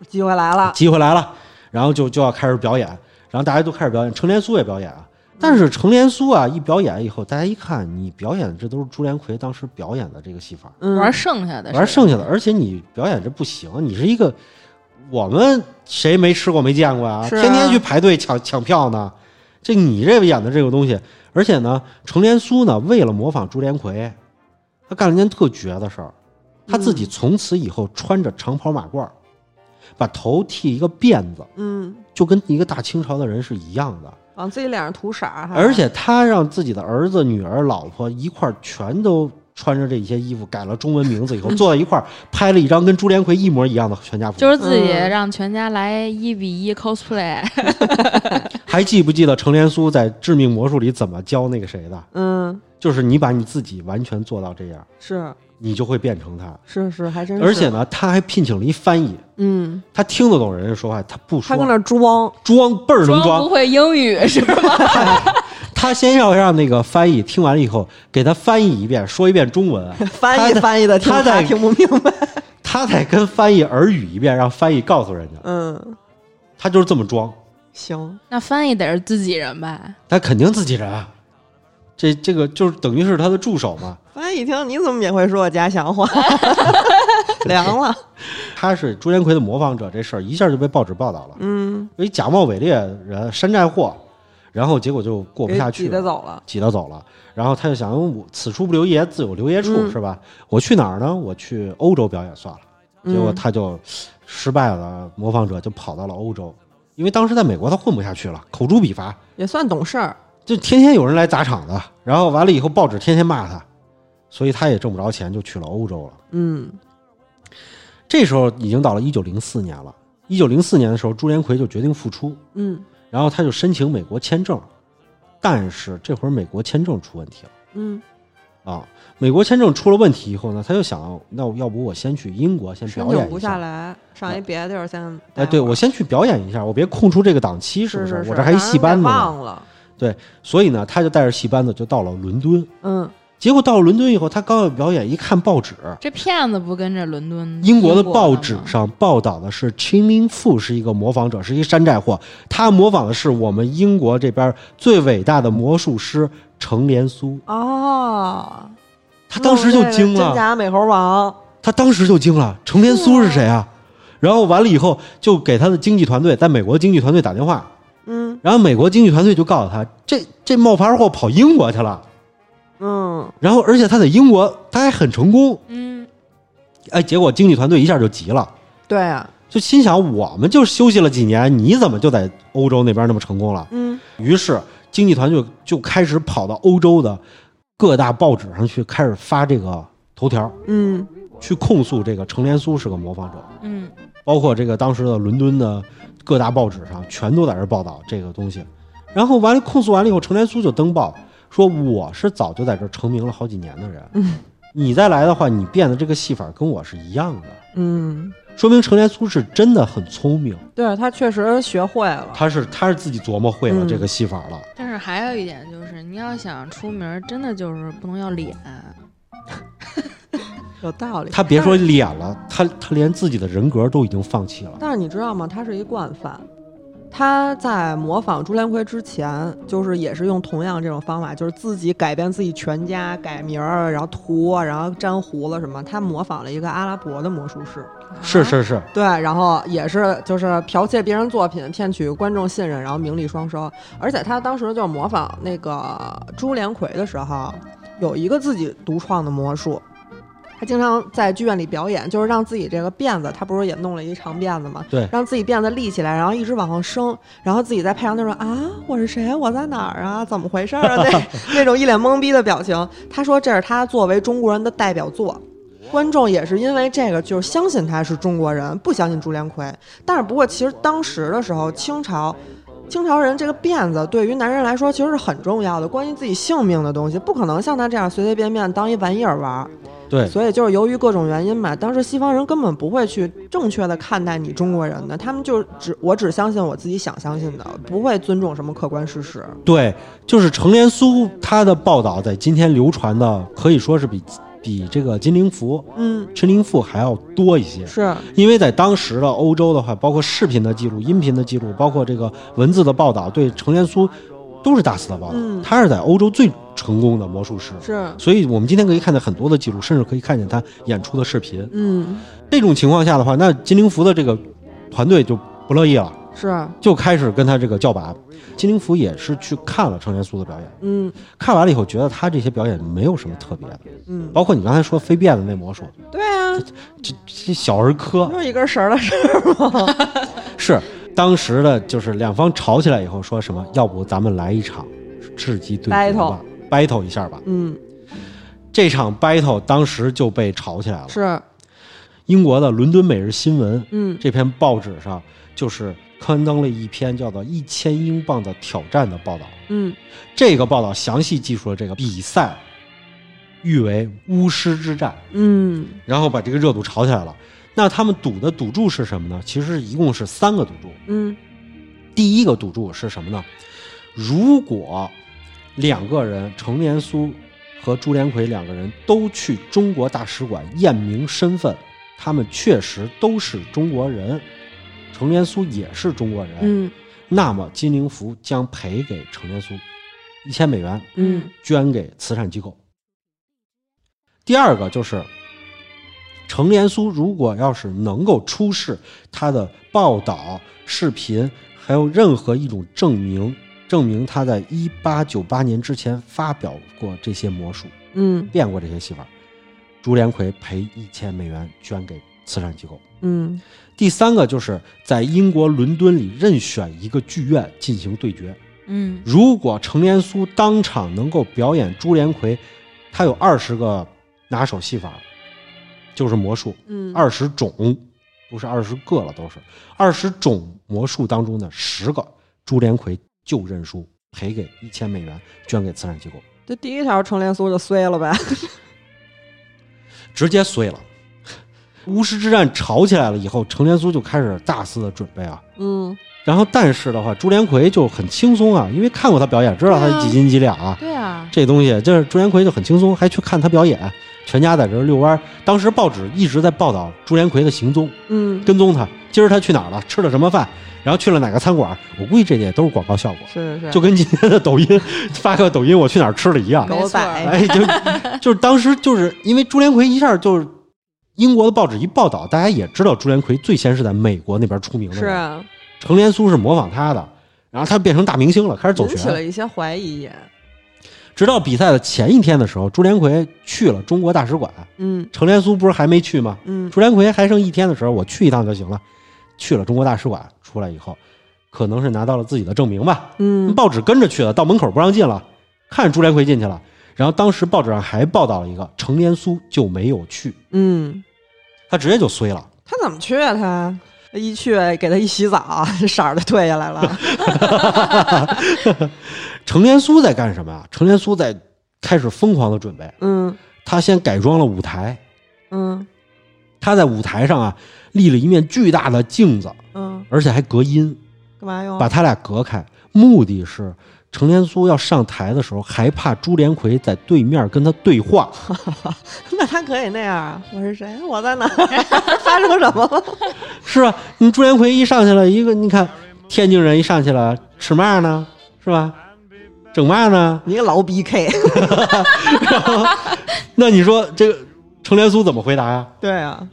[SPEAKER 1] 机会来了，
[SPEAKER 3] 机会来了，然后就就要开始表演，然后大家都开始表演，程连苏也表演啊。但是程连苏啊，一表演以后，大家一看你表演的这都是朱连魁当时表演的这个戏法，
[SPEAKER 1] 嗯
[SPEAKER 2] 玩剩下的
[SPEAKER 3] 玩剩下的，
[SPEAKER 2] 的，
[SPEAKER 3] 而且你表演这不行，你是一个我们谁没吃过没见过啊，
[SPEAKER 1] 是啊
[SPEAKER 3] 天天去排队抢抢票呢。这你这演的这个东西，而且呢，程连苏呢，为了模仿朱连魁，他干了一件特绝的事儿，他自己
[SPEAKER 1] 嗯
[SPEAKER 3] 从此以后穿着长袍马褂儿，把头剃一个辫子，
[SPEAKER 1] 嗯，
[SPEAKER 3] 就跟一个大清朝的人是一样的。
[SPEAKER 1] 往自己脸上涂色儿，还
[SPEAKER 3] 而且他让自己的儿子、女儿、老婆一块儿全都穿着这些衣服，改了中文名字以后，坐在一块儿拍了一张跟朱连魁一模一样的全
[SPEAKER 1] [LAUGHS]
[SPEAKER 3] 家福。
[SPEAKER 2] 就是自己
[SPEAKER 1] 嗯
[SPEAKER 2] 让全家来一比一 cosplay，
[SPEAKER 3] 还记不记得程连苏在《致命魔术》里怎么教那个谁的？
[SPEAKER 1] 嗯
[SPEAKER 3] 就是你把你自己完全做到这样，
[SPEAKER 1] 是
[SPEAKER 3] 你就会变成他。
[SPEAKER 1] 是是，还真是，
[SPEAKER 3] 而且呢，他还聘请了一翻译，
[SPEAKER 1] 嗯，
[SPEAKER 3] 他听得懂人家说话，他不
[SPEAKER 1] 他
[SPEAKER 3] 说，
[SPEAKER 1] 跟那儿装，
[SPEAKER 3] 装倍儿能
[SPEAKER 2] 装不
[SPEAKER 3] 装。
[SPEAKER 2] 会英语是吗？
[SPEAKER 3] 他先要让那个翻译听完了以后，给他翻译一遍，说一遍中文，
[SPEAKER 1] [LAUGHS] 翻译
[SPEAKER 3] 他
[SPEAKER 1] 翻译的，
[SPEAKER 3] 他在
[SPEAKER 1] 听不明白，
[SPEAKER 3] 他得跟翻译耳语一遍，让翻译告诉人家。
[SPEAKER 1] 嗯，
[SPEAKER 3] 他就是这么装，
[SPEAKER 1] 行，
[SPEAKER 2] [LAUGHS] 那翻译得是自己人吧？
[SPEAKER 3] 他肯定自己人啊。这这个就是等于是他的助手嘛。 [LAUGHS]
[SPEAKER 1] 翻译一听你怎么也会说我家乡话，凉了，
[SPEAKER 3] 他是朱延奎的模仿者这事儿，一下就被报纸报道了。
[SPEAKER 1] 嗯，
[SPEAKER 3] 因为假冒伪劣人山寨货，然后结果就过不
[SPEAKER 1] 给
[SPEAKER 3] 下去
[SPEAKER 1] 挤
[SPEAKER 3] 了，
[SPEAKER 1] 得走了。
[SPEAKER 3] 挤到走了。然后他就想，我此处不留爷，自有留爷处，
[SPEAKER 1] 嗯
[SPEAKER 3] 是吧？我去哪儿呢？我去欧洲表演算了。
[SPEAKER 1] 嗯
[SPEAKER 3] 结果他就失败了，模仿者就跑到了欧洲，因为当时在美国他混不下去了，口诛笔伐，
[SPEAKER 1] 也算懂事儿，
[SPEAKER 3] 就天天有人来砸场子，然后完了以后报纸天天骂他，所以他也挣不着钱，就去了欧洲了。
[SPEAKER 1] 嗯
[SPEAKER 3] 这时候已经到了一九零四年了。一九零四年的时候，朱连魁就决定复出，
[SPEAKER 1] 嗯
[SPEAKER 3] 然后他就申请美国签证，但是这会儿美国签证出问题了。
[SPEAKER 1] 嗯，
[SPEAKER 3] 啊，美国签证出了问题以后呢，他就想，那要不我先去英国先
[SPEAKER 1] 申
[SPEAKER 3] 表演
[SPEAKER 1] 请
[SPEAKER 3] 一
[SPEAKER 1] 不
[SPEAKER 3] 下
[SPEAKER 1] 下。来，上一别的地儿先待会儿。
[SPEAKER 3] 哎，对，我先去表演一下，我别空出这个档期，
[SPEAKER 1] 是
[SPEAKER 3] 不
[SPEAKER 1] 是是，
[SPEAKER 3] 我这还一戏班子
[SPEAKER 1] 咱
[SPEAKER 3] 呢。
[SPEAKER 1] 忘了，
[SPEAKER 3] 所以呢，他就带着戏班子就到了伦敦。
[SPEAKER 1] 嗯，
[SPEAKER 3] 结果到了伦敦以后，他刚要表演，一看报纸，
[SPEAKER 2] 这骗子不跟着伦敦
[SPEAKER 3] 英
[SPEAKER 2] 国
[SPEAKER 3] 国的
[SPEAKER 2] 了
[SPEAKER 3] 报
[SPEAKER 2] 吗
[SPEAKER 3] 纸上报道的是秦林富是一个模仿者，是一个山寨货，他模仿的是我们英国这边最伟大的魔术师程连苏。
[SPEAKER 1] 哦，
[SPEAKER 3] 他当时就惊
[SPEAKER 1] 弄这个
[SPEAKER 3] 了
[SPEAKER 1] 真，假美猴王，
[SPEAKER 3] 他当时就惊了，程连苏是谁啊？然后完了以后，就给他的经纪团队，在美国经纪团队打电话，
[SPEAKER 1] 嗯
[SPEAKER 3] 然后美国经纪团队就告诉他，这这冒牌货跑英国去了，
[SPEAKER 1] 嗯，
[SPEAKER 3] 然后而且他在英国他还很成功，
[SPEAKER 2] 嗯，
[SPEAKER 3] 哎，结果经纪团队一下就急了，
[SPEAKER 1] 对啊，
[SPEAKER 3] 就心想我们就休息了几年，你怎么就在欧洲那边那么成功了？
[SPEAKER 1] 嗯
[SPEAKER 3] 于是经纪团队就就开始跑到欧洲的各大报纸上去，开始发这个头条，
[SPEAKER 1] 嗯
[SPEAKER 3] 去控诉这个程连苏是个模仿者。
[SPEAKER 2] 嗯，
[SPEAKER 3] 包括这个当时的伦敦的各大报纸上，全都在这儿报道这个东西。然后完了控诉完了以后，程连苏就登报说我是早就在这儿成名了好几年的人，
[SPEAKER 1] 嗯
[SPEAKER 3] 你再来的话，你变的这个戏法跟我是一样的，
[SPEAKER 1] 嗯，
[SPEAKER 3] 说明程连苏是真的很聪明，
[SPEAKER 1] 对他确实学会了，
[SPEAKER 3] 他是他是自己琢磨会了
[SPEAKER 1] 嗯
[SPEAKER 3] 这个戏法了。
[SPEAKER 2] 但是还有一点就是，你要想出名儿，真的就是不能要脸。
[SPEAKER 1] 有道理。
[SPEAKER 3] 他别说脸了，他他连自己的人格都已经放弃了。
[SPEAKER 1] 但是你知道吗？他是一惯犯。他在模仿朱连魁之前，就是也是用同样这种方法，就是自己改变自己全家，改名儿，然后涂啊，然后粘胡子什么。他模仿了一个阿拉伯的魔术师，
[SPEAKER 3] 是是是，
[SPEAKER 1] 对，然后也是就是剽窃别人作品，骗取观众信任，然后名利双收。而且他当时就是模仿那个朱连魁的时候，有一个自己独创的魔术。他经常在剧院里表演，就是让自己这个辫子，他不是也弄了一长辫子吗？
[SPEAKER 3] 对
[SPEAKER 1] 让自己辫子立起来，然后一直往上升，然后自己在配上那种啊，我是谁？我在哪儿啊？怎么回事儿啊？ [LAUGHS] 那那种一脸懵逼的表情。他说这是他作为中国人的代表作，观众也是因为这个，就是相信他是中国人，不相信朱连魁。但是不过，其实当时的时候，清朝。清朝人这个辫子对于男人来说其实是很重要的，关于自己性命的东西，不可能像他这样随随便便当一玩意儿玩儿。
[SPEAKER 3] 对
[SPEAKER 1] 所以就是由于各种原因嘛，当时西方人根本不会去正确的看待你中国人的，他们就只我只相信我自己想相信的，不会尊重什么客观事实。
[SPEAKER 3] 对，就是程连苏他的报道在今天流传的可以说是比比这个金陵福
[SPEAKER 1] 嗯，
[SPEAKER 3] 陈林富还要多一些，
[SPEAKER 1] 是，
[SPEAKER 3] 因为在当时的欧洲的话，包括视频的记录、音频的记录，包括这个文字的报道，对程连苏都是大肆的报道。
[SPEAKER 1] 嗯
[SPEAKER 3] 他是在欧洲最成功的魔术师，
[SPEAKER 1] 是，
[SPEAKER 3] 所以我们今天可以看见很多的记录，甚至可以看见他演出的视频。
[SPEAKER 1] 嗯，
[SPEAKER 3] 这种情况下的话，那金灵福的这个团队就不乐意了，
[SPEAKER 1] 是，
[SPEAKER 3] 就开始跟他这个叫板。金灵福也是去看了程连苏的表演，
[SPEAKER 1] 嗯
[SPEAKER 3] 看完了以后觉得他这些表演没有什么特别的，
[SPEAKER 1] 嗯，
[SPEAKER 3] 包括你刚才说飞辫子那魔术，
[SPEAKER 1] 对啊，
[SPEAKER 3] 这这小儿科
[SPEAKER 1] 不。是一根绳儿的事儿。
[SPEAKER 3] 是当时的，就是两方吵起来以后说什么，要不咱们来一场智击对决吧 battle 一下吧。
[SPEAKER 1] 嗯，
[SPEAKER 3] 这场 battle 当时就被吵起来了。
[SPEAKER 1] 嗯是，
[SPEAKER 3] 英国的《伦敦每日新闻》
[SPEAKER 1] 嗯
[SPEAKER 3] 这篇报纸上就是刊登了一篇叫做“一千英镑的挑战”的报道。
[SPEAKER 1] 嗯，
[SPEAKER 3] 这个报道详细记述了这个比赛，誉为巫师之战。
[SPEAKER 1] 嗯
[SPEAKER 3] 然后把这个热度炒起来了。那他们赌的赌注是什么呢？其实一共是三个赌注。
[SPEAKER 1] 嗯
[SPEAKER 3] 第一个赌注是什么呢？如果两个人程连苏和朱连魁两个人都去中国大使馆验明身份，他们确实都是中国人，程连苏也是中国人，
[SPEAKER 1] 嗯
[SPEAKER 3] 那么金灵福将赔给程连苏一千美元，
[SPEAKER 1] 嗯
[SPEAKER 3] 捐给慈善机构。第二个就是程连苏如果要是能够出示他的报道、视频，还有任何一种证明，证明他在一八九八年之前发表过这些魔术，
[SPEAKER 1] 嗯
[SPEAKER 3] 练过这些戏法，朱连魁赔一千美元捐给慈善机构。
[SPEAKER 1] 嗯
[SPEAKER 3] 第三个就是在英国伦敦里任选一个剧院进行对决。
[SPEAKER 2] 嗯
[SPEAKER 3] 如果程连苏当场能够表演朱连魁，他有二十个拿手戏法，就是魔术，
[SPEAKER 1] 嗯，
[SPEAKER 3] 二十种，不是二十个了，都是二十种魔术当中的十个，朱连魁就认输，赔给一千美元，捐给慈善机构，
[SPEAKER 1] 这第一条程连苏就衰了呗。
[SPEAKER 3] 直接碎了。巫师之战吵起来了以后，程连苏就开始大肆的准备啊，
[SPEAKER 1] [LAUGHS] 嗯，
[SPEAKER 3] 然后但是的话，朱连魁就很轻松啊，因为看过他表演，知道
[SPEAKER 2] 对
[SPEAKER 3] 他
[SPEAKER 2] 啊
[SPEAKER 3] 几斤几两啊，
[SPEAKER 2] 对啊，
[SPEAKER 3] 这东西就是朱连魁就很轻松，还去看他表演，全家在这儿遛弯儿。当时报纸一直在报道朱连魁的行踪，
[SPEAKER 1] 嗯，
[SPEAKER 3] 跟踪他，今儿他去哪儿了，吃了什么饭，然后去了哪个餐馆。我估计这些都是广告效果，
[SPEAKER 1] 是是是，
[SPEAKER 3] 就跟今天的抖音发个抖音我去哪儿吃了一
[SPEAKER 2] 啊
[SPEAKER 3] 样。
[SPEAKER 1] 狗
[SPEAKER 2] 没
[SPEAKER 1] 仔，
[SPEAKER 3] 哎，就就是当时就是因为朱连魁一下就是英国的报纸一报道，大家也知道朱连魁最先是在美国那边出名的，
[SPEAKER 1] 是啊，
[SPEAKER 3] 程连苏是模仿他的，然后他变成大明星了，开始走
[SPEAKER 1] 引
[SPEAKER 3] 学
[SPEAKER 1] 起了一些怀疑也。
[SPEAKER 3] 直到比赛的前一天的时候，朱连魁去了中国大使馆，
[SPEAKER 1] 嗯
[SPEAKER 3] 程连苏不是还没去吗？
[SPEAKER 1] 嗯
[SPEAKER 3] 朱连魁还剩一天的时候，我去一趟就行了。去了中国大使馆，出来以后，可能是拿到了自己的证明吧。
[SPEAKER 1] 嗯，
[SPEAKER 3] 报纸跟着去了，到门口不让进了，看朱连魁进去了。然后当时报纸上还报道了一个程连苏就没有去，
[SPEAKER 1] 嗯，
[SPEAKER 3] 他直接就衰了。
[SPEAKER 1] 他怎么去啊？他一去给他一洗澡，色儿就退下来 [LAUGHS] 了。
[SPEAKER 3] 程连苏在干什么啊？程连苏在开始疯狂的准备，
[SPEAKER 1] 嗯
[SPEAKER 3] 他先改装了舞台，
[SPEAKER 1] 嗯
[SPEAKER 3] 他在舞台上啊立了一面巨大的镜子，
[SPEAKER 1] 嗯，
[SPEAKER 3] 而且还隔音。
[SPEAKER 1] 干嘛用？
[SPEAKER 3] 把他俩隔开，目的是程连苏要上台的时候，还怕朱连魁在对面跟他对话。
[SPEAKER 1] [LAUGHS] 那他可以那样啊？我是谁？我在哪 [LAUGHS] 儿？发生什么了？
[SPEAKER 3] 是吧？你朱连魁一上去了，一个你看天津人一上去了，吃嘛呢？是吧？整嘛呢？
[SPEAKER 1] [LAUGHS] 你个老 BK，
[SPEAKER 3] 那你说这个程连苏怎么回答呀、
[SPEAKER 1] [LAUGHS] 对啊，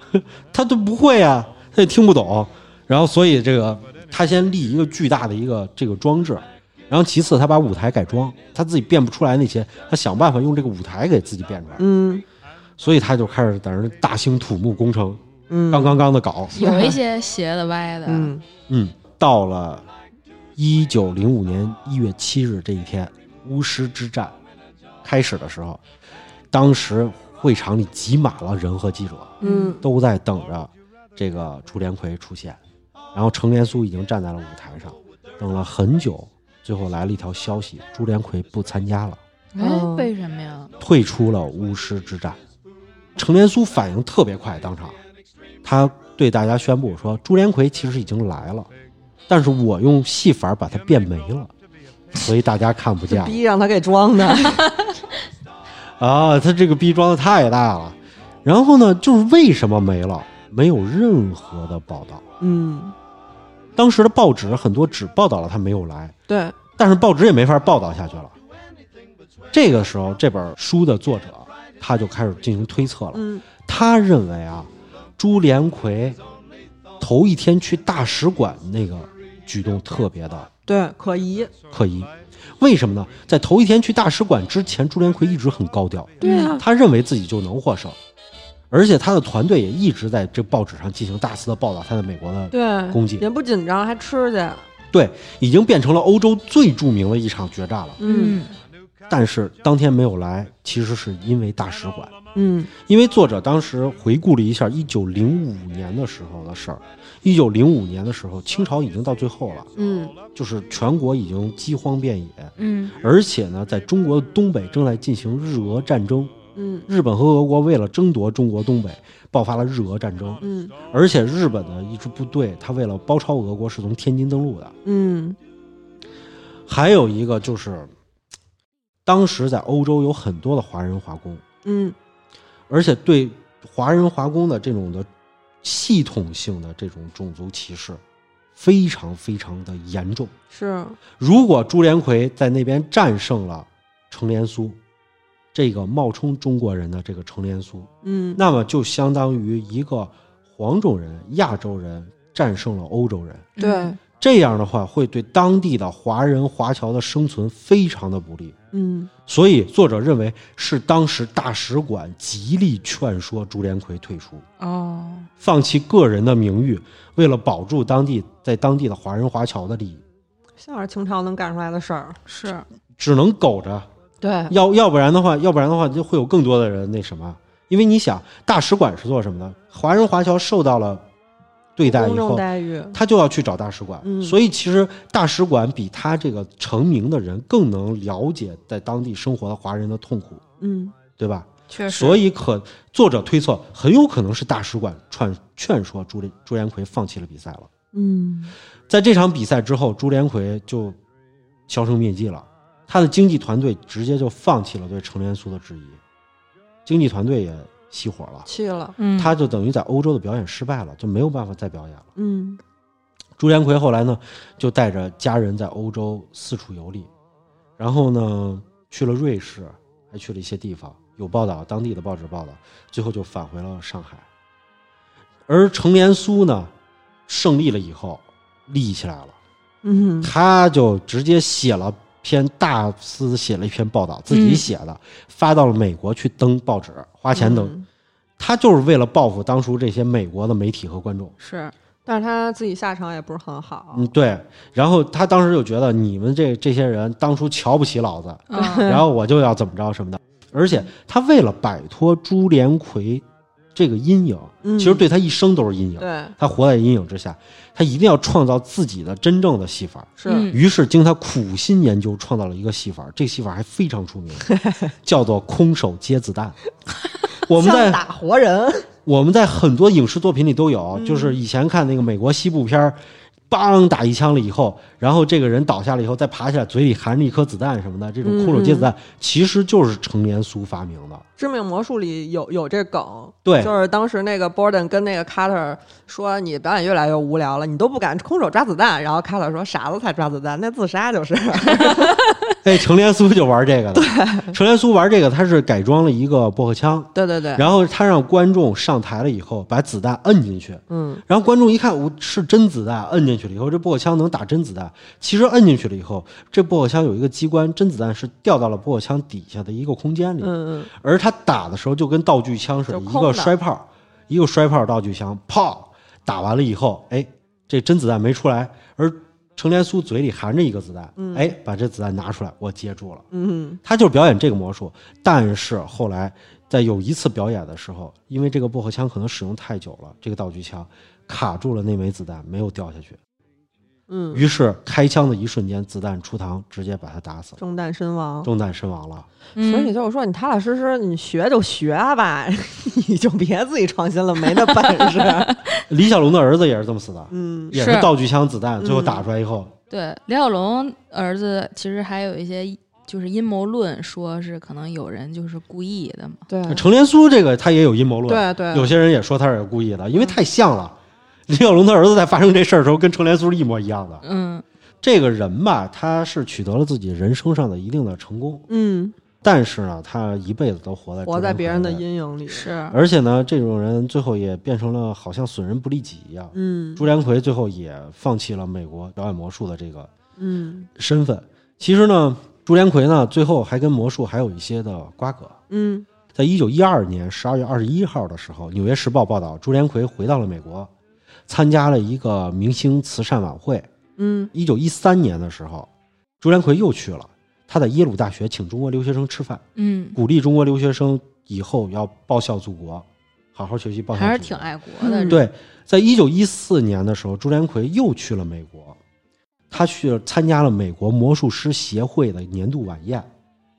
[SPEAKER 3] 他都不会啊，他也听不懂。然后所以这个他先立一个巨大的一个这个装置，然后其次他把舞台改装，他自己变不出来那些，他想办法用这个舞台给自己变出来。
[SPEAKER 1] 嗯
[SPEAKER 3] 所以他就开始在那儿大兴土木工程，
[SPEAKER 1] 嗯，
[SPEAKER 3] 刚刚刚的搞。
[SPEAKER 2] 有一些斜的歪的，
[SPEAKER 1] 嗯
[SPEAKER 3] 嗯，到了一九零五年一月七日这一天，巫师之战开始的时候，当时会场里挤满了人和记者，
[SPEAKER 1] 嗯
[SPEAKER 3] 都在等着这个朱连魁出现。然后程连苏已经站在了舞台上，等了很久，最后来了一条消息：朱连魁不参加了。
[SPEAKER 2] 哎
[SPEAKER 1] 哦，
[SPEAKER 2] 为什么呀？
[SPEAKER 3] 退出了巫师之战。程连苏反应特别快，当场他对大家宣布说：“朱连魁其实已经来了，但是我用戏法把他变没了，所以大家看不见
[SPEAKER 1] 逼让他给装
[SPEAKER 3] [LAUGHS]
[SPEAKER 1] 的。
[SPEAKER 3] 啊。”他这个逼装的太大了。然后呢，就是为什么没了，没有任何的报道。
[SPEAKER 1] 嗯，
[SPEAKER 3] 当时的报纸很多只报道了他没有来，
[SPEAKER 1] 对，
[SPEAKER 3] 但是报纸也没法报道下去了。这个时候，这本书的作者他就开始进行推测了。
[SPEAKER 1] 嗯
[SPEAKER 3] 他认为啊，朱连魁头一天去大使馆那个举动特别的
[SPEAKER 1] 对，可疑。
[SPEAKER 3] 可疑。为什么呢？在头一天去大使馆之前，朱连魁一直很高调，
[SPEAKER 1] 对啊，
[SPEAKER 3] 他认为自己就能获胜，而且他的团队也一直在这报纸上进行大肆的报道他在美国的，
[SPEAKER 1] 对，
[SPEAKER 3] 攻击
[SPEAKER 1] 也不紧张，还吃去。
[SPEAKER 3] 对，已经变成了欧洲最著名的一场决战了。
[SPEAKER 1] 嗯
[SPEAKER 3] 但是当天没有来，其实是因为大使馆。
[SPEAKER 1] 嗯
[SPEAKER 3] 因为作者当时回顾了一下一九零五年的时候的事儿，一九零五年的时候，清朝已经到最后了，
[SPEAKER 1] 嗯
[SPEAKER 3] 就是全国已经饥荒遍野，
[SPEAKER 2] 嗯
[SPEAKER 3] 而且呢，在中国的东北正在进行日俄战争，
[SPEAKER 1] 嗯
[SPEAKER 3] 日本和俄国为了争夺中国东北，爆发了日俄战争，
[SPEAKER 1] 嗯
[SPEAKER 3] 而且日本的一支部队，他为了包抄俄国，是从天津登陆的。
[SPEAKER 1] 嗯
[SPEAKER 3] 还有一个就是，当时在欧洲有很多的华人华工，
[SPEAKER 1] 嗯
[SPEAKER 3] 而且对华人华工的这种的系统性的这种种族歧视非常非常的严重。
[SPEAKER 1] 是，
[SPEAKER 3] 如果朱连魁在那边战胜了程连苏，这个冒充中国人的这个程连苏，
[SPEAKER 1] 嗯，
[SPEAKER 3] 那么就相当于一个黄种人、亚洲人战胜了欧洲人。
[SPEAKER 1] 对，
[SPEAKER 3] 这样的话，会对当地的华人华侨的生存非常的不利。
[SPEAKER 1] 嗯
[SPEAKER 3] 所以，作者认为是当时大使馆极力劝说朱连魁退出，
[SPEAKER 2] 哦，
[SPEAKER 3] 放弃个人的名誉，为了保住当地在当地的华人华侨的利益，
[SPEAKER 1] 像是清朝能干出来的事儿。
[SPEAKER 2] 是，
[SPEAKER 3] 只能苟着。
[SPEAKER 1] 对，
[SPEAKER 3] 要要不然的话，要不然的话就会有更多的人那什么，因为你想，大使馆是做什么的？华人华侨受到了对待
[SPEAKER 1] 公
[SPEAKER 3] 以
[SPEAKER 1] 众
[SPEAKER 3] 后，
[SPEAKER 1] 待遇，
[SPEAKER 3] 他就要去找大使馆。
[SPEAKER 1] 嗯
[SPEAKER 3] 所以其实大使馆比他这个成名的人更能了解在当地生活的华人的痛苦，
[SPEAKER 1] 嗯，
[SPEAKER 3] 对吧？
[SPEAKER 2] 确实，
[SPEAKER 3] 所以可作者推测，很有可能是大使馆劝劝说朱连朱连魁放弃了比赛了。
[SPEAKER 1] 嗯，
[SPEAKER 3] 在这场比赛之后，朱连魁就销声灭迹了，他的经纪团队直接就放弃了对程连苏的质疑，经纪团队也熄火了，
[SPEAKER 1] 去了，
[SPEAKER 2] 嗯，
[SPEAKER 3] 他就等于在欧洲的表演失败了，就没有办法再表演了。
[SPEAKER 1] 嗯
[SPEAKER 3] 朱连魁后来呢，就带着家人在欧洲四处游历，然后呢去了瑞士，还去了一些地方，有报道，当地的报纸报道，最后就返回了上海。而程连苏呢，胜利了以后立起来了。
[SPEAKER 1] 嗯，
[SPEAKER 3] 他就直接写了篇大肆写了一篇报道，自己写的，发到了美国去登报纸，花钱登。
[SPEAKER 1] 嗯
[SPEAKER 3] 他就是为了报复当初这些美国的媒体和观众。
[SPEAKER 2] 是，
[SPEAKER 1] 但是他自己下场也不是很好。
[SPEAKER 3] 嗯，对。然后他当时就觉得你们这这些人当初瞧不起老子，
[SPEAKER 2] [LAUGHS] 嗯，
[SPEAKER 3] [LAUGHS] 然后我就要怎么着什么的。而且他为了摆脱朱连魁这个阴影，
[SPEAKER 1] 嗯
[SPEAKER 3] 其实对他一生都是阴影。
[SPEAKER 1] [LAUGHS] 对，
[SPEAKER 3] 他活在阴影之下，他一定要创造自己的真正的戏法。
[SPEAKER 1] 是，
[SPEAKER 2] 嗯
[SPEAKER 3] 于是经他苦心研究，创造了一个戏法，这个戏法还非常
[SPEAKER 1] [LAUGHS]
[SPEAKER 3] 出名，叫做“空手接子弹” 。我们
[SPEAKER 1] 像
[SPEAKER 3] 在
[SPEAKER 1] 打活人，
[SPEAKER 3] 我们在很多影视作品里都有，就是以前看那个美国西部片儿，梆打一枪了以后，然后这个人倒下了以后再爬起来，嘴里含着一颗子弹什么的，这种空手接子弹、其实就是程连苏发明的。
[SPEAKER 1] 《致命魔术》里有有这梗，
[SPEAKER 3] 对
[SPEAKER 1] 就是当时那个 Borden 跟那个 Carter 说：“你表演越来越无聊了，你都不敢空手抓子弹。”然后 Carter 说：“傻子才抓子弹，那自杀就是。 [LAUGHS]
[SPEAKER 3] 哎，程连苏就玩这个的。程连苏玩这个，他是改装了一个薄荷枪”，
[SPEAKER 1] 对对对，
[SPEAKER 3] 然后他让观众上台了以后，把子弹摁进去，
[SPEAKER 1] 嗯，
[SPEAKER 3] 然后观众一看，我是真子弹，摁进去了以后，这薄荷枪能打真子弹。其实摁进去了以后，这薄荷枪有一个机关，真子弹是掉到了薄荷枪底下的一个空间里。
[SPEAKER 1] 嗯嗯，
[SPEAKER 3] 而他打的时候就跟道具枪似的，
[SPEAKER 1] 就
[SPEAKER 3] 一
[SPEAKER 1] 空
[SPEAKER 3] 个
[SPEAKER 1] 的
[SPEAKER 3] 摔炮，一个摔炮道具枪，炮打完了以后，哎，这真子弹没出来，而程连苏嘴里含着一个子弹，哎，把这子弹拿出来，我接住了。
[SPEAKER 1] 嗯，
[SPEAKER 3] 他就是表演这个魔术，但是后来在有一次表演的时候，因为这个薄荷枪可能使用太久了，这个道具枪卡住了那枚子弹，没有掉下去。
[SPEAKER 1] 嗯，
[SPEAKER 3] 于是开枪的一瞬间，子弹出膛，直接把他打死了，
[SPEAKER 1] 中弹身亡。
[SPEAKER 3] 中弹身亡了。
[SPEAKER 1] 所以
[SPEAKER 2] 嗯，
[SPEAKER 1] 就是说，你踏踏实实，你学就学吧， [LAUGHS] 你就别自己创新了，没那本事。 [LAUGHS]
[SPEAKER 3] 李小龙的儿子也是这么死的，
[SPEAKER 1] 嗯
[SPEAKER 3] 也是
[SPEAKER 2] 是
[SPEAKER 3] 道具枪子弹，最后打出来以后，
[SPEAKER 2] 对，李小龙儿子其实还有一些就是阴谋论，说是可能有人就是故意的嘛，
[SPEAKER 1] 对
[SPEAKER 3] 程连苏这个他也有阴谋论，
[SPEAKER 1] 嗯对对，
[SPEAKER 3] 有些人也说他是故意的，因为太像了。李小龙的儿子在发生这事儿的时候，跟程连苏是一模一样的。
[SPEAKER 2] 嗯，
[SPEAKER 3] 这个人吧，他是取得了自己人生上的一定的成功，
[SPEAKER 1] 嗯，
[SPEAKER 3] 但是呢，他一辈子都活在
[SPEAKER 1] 活在别人的
[SPEAKER 3] 周围，
[SPEAKER 1] 阴影里。
[SPEAKER 2] 是，
[SPEAKER 3] 而且呢，这种人最后也变成了好像损人不利己一样。
[SPEAKER 1] 嗯
[SPEAKER 3] 朱连魁最后也放弃了美国表演魔术的这个
[SPEAKER 1] 嗯
[SPEAKER 3] 身份。其实呢，朱连魁呢，最后还跟魔术还有一些的瓜葛。
[SPEAKER 1] 嗯
[SPEAKER 3] 在一九一二年十二月二十一号的时候，《纽约时报》报道，朱连魁回到了美国，参加了一个明星慈善晚会。
[SPEAKER 1] 嗯
[SPEAKER 3] 一九一三年的时候，朱连魁又去了，他在耶鲁大学请中国留学生吃饭，
[SPEAKER 2] 嗯，
[SPEAKER 3] 鼓励中国留学生以后要报效祖国，好好学习，报效祖国
[SPEAKER 2] 还是挺爱国的，
[SPEAKER 1] 嗯
[SPEAKER 3] 对。在一九一四年的时候，朱连魁又去了美国，他去参加了美国魔术师协会的年度晚宴，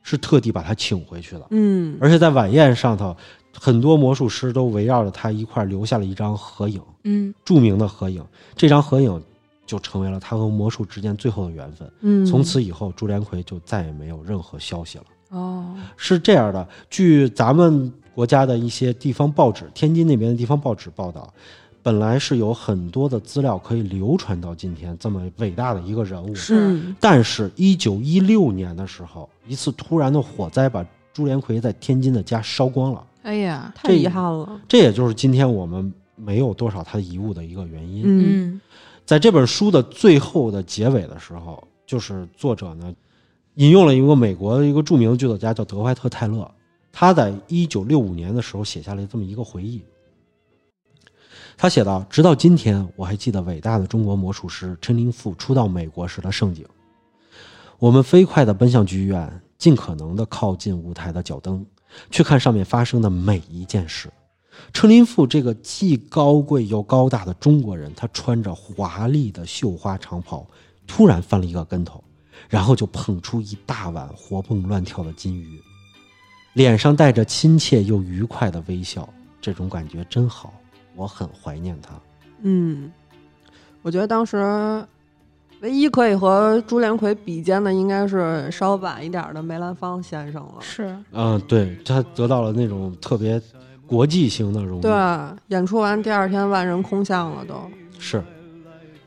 [SPEAKER 3] 是特地把他请回去的。
[SPEAKER 1] 嗯，
[SPEAKER 3] 而且在晚宴上头，很多魔术师都围绕着他一块儿留下了一张合影，
[SPEAKER 2] 嗯
[SPEAKER 3] 著名的合影。这张合影就成为了他和魔术之间最后的缘分。
[SPEAKER 1] 嗯
[SPEAKER 3] 从此以后，朱连魁就再也没有任何消息了。
[SPEAKER 2] 哦，
[SPEAKER 3] 是这样的，据咱们国家的一些地方报纸，天津那边的地方报纸报道，本来是有很多的资料可以流传到今天这么伟大的一个人物，
[SPEAKER 2] 是
[SPEAKER 1] 嗯
[SPEAKER 3] 但是，一九一六年的时候，一次突然的火灾把朱连魁在天津的家烧光了。
[SPEAKER 2] 哎呀，
[SPEAKER 1] 太遗憾了。
[SPEAKER 3] 这也就是今天我们没有多少他遗物的一个原因。
[SPEAKER 1] 嗯，
[SPEAKER 2] 嗯
[SPEAKER 3] 在这本书的最后的结尾的时候，就是作者呢引用了一个美国的一个著名的剧作家叫德怀特·泰勒，他在一九六五年的时候写下了这么一个回忆。他写道：“直到今天，我还记得伟大的中国魔术师陈灵富初到美国时的盛景。我们飞快地奔向剧院，尽可能地靠近舞台的脚蹬，去看上面发生的每一件事。车林富这个既高贵又高大的中国人，他穿着华丽的绣花长袍，突然翻了一个跟头，然后就捧出一大碗活蹦乱跳的金鱼，脸上带着亲切又愉快的微笑，这种感觉真好，我很怀念他。
[SPEAKER 1] 嗯，我觉得当时唯一可以和朱连魁比肩的，应该是稍晚一点的梅兰芳先生了。
[SPEAKER 2] 是
[SPEAKER 3] 嗯，对他得到了那种特别国际型的荣誉，
[SPEAKER 1] 对，啊演出完第二天万人空巷了都。
[SPEAKER 3] 是，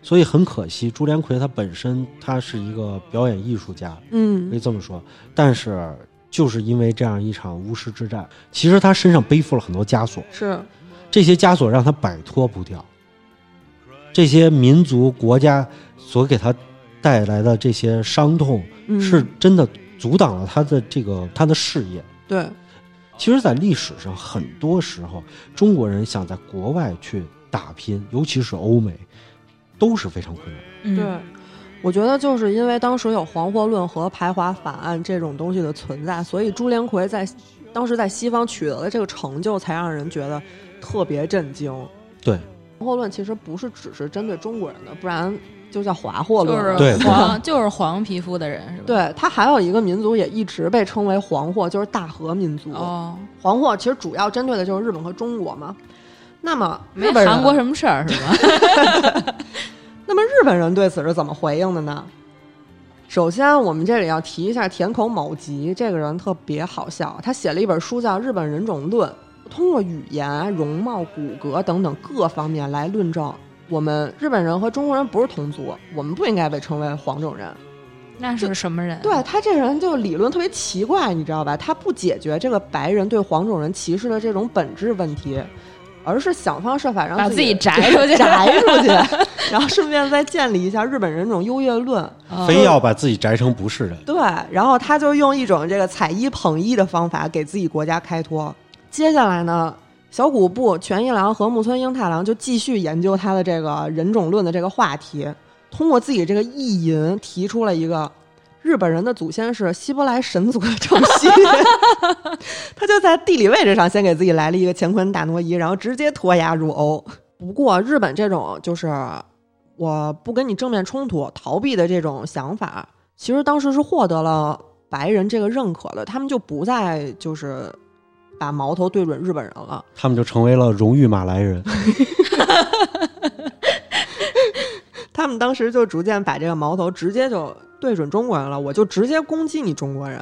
[SPEAKER 3] 所以很可惜，朱连魁他本身他是一个表演艺术家，可以
[SPEAKER 1] 嗯，
[SPEAKER 3] 这么说。但是就是因为这样一场巫师之战，其实他身上背负了很多枷锁，
[SPEAKER 1] 是，
[SPEAKER 3] 这些枷锁让他摆脱不掉。这些民族国家所给他带来的这些伤痛，
[SPEAKER 1] 嗯、
[SPEAKER 3] 是真的阻挡了他的这个他的事业。
[SPEAKER 1] 对，
[SPEAKER 3] 其实，在历史上，很多时候中国人想在国外去打拼，尤其是欧美，都是非常困难。
[SPEAKER 2] 嗯
[SPEAKER 1] 对，我觉得就是因为当时有黄祸论和排华法案这种东西的存在，所以朱连魁在当时在西方取得的这个成就，才让人觉得特别震惊。
[SPEAKER 3] 对，
[SPEAKER 1] 黄祸论其实不是只是针对中国人的，不然就叫华祸论了。
[SPEAKER 2] 就
[SPEAKER 3] 对
[SPEAKER 2] 是黄 [LAUGHS] 就是黄皮肤的人是吧？
[SPEAKER 1] 对，它还有一个民族也一直被称为黄祸，就是大和民族。
[SPEAKER 2] 哦，
[SPEAKER 1] 黄祸其实主要针对的就是日本和中国嘛。那么
[SPEAKER 2] 没
[SPEAKER 1] 日本人
[SPEAKER 2] 韩国什么事儿是吧？
[SPEAKER 1] 那么日本人对此是怎么回应的呢？首先，我们这里要提一下田口卯吉这个人特别好笑，他写了一本书叫《日本人种论》，通过语言、容貌、骨骼等等各方面来论证，我们日本人和中国人不是同族，我们不应该被称为黄种人。
[SPEAKER 2] [LAUGHS] 那是什么人？啊
[SPEAKER 1] 对他这人就理论特别奇怪，你知道吧？他不解决这个白人对黄种人歧视的这种本质问题，而是想方设法让
[SPEAKER 2] 把
[SPEAKER 1] 自
[SPEAKER 2] 自己摘出
[SPEAKER 1] [LAUGHS]
[SPEAKER 2] 去
[SPEAKER 1] 摘出去，然后顺便再建立一下日本人这种优越论。
[SPEAKER 2] 哦，
[SPEAKER 3] 非要把自己摘成不是人。
[SPEAKER 1] 对，然后他就用一种这个踩一捧一的方法给自己国家开脱。接下来呢，小谷部全一郎和木村英太郎就继续研究他的这个人种论的这个话题，通过自己这个意淫提出了一个。日本人的祖先是希伯来神族的承袭，他就在地理位置上先给自己来了一个乾坤大挪移，然后直接脱亚入欧。不过日本这种就是我不跟你正面冲突、逃避的这种想法，其实当时是获得了白人这个认可的，他们就不再就是把矛头对准日本人了。
[SPEAKER 3] 他们就成为了荣誉马
[SPEAKER 1] [LAUGHS]
[SPEAKER 3] 来人。
[SPEAKER 1] 他们当时就逐渐把这个矛头直接就对准中国人了，我就直接攻击你中国人。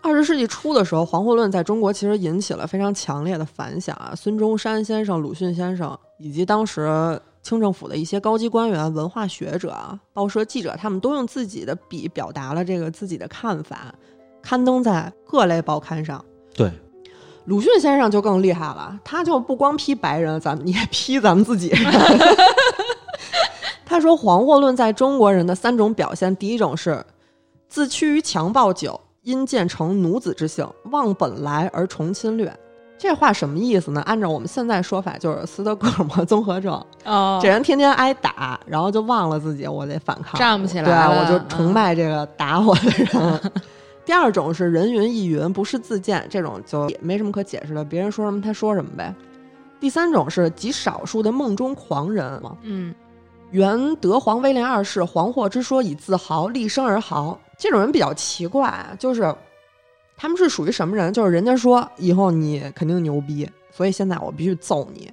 [SPEAKER 1] 二十世纪初的时候，黄祸论在中国其实引起了非常强烈的反响啊。孙中山先生、鲁迅先生以及当时清政府的一些高级官员、文化学者、啊报社记者，他们都用自己的笔表达了这个自己的看法，刊登在各类报刊上。
[SPEAKER 3] 对，
[SPEAKER 1] 鲁迅先生就更厉害了，他就不光批白人，咱们 [LAUGHS] 也批咱们自己人。 [LAUGHS] 他说，黄祸论在中国人的三种表现，第一种是自趋于强暴久，因见成奴子之性，忘本来而崇侵略。这话什么意思呢？按照我们现在说法，就是斯德哥尔摩综合症。
[SPEAKER 2] 哦，
[SPEAKER 1] 这人天天挨打，然后就忘了自己，我得反抗，
[SPEAKER 2] 站不起来
[SPEAKER 1] 对啊，
[SPEAKER 2] 了嗯
[SPEAKER 1] 我就崇拜这个打我的人。
[SPEAKER 2] [LAUGHS]
[SPEAKER 1] 第二种是人云亦云，不是自见，这种就也没什么可解释的，别人说什么他说什么呗。第三种是极少数的梦中狂人，
[SPEAKER 2] 嗯，
[SPEAKER 1] 原德皇威廉二世黄祸之说以自豪，立生而豪。这种人比较奇怪啊，就是他们是属于什么人？就是人家说以后你肯定牛逼，所以现在我必须揍你。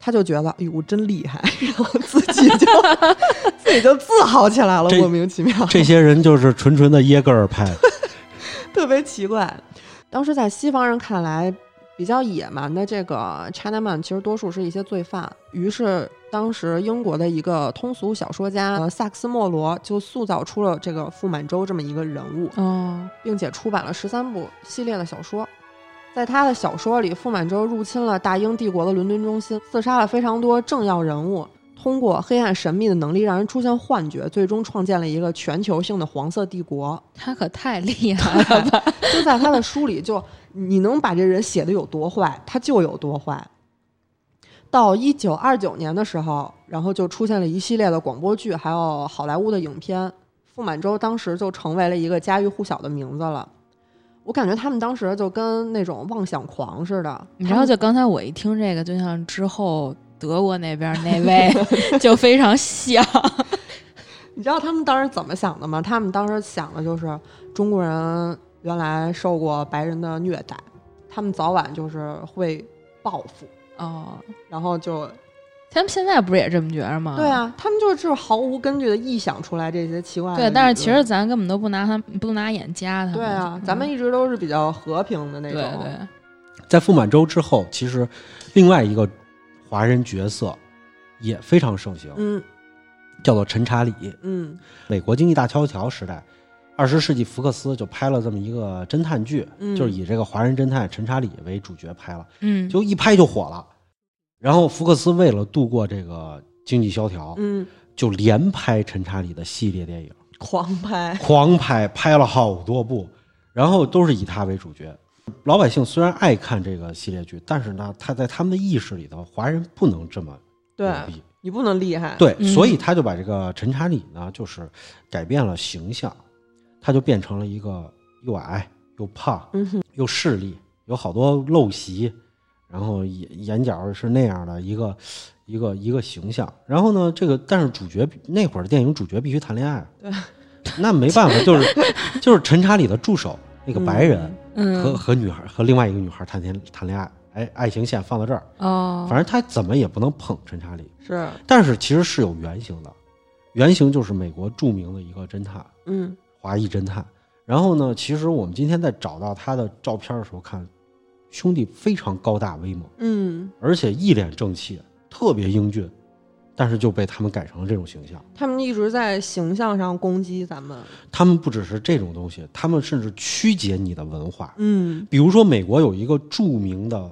[SPEAKER 1] 他就觉得，哎呦，我真厉害，然后自己就 [LAUGHS] 自己就自豪起来了，
[SPEAKER 3] 这
[SPEAKER 1] 莫名其妙。 [LAUGHS]
[SPEAKER 3] 这些人就是纯纯的耶格尔派。
[SPEAKER 1] [LAUGHS] 特别奇怪。当时在西方人看来，比较野蛮的这个 Chinaman，其实多数是一些罪犯。于是，当时英国的一个通俗小说家呃萨克斯莫罗就塑造出了这个傅满洲这么一个人物，
[SPEAKER 2] 哦，
[SPEAKER 1] 并且出版了十三部系列的小说。在他的小说里，傅满洲入侵了大英帝国的伦敦中心，刺杀了非常多政要人物，通过黑暗神秘的能力让人出现幻觉，最终创建了一个全球性的黄色帝国。
[SPEAKER 2] 他可太厉害了吧！
[SPEAKER 1] [LAUGHS] 就在他的书里就，你能把这人写的有多坏，他就有多坏。到一九二九年的时候，然后就出现了一系列的广播剧，还有好莱坞的影片。傅满洲当时就成为了一个家喻户晓的名字了。我感觉他们当时就跟那种妄想狂似的，
[SPEAKER 2] 你知道，就刚才我一听这个，就像之后德国那边那 [LAUGHS] 位就非常像。
[SPEAKER 1] 你知道他们当时怎么想的吗？他们当时想的就是中国人原来受过白人的虐待，他们早晚就是会报复，
[SPEAKER 2] 哦，
[SPEAKER 1] 然后就
[SPEAKER 2] 他们现在不是也这么觉着吗？
[SPEAKER 1] 对。啊，他们就是就是毫无根据的臆想出来这些奇怪的理
[SPEAKER 2] 对，
[SPEAKER 1] 论。
[SPEAKER 2] 但是其实咱根本都不拿他们不拿眼夹他们。
[SPEAKER 1] 对啊
[SPEAKER 2] 嗯，
[SPEAKER 1] 咱们一直都是比较和平的那
[SPEAKER 2] 对
[SPEAKER 1] 种。
[SPEAKER 2] 对，
[SPEAKER 3] 在傅满洲之后，其实另外一个华人角色也非常盛行，
[SPEAKER 1] 嗯
[SPEAKER 3] 叫做陈查理。
[SPEAKER 1] 嗯
[SPEAKER 3] 美国经济大萧条时代，二十世纪福克斯就拍了这么一个侦探剧，
[SPEAKER 1] 嗯
[SPEAKER 3] 就是以这个华人侦探陈查理为主角拍了，
[SPEAKER 2] 嗯，
[SPEAKER 3] 就一拍就火了。然后福克斯为了度过这个经济萧条，
[SPEAKER 1] 嗯，
[SPEAKER 3] 就连拍陈查理的系列电影，
[SPEAKER 1] 狂
[SPEAKER 3] [LAUGHS]
[SPEAKER 1] 拍。
[SPEAKER 3] 狂拍，拍了好多部，然后都是以他为主角。老百姓虽然爱看这个系列剧，但是呢，他在他们的意识里头，华人不能这么
[SPEAKER 1] 对
[SPEAKER 3] 牛逼。
[SPEAKER 1] 你不能厉害。，
[SPEAKER 3] 对，
[SPEAKER 2] 嗯
[SPEAKER 3] 所以他就把这个陈查理呢，就是改变了形象，他就变成了一个又矮又胖，
[SPEAKER 1] 嗯哼，
[SPEAKER 3] 又势利，有好多陋习，然后眼眼角是那样的一个一个一个形象。然后呢，这个但是主角那会儿的电影主角必须谈恋爱，啊 [LAUGHS] 那没办法，就是就是陈查理的助手那个白人和、
[SPEAKER 2] 嗯
[SPEAKER 3] 和女孩和另外一个女孩谈天谈恋爱，哎，爱情线放到这儿，
[SPEAKER 2] 哦，
[SPEAKER 3] 反正他怎么也不能捧陈查理。
[SPEAKER 1] 是，
[SPEAKER 3] 但是其实是有原型的，原型就是美国著名的一个侦探，
[SPEAKER 1] 嗯
[SPEAKER 3] 华裔侦探。然后呢，其实我们今天在找到他的照片的时候看，兄弟非常高大威猛，
[SPEAKER 1] 嗯，
[SPEAKER 3] 而且一脸正气，特别英俊，但是就被他们改成了这种形象。
[SPEAKER 1] 他们一直在形象上攻击咱们。
[SPEAKER 3] 他们不只是这种东西，他们甚至曲解你的文化。
[SPEAKER 1] 嗯
[SPEAKER 3] 比如说，美国有一个著名的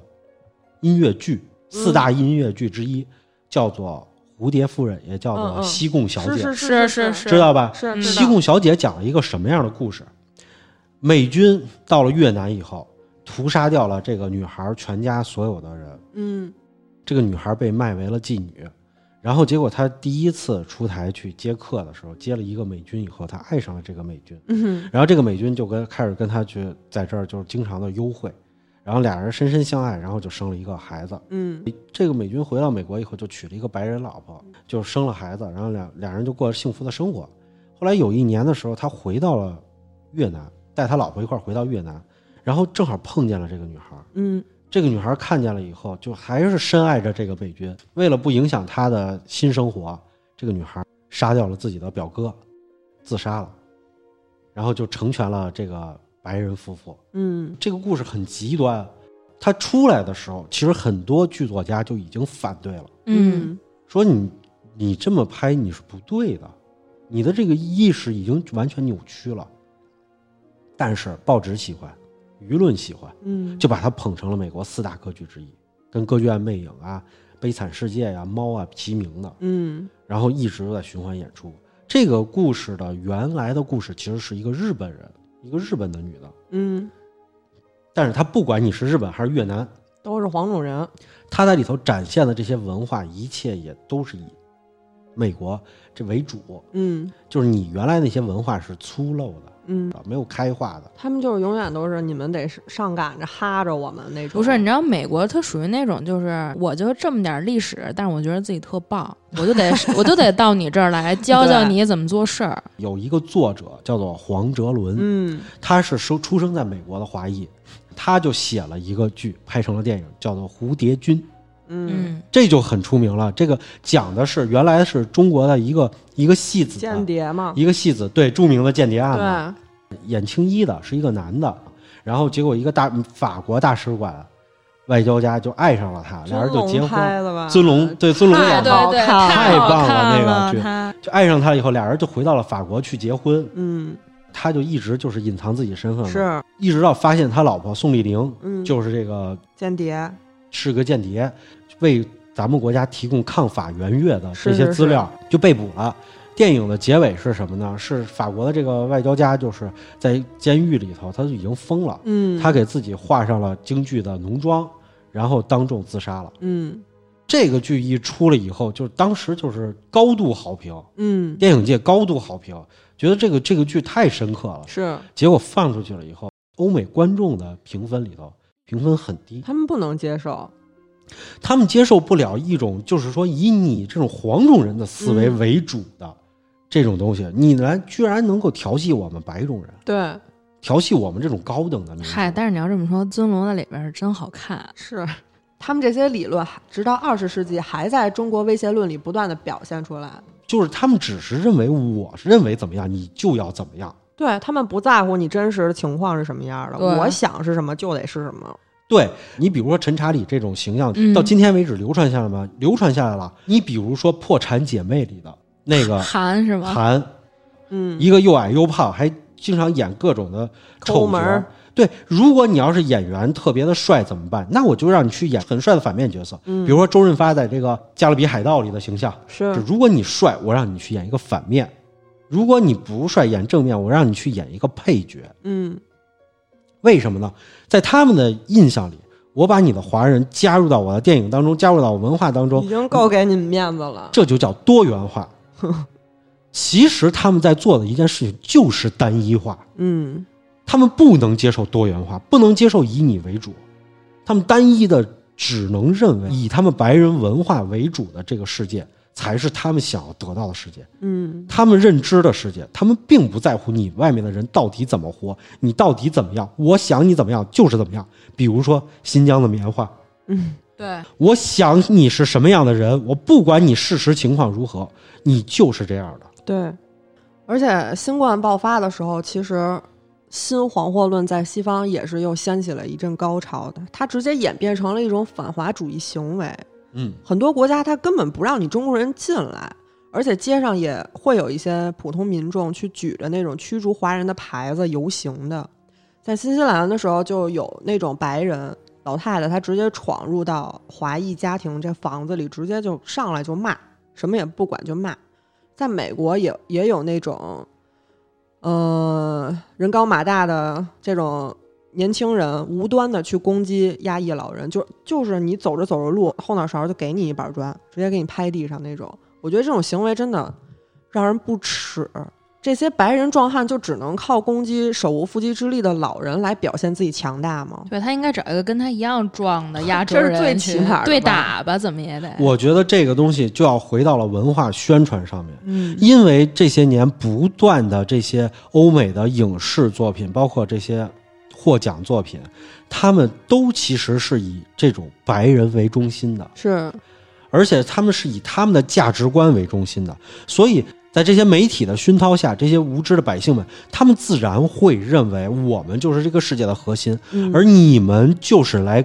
[SPEAKER 3] 音乐剧，四大音乐剧之一，叫做《蝴蝶夫人》，也叫做
[SPEAKER 1] 嗯
[SPEAKER 3] 《
[SPEAKER 1] 嗯
[SPEAKER 3] 西贡小姐》
[SPEAKER 1] 是
[SPEAKER 2] 是
[SPEAKER 1] 是
[SPEAKER 2] 是嗯
[SPEAKER 1] 是
[SPEAKER 3] 知道吧？
[SPEAKER 1] 是，
[SPEAKER 2] 知道
[SPEAKER 3] 西贡小姐讲了一个什么样的故事？美军到了越南以后，屠杀掉了这个女孩全家所有的人，
[SPEAKER 1] 嗯
[SPEAKER 3] 这个女孩被卖为了妓女。然后结果她第一次出台去接客的时候，接了一个美军以后，她爱上了这个美军。
[SPEAKER 1] 嗯哼
[SPEAKER 3] 然后这个美军就跟开始跟她去在这儿就是经常的幽会，然后俩人深深相爱，然后就生了一个孩子。
[SPEAKER 1] 嗯
[SPEAKER 3] 这个美军回到美国以后，就娶了一个白人老婆，就生了孩子，然后两俩人就过着幸福的生活。后来有一年的时候，他回到了越南，带他老婆一块儿回到越南，然后正好碰见了这个女孩儿。
[SPEAKER 1] 嗯
[SPEAKER 3] 这个女孩儿看见了以后，就还是深爱着这个美军。为了不影响她的新生活，这个女孩儿杀掉了自己的表哥，自杀了，然后就成全了这个白人夫妇。
[SPEAKER 1] 嗯
[SPEAKER 3] 这个故事很极端。它出来的时候，其实很多剧作家就已经反对了，
[SPEAKER 2] 嗯，
[SPEAKER 3] 说你你这么拍你是不对的，你的这个意识已经完全扭曲了。但是报纸喜欢，舆论喜欢，
[SPEAKER 1] 嗯，
[SPEAKER 3] 就把它捧成了美国四大歌剧之一，跟《歌剧院魅影》啊、《悲惨世界》呀、猫》啊齐名的，
[SPEAKER 1] 嗯
[SPEAKER 3] 然后一直都在循环演出。这个故事的原来的故事其实是一个日本人，一个日本的女的，
[SPEAKER 1] 嗯，
[SPEAKER 3] 但是她不管你是日本还是越南，
[SPEAKER 1] 都是黄种人。
[SPEAKER 3] 他在里头展现的这些文化，一切也都是以美国这为主，
[SPEAKER 1] 嗯
[SPEAKER 3] 就是你原来那些文化是粗陋的，
[SPEAKER 1] 嗯，
[SPEAKER 3] 没有开化的。
[SPEAKER 1] 他们就是永远都是你们得上赶着哈着我们那种。
[SPEAKER 2] 不是，你知道美国它属于那种，就是我就这么点儿历史，但是我觉得自己特棒，我
[SPEAKER 1] [LAUGHS]
[SPEAKER 2] 就得我就得到你这儿来教教你怎么做事儿。
[SPEAKER 3] 有一个作者叫做黄哲伦，
[SPEAKER 1] 嗯
[SPEAKER 3] 他是出出生在美国的华裔，他就写了一个剧，拍成了电影，叫做《蝴蝶君》。
[SPEAKER 1] 嗯，
[SPEAKER 2] 嗯，
[SPEAKER 3] 这就很出名了。这个讲的是原来是中国的一个一个戏子，
[SPEAKER 1] 间谍嘛，
[SPEAKER 3] 一个戏子，对著名的间谍案嘛。
[SPEAKER 1] 对，
[SPEAKER 3] 演青衣的是一个男的，然后结果一个大法国大使馆外交家就爱上了他，
[SPEAKER 1] [LAUGHS]
[SPEAKER 3] 俩人就结
[SPEAKER 1] 龙
[SPEAKER 3] 婚
[SPEAKER 1] 拍
[SPEAKER 3] 了。
[SPEAKER 1] 的吧？
[SPEAKER 3] 尊龙对
[SPEAKER 2] 嗯
[SPEAKER 3] 尊龙
[SPEAKER 1] 太
[SPEAKER 3] 演
[SPEAKER 1] 对
[SPEAKER 3] 的，
[SPEAKER 1] 好看
[SPEAKER 3] 太棒了那个剧
[SPEAKER 2] 他
[SPEAKER 3] 就爱上他了以后，俩人就回到了法国去结婚。
[SPEAKER 1] 嗯，
[SPEAKER 3] 他就一直就是隐藏自己身份嘛，
[SPEAKER 1] 是，
[SPEAKER 3] 一直到发现他老婆宋丽玲
[SPEAKER 1] 嗯，
[SPEAKER 3] 嗯就是这个
[SPEAKER 1] 间谍，
[SPEAKER 3] 是个间谍，为咱们国家提供抗法援越的这
[SPEAKER 1] 是
[SPEAKER 3] 些
[SPEAKER 1] 是
[SPEAKER 3] 资料，就被捕了。电影的结尾是什么呢？是法国的这个外交家，就是在监狱里头，他就已经疯了，
[SPEAKER 1] 嗯，
[SPEAKER 3] 他，给自己画上了京剧的浓妆，然后当众自杀了。
[SPEAKER 1] 嗯
[SPEAKER 3] 这个剧一出了以后，就是当时就是高度好评，
[SPEAKER 1] 嗯，
[SPEAKER 3] 电影界高度好评，觉得这个这个剧太深刻了。
[SPEAKER 1] 是
[SPEAKER 3] 结果放出去了以后，欧美观众的评分里头评分很低，
[SPEAKER 1] 他们不能接受，
[SPEAKER 3] 他们接受不了一种就是说以你这种黄种人的思维
[SPEAKER 1] 嗯
[SPEAKER 3] 为主的、这种东西，你来居然能够调戏我们白种人，
[SPEAKER 1] 对，
[SPEAKER 3] 调戏我们这种高等的
[SPEAKER 1] 嗯
[SPEAKER 3] 民族。
[SPEAKER 2] 嗨，但是你要这么说，尊龙在里边是真好看。
[SPEAKER 1] 是。他们这些理论还直到二十世纪还在中国威胁论里不断的表现出来，
[SPEAKER 3] 就是他们只是认为我是认为怎么样，你就要怎么样。
[SPEAKER 1] 对他们不在乎你真实的情况是什么样的，
[SPEAKER 2] 对
[SPEAKER 1] 我想是什么就得是什么。
[SPEAKER 3] 对你，比如说陈查理这种形象，
[SPEAKER 2] 嗯
[SPEAKER 3] 到今天为止流传下来吗？流传下来了。你比如说《破产姐妹》里的
[SPEAKER 1] [LAUGHS]
[SPEAKER 3] 那个
[SPEAKER 2] 韩是吧？
[SPEAKER 3] 韩，
[SPEAKER 1] 嗯，
[SPEAKER 3] 一个又矮又胖，还经常演各种的
[SPEAKER 1] 抠
[SPEAKER 3] 丑角
[SPEAKER 1] 门儿
[SPEAKER 3] 儿。对，如果你要是演员特别的帅怎么办？那我就让你去演很帅的反面角色，
[SPEAKER 1] 嗯
[SPEAKER 3] 比如说周润发在这个《加勒比海盗》里的形象。
[SPEAKER 1] 是
[SPEAKER 3] 就如果你帅，我让你去演一个反面；如果你不帅，演正面，我让你去演一个配角。
[SPEAKER 1] 嗯，
[SPEAKER 3] 为什么呢？在他们的印象里，我把你的华人加入到我的电影当中，加入到我文化当中
[SPEAKER 1] 已，经够给你们面子了。
[SPEAKER 3] 这就叫多
[SPEAKER 1] [LAUGHS]
[SPEAKER 3] 元化。其实他们在做的一件事情就是单一化。
[SPEAKER 1] 嗯，
[SPEAKER 3] 他们不能接受多元化，不能接受以你为主，他们单一的只能认为以他们白人文化为主的这个世界才是他们想要得到的世界，
[SPEAKER 1] 嗯， [LAUGHS]
[SPEAKER 3] 他们认知的世界，他们并不在乎你外面的人到底怎么活，你到底怎么样，我想你怎么样就是怎么样。比如说新疆的棉花，
[SPEAKER 2] 对，
[SPEAKER 3] 我想你是什么样的人，我不管你事实情况如何，你就是这样的。
[SPEAKER 1] 对。而且新冠爆发的时候，其实新黄祸论在西方也是又掀起了一阵高潮的，它直接演变成了一种反华主义行为。
[SPEAKER 3] 嗯，
[SPEAKER 1] 很多国家它根本不让你中国人进来，而且街上也会有一些普通民众去举着那种驱逐华人的牌子游行的。在新西兰的时候，就有那种白人老太太，她直接闯入到华裔家庭这房子里，直接就上来就骂，什么也不管就骂。在美国也也有那种，呃，人高马大的这种年轻人无端的去攻击压抑老人，就就是你走着走着路，后脑勺就给你一板砖，直接给你拍地上那种。我觉得这种行为真的让人不齿。这些白人壮汉就只能靠攻击手无缚鸡之力的老人来表现自己强大吗？
[SPEAKER 2] 对他应该找一个跟他一样壮的亚洲
[SPEAKER 1] 这是
[SPEAKER 2] 人去，
[SPEAKER 1] 最起码的
[SPEAKER 2] 对
[SPEAKER 1] 吧
[SPEAKER 2] 打吧，怎么也得。
[SPEAKER 3] 我觉得这个东西就要回到了文化宣传上面。
[SPEAKER 1] 嗯，
[SPEAKER 3] 因为这些年不断的这些欧美的影视作品，包括这些获奖作品，他们都其实是以这种白人为中心的，
[SPEAKER 1] 是，
[SPEAKER 3] 而且他们是以他们的价值观为中心的，所以。在这些媒体的熏陶下，这些无知的百姓们，他们自然会认为我们就是这个世界的核心，
[SPEAKER 1] 嗯
[SPEAKER 3] 而你们就是来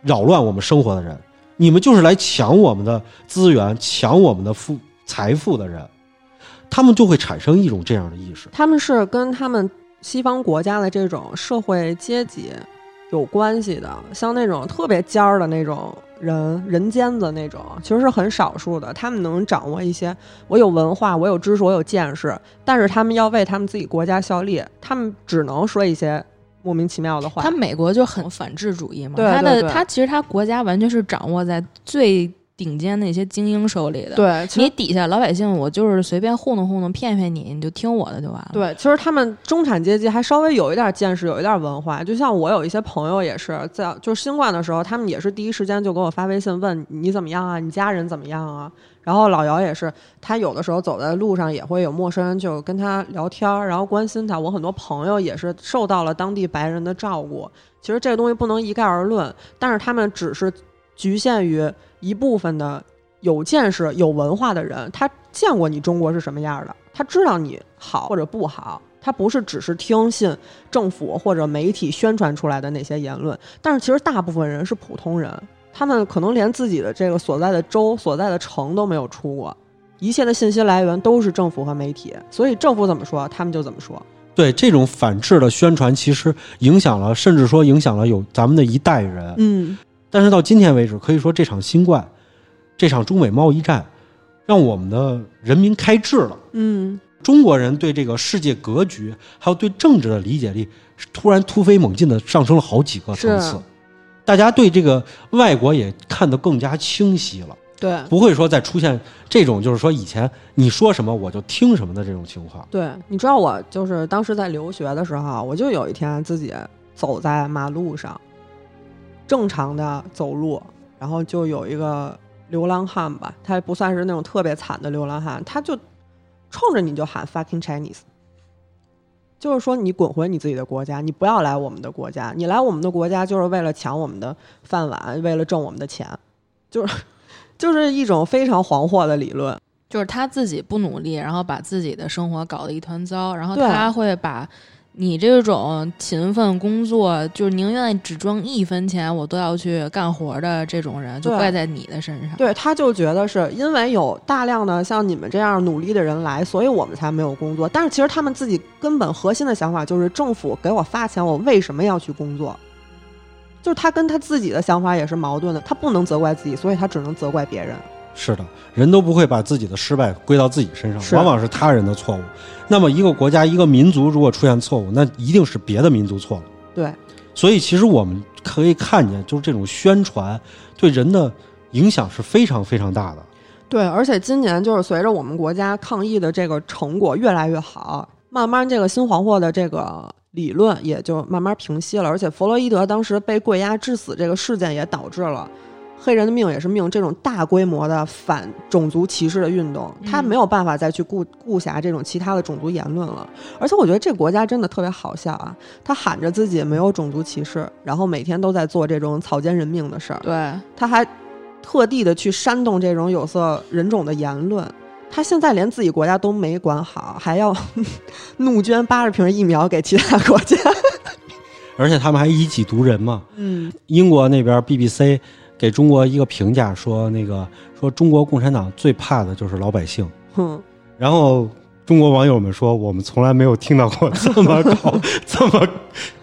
[SPEAKER 3] 扰乱我们生活的人，你们就是来抢我们的资源、抢我们的富财富的人，他们就会产生一种这样的意识。
[SPEAKER 1] 他们是跟他们西方国家的这种社会阶级有关系的，像那种特别尖儿的那种人，人尖子那种，其实是很少数的。他们能掌握一些，我有文化，我有知识，我有见识，但是他们要为他们自己国家效力，他们只能说一些莫名其妙的话。
[SPEAKER 2] 他美国就很反智主义嘛，
[SPEAKER 1] 对
[SPEAKER 2] 他
[SPEAKER 1] 对
[SPEAKER 2] 的
[SPEAKER 1] 对
[SPEAKER 2] 他其实他国家完全是掌握在最顶尖那些精英手里的。，
[SPEAKER 1] 对，其
[SPEAKER 2] 你
[SPEAKER 1] 实
[SPEAKER 2] 底下老百姓，我就是随便糊弄糊弄，骗骗你，你就听我的就完了。
[SPEAKER 1] 对，其实他们中产阶级还稍微有一点见识，有一点文化。就像我有一些朋友也是在就是新冠的时候，他们也是第一时间就给我发微信问你怎么样啊，你家人怎么样啊。然后老姚也是，他有的时候走在路上也会有陌生人就跟他聊天儿，然后关心他。我很多朋友也是受到了当地白人的照顾。其实这个东西不能一概而论，但是他们只是局限于一部分的有见识、有文化的人，他见过你中国是什么样的，他知道你好或者不好，它不是只是听信政府或者媒体宣传出来的那些言论，但是其实大部分人是普通人，他们可能连自己的这个所在的州、所在的城都没有出过，一切的信息来源都是政府和媒体，所以政府怎么说，他们就怎么说。
[SPEAKER 3] 对这种反制的宣传，其实影响了，甚至说影响了有咱们的一代人。
[SPEAKER 1] 嗯，
[SPEAKER 3] 但是到今天为止，可以说这场新冠，这场中美贸易战，让我们的人民开智了。
[SPEAKER 1] 嗯，
[SPEAKER 3] 中国人对这个世界格局，还有对政治的理解力，是突然突飞猛进的上升了好几个层次
[SPEAKER 1] 是。
[SPEAKER 3] 大家对这个外国也看得更加清晰了，
[SPEAKER 1] 对
[SPEAKER 3] 不会说再出现这种就是说以前你说什么我就听什么的这种情况。
[SPEAKER 1] 对，你知道我就是当时在留学的时候，我就有一天自己走在马路上，正常的走路，然后就有一个流浪汉吧，他也不算是那种特别惨的流浪汉，他就冲着你就喊 fucking Chinese。就是说，你滚回你自己的国家，你不要来我们的国家。你来我们的国家就是为了抢我们的饭碗，为了挣我们的钱，就是 [LAUGHS] 就是一种非常黄祸的理论。
[SPEAKER 2] 就是他自己不努力，然后把自己的生活搞得一团糟，然后
[SPEAKER 1] 对
[SPEAKER 2] 他会把你这种勤奋工作，就是宁愿只挣一分钱，我都要去干活的这种人，就
[SPEAKER 1] 对
[SPEAKER 2] 怪在你的身上。
[SPEAKER 1] 对，他就觉得是因为有大量的像你们这样努力的人来，所以我们才没有工作。但是其实他们自己根本核心的想法就是，政府给我发钱，我为什么要去工作？就是他跟他自己的想法也是矛盾的，他不能责怪自己，所以他只能责怪别人。
[SPEAKER 3] 是的，人都不会把自己的失败归到自己身上，
[SPEAKER 1] 是啊
[SPEAKER 3] 往往是他人的错误。那么，一个国家、一个民族如果出现错误，那一定是别的民族错了。
[SPEAKER 1] 对，
[SPEAKER 3] 所以，其实我们可以看见，就是这种宣传对人的影响是非常非常大的。
[SPEAKER 1] 对，而且今年就是随着我们国家抗疫的这个成果越来越好，慢慢这个新黄祸的这个理论也就慢慢平息了。而且弗洛伊德当时被跪压致死这个事件也导致了黑人的命也是命这种大规模的反种族歧视的运动，他
[SPEAKER 2] 嗯
[SPEAKER 1] 没有办法再去顾顾暇这种其他的种族言论了。而且我觉得这国家真的特别好笑啊，他喊着自己没有种族歧视，然后每天都在做这种草菅人命的事儿。
[SPEAKER 2] 对，
[SPEAKER 1] 他还特地的去煽动这种有色人种的言论。他现在连自己国家都没管好，还要 [LAUGHS] 怒捐八十瓶疫苗给其他国家。 [LAUGHS]
[SPEAKER 3] 而且他们还以己度人嘛。
[SPEAKER 1] 嗯，
[SPEAKER 3] 英国那边 BBC 给中国一个评价说，那个说中国共产党最怕的就是老百姓。
[SPEAKER 1] 哼，
[SPEAKER 3] 然后中国网友们说，我们从来没有听到过这么高、这么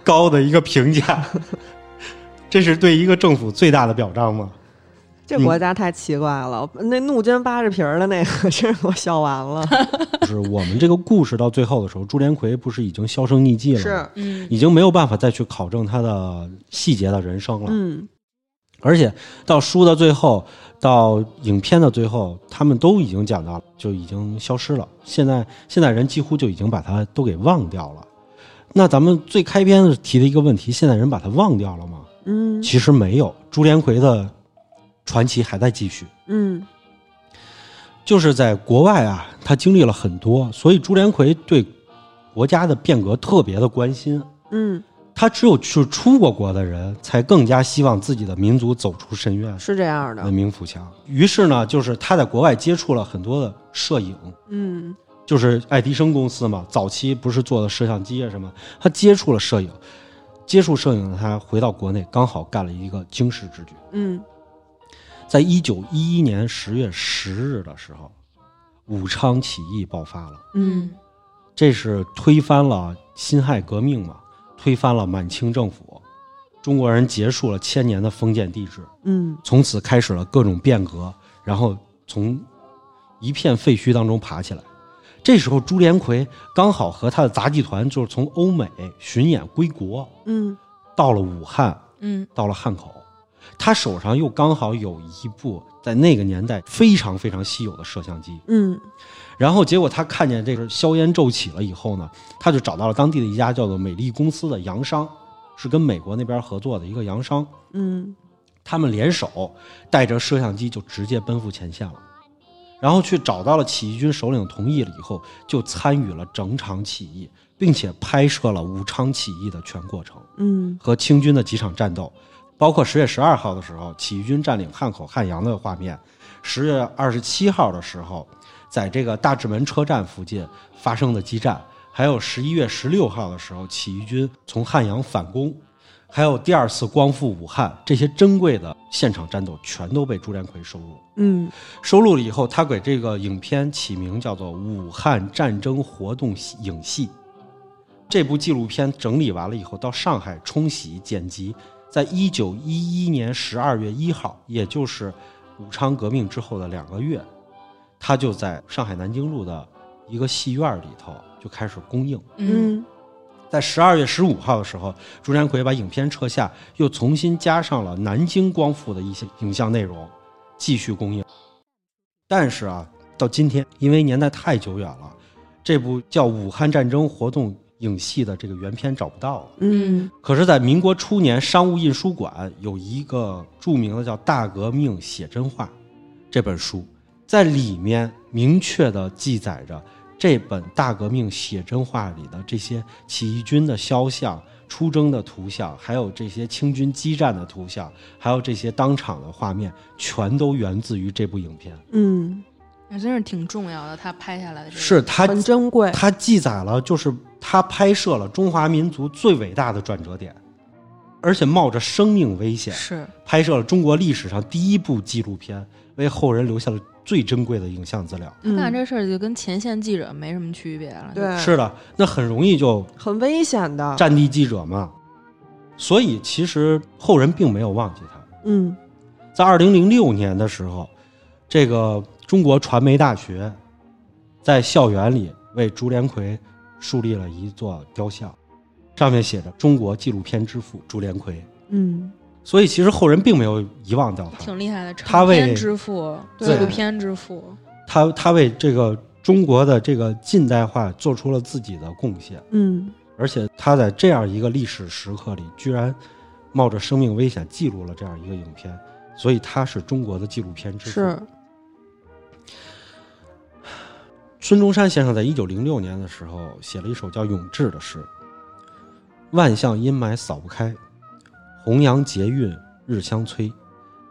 [SPEAKER 3] 高的一个评价， [LAUGHS] 这是对一个政府最大的表彰吗？
[SPEAKER 1] 这国家太奇怪了。那怒捐八十瓶的那个，真是给我笑完
[SPEAKER 3] [LAUGHS]
[SPEAKER 1] 了。
[SPEAKER 3] 就是我们这个故事到最后的时候，朱连魁不是已经销声匿迹了吗？
[SPEAKER 1] 是，
[SPEAKER 2] 嗯，
[SPEAKER 3] 已经没有办法再去考证他的细节的人生了。
[SPEAKER 1] 嗯，
[SPEAKER 3] 而且到书的最后，到影片的最后，他们都已经讲到了，就已经消失了。现在现在人几乎就已经把它都给忘掉了。那咱们最开篇提的一个问题，现在人把它忘掉了吗？
[SPEAKER 1] 嗯，
[SPEAKER 3] 其实没有，朱连魁的传奇还在继续。
[SPEAKER 1] 嗯，
[SPEAKER 3] 就是在国外啊，他经历了很多，所以朱连魁对国家的变革特别的关心。
[SPEAKER 1] 嗯，
[SPEAKER 3] 他只有去出过国的人，才更加希望自己的民族走出深渊。
[SPEAKER 1] 是这样的
[SPEAKER 3] 文。明富强。于是呢，就是他在国外接触了很多的摄影，
[SPEAKER 1] 嗯，
[SPEAKER 3] 就是爱迪生公司嘛，早期不是做的摄像机啊什么，他接触了摄影，接触摄影，他回到国内刚好干了一个经世之举，
[SPEAKER 1] 嗯，
[SPEAKER 3] 在一九一一年十月十日的时候，武昌起义爆发了，
[SPEAKER 1] 嗯，
[SPEAKER 3] 这是推翻了辛亥革命嘛，推翻了满清政府。中国人结束了千年的封建帝制，
[SPEAKER 1] 嗯，
[SPEAKER 3] 从此开始了各种变革，然后从一片废墟当中爬起来。这时候，朱连魁刚好和他的杂技团就是从欧美巡演归国，
[SPEAKER 1] 嗯，
[SPEAKER 3] 到了武汉，
[SPEAKER 2] 嗯，
[SPEAKER 3] 到了汉口，他手上又刚好有一部在那个年代非常非常稀有的摄像机。
[SPEAKER 1] 嗯，
[SPEAKER 3] 然后结果他看见这个硝烟骤起了以后呢，他就找到了当地的一家叫做美丽公司的洋商，是跟美国那边合作的一个洋商。
[SPEAKER 1] 嗯，
[SPEAKER 3] 他们联手带着摄像机就直接奔赴前线了，然后去找到了起义军首领同意了以后，就参与了整场起义，并且拍摄了武昌起义的全过程
[SPEAKER 1] 嗯，
[SPEAKER 3] 和清军的几场战斗，包括十月十二号的时候起义军占领汉口、汉阳的画面，十月二十七号的时候，在这个大智门车站附近发生的激战，还有十一月十六号的时候，起义军从汉阳反攻，还有第二次光复武汉，这些珍贵的现场战斗全都被朱连魁收录。
[SPEAKER 1] 嗯，
[SPEAKER 3] 收录了以后，他给这个影片起名叫做《武汉战争活动影戏》。这部纪录片整理完了以后，到上海冲洗剪辑，在一九一一年十二月一号，也就是武昌革命之后的两个月，他就在上海南京路的一个戏院里头就开始公映。
[SPEAKER 2] 嗯，
[SPEAKER 3] 在十二月十五号的时候，朱连魁把影片撤下，又重新加上了南京光复的一些影像内容，继续公映。但是啊，到今天，因为年代太久远了，这部叫《武汉战争活动影戏》的这个原片找不到了。
[SPEAKER 1] 嗯
[SPEAKER 3] 可是，在民国初年，商务印书馆有一个著名的叫《大革命写真画》这本书，在里面明确的记载着这本《大革命写真画》里的这些起义军的肖像、出征的图像，还有这些清军激战的图像，还有这些当场的画面，全都源自于这部影片。
[SPEAKER 1] 嗯，
[SPEAKER 2] 那真是挺重要的，他拍下来的这个
[SPEAKER 3] 是他
[SPEAKER 1] 很珍贵。
[SPEAKER 3] 它记载了，就是它拍摄了中华民族最伟大的转折点，而且冒着生命危险，
[SPEAKER 2] 是
[SPEAKER 3] 拍摄了中国历史上第一部纪录片，为后人留下了最珍贵的影像资料。
[SPEAKER 2] 他
[SPEAKER 1] 嗯
[SPEAKER 2] 干这事儿就跟前线记者没什么区别了。
[SPEAKER 1] 对，
[SPEAKER 3] 是的，那很容易就
[SPEAKER 1] 很危险的。
[SPEAKER 3] 战地记者嘛，所以其实后人并没有忘记他。
[SPEAKER 1] 嗯
[SPEAKER 3] 在二零零六年的时候，这个中国传媒大学在校园里为朱连魁树立了一座雕像，上面写着“中国纪录片之父朱连魁
[SPEAKER 1] 嗯”。
[SPEAKER 3] 所以其实后人并没有遗忘掉他，
[SPEAKER 2] 挺厉害的，成
[SPEAKER 3] 他为
[SPEAKER 2] 片之父，纪
[SPEAKER 3] 对
[SPEAKER 2] 录片之父，
[SPEAKER 3] 他他为这个中国的这个近代化做出了自己的贡献，
[SPEAKER 1] 嗯
[SPEAKER 3] 而且他在这样一个历史时刻里，居然冒着生命危险记录了这样一个影片，所以他是中国的纪录片之父。
[SPEAKER 1] 是，
[SPEAKER 3] 孙中山先生在一九零六年的时候写了一首叫《咏志》的诗：“万象阴霾扫不开，弘扬节韵日相催。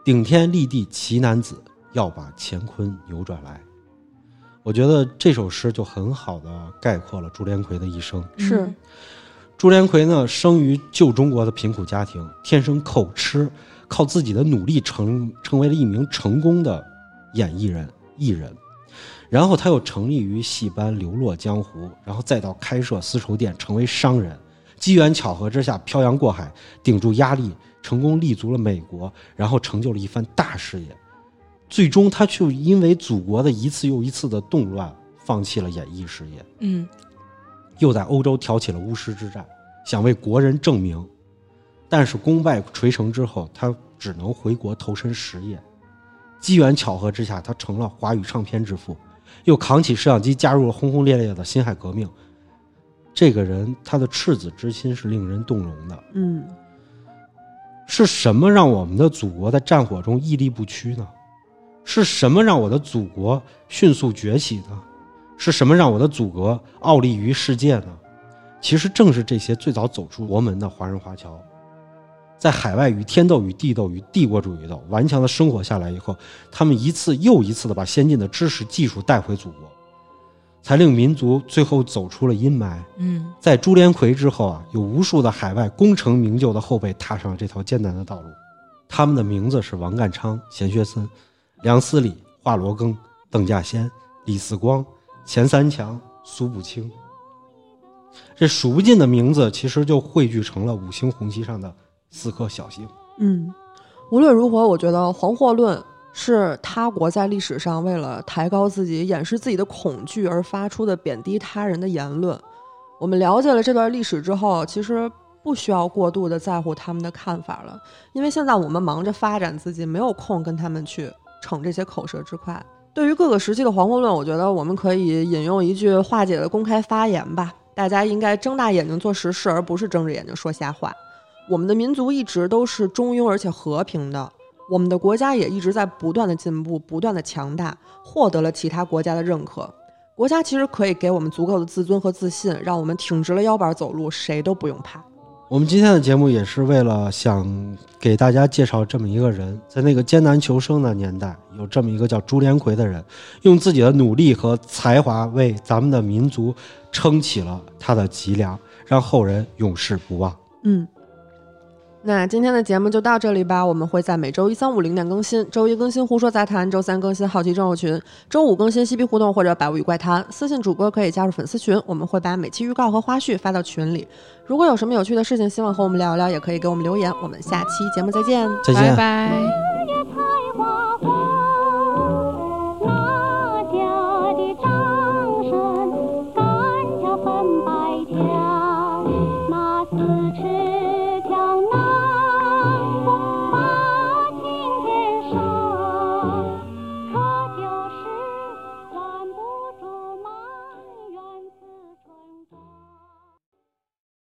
[SPEAKER 3] 顶天立地奇男子，要把乾坤扭转来。”我觉得这首诗就很好的概括了朱连魁的一生。
[SPEAKER 1] 是
[SPEAKER 2] 嗯
[SPEAKER 3] 朱连魁呢，生于旧中国的贫苦家庭，天生口吃，靠自己的努力成成为了一名成功的演艺人艺人。然后他又成立于戏班，流落江湖，然后再到开设丝绸店，成为商人。机缘巧合之下，漂洋过海，顶住压力，成功立足了美国，然后成就了一番大事业。最终，他却因为祖国的一次又一次的动乱，放弃了演艺事业。
[SPEAKER 2] 嗯，
[SPEAKER 3] 又在欧洲挑起了巫师之战，想为国人证明。但是功败垂成之后，他只能回国投身实业。机缘巧合之下，他成了华语唱片之父，又扛起摄像机加入了轰轰烈烈的辛亥革命。这个人，他的赤子之心是令人动容的。
[SPEAKER 1] 嗯
[SPEAKER 3] 是什么让我们的祖国在战火中屹立不屈呢？是什么让我的祖国迅速崛起呢？是什么让我的祖国傲立于世界呢？其实正是这些最早走出国门的华人华侨，在海外与天斗、与地斗、与帝国主义斗顽强的生活下来以后，他们一次又一次的把先进的知识技术带回祖国，才令民族最后走出了阴霾，
[SPEAKER 2] 嗯，
[SPEAKER 3] 在朱连魁之后啊，有无数的海外功成名就的后辈踏上了这条艰难的道路。他们的名字是王淦昌、钱学森、梁思礼、华罗庚、邓稼先、李四光、钱三强、苏步青。这数不尽的名字，其实就汇聚成了五星红旗上的四颗小星。
[SPEAKER 1] 嗯，无论如何，我觉得黄祸论。是他国在历史上为了抬高自己、掩饰自己的恐惧而发出的贬低他人的言论。我们了解了这段历史之后，其实不需要过度的在乎他们的看法了，因为现在我们忙着发展自己，没有空跟他们去逞这些口舌之快。对于各个时期的黄祸论，我觉得我们可以引用一句华姐的公开发言吧：大家应该睁大眼睛做实事，而不是睁着眼睛说瞎话。我们的民族一直都是中庸而且和平的，我们的国家也一直在不断的进步，不断的强大，获得了其他国家的认可。国家其实可以给我们足够的自尊和自信，让我们挺直了腰板走路，谁都不用怕。
[SPEAKER 3] 我们今天的节目也是为了想给大家介绍这么一个人，在那个艰难求生的年代，有这么一个叫朱连魁的人，用自己的努力和才华为咱们的民族撑起了他的脊梁，让后人永世不忘。
[SPEAKER 1] 嗯，那今天的节目就到这里吧。我们会在每周一、三、五零点更新，周一更新《胡说杂谈》，周三更新《好奇症候群》，周五更新《嬉皮胡同》或者《百物语怪谈》。私信主播可以加入粉丝群，我们会把每期预告和花絮发到群里。如果有什么有趣的事情，希望和我们聊一聊，也可以给我们留言。我们下期节目再见。
[SPEAKER 3] 再见。
[SPEAKER 2] 拜拜。
[SPEAKER 5] Thank you.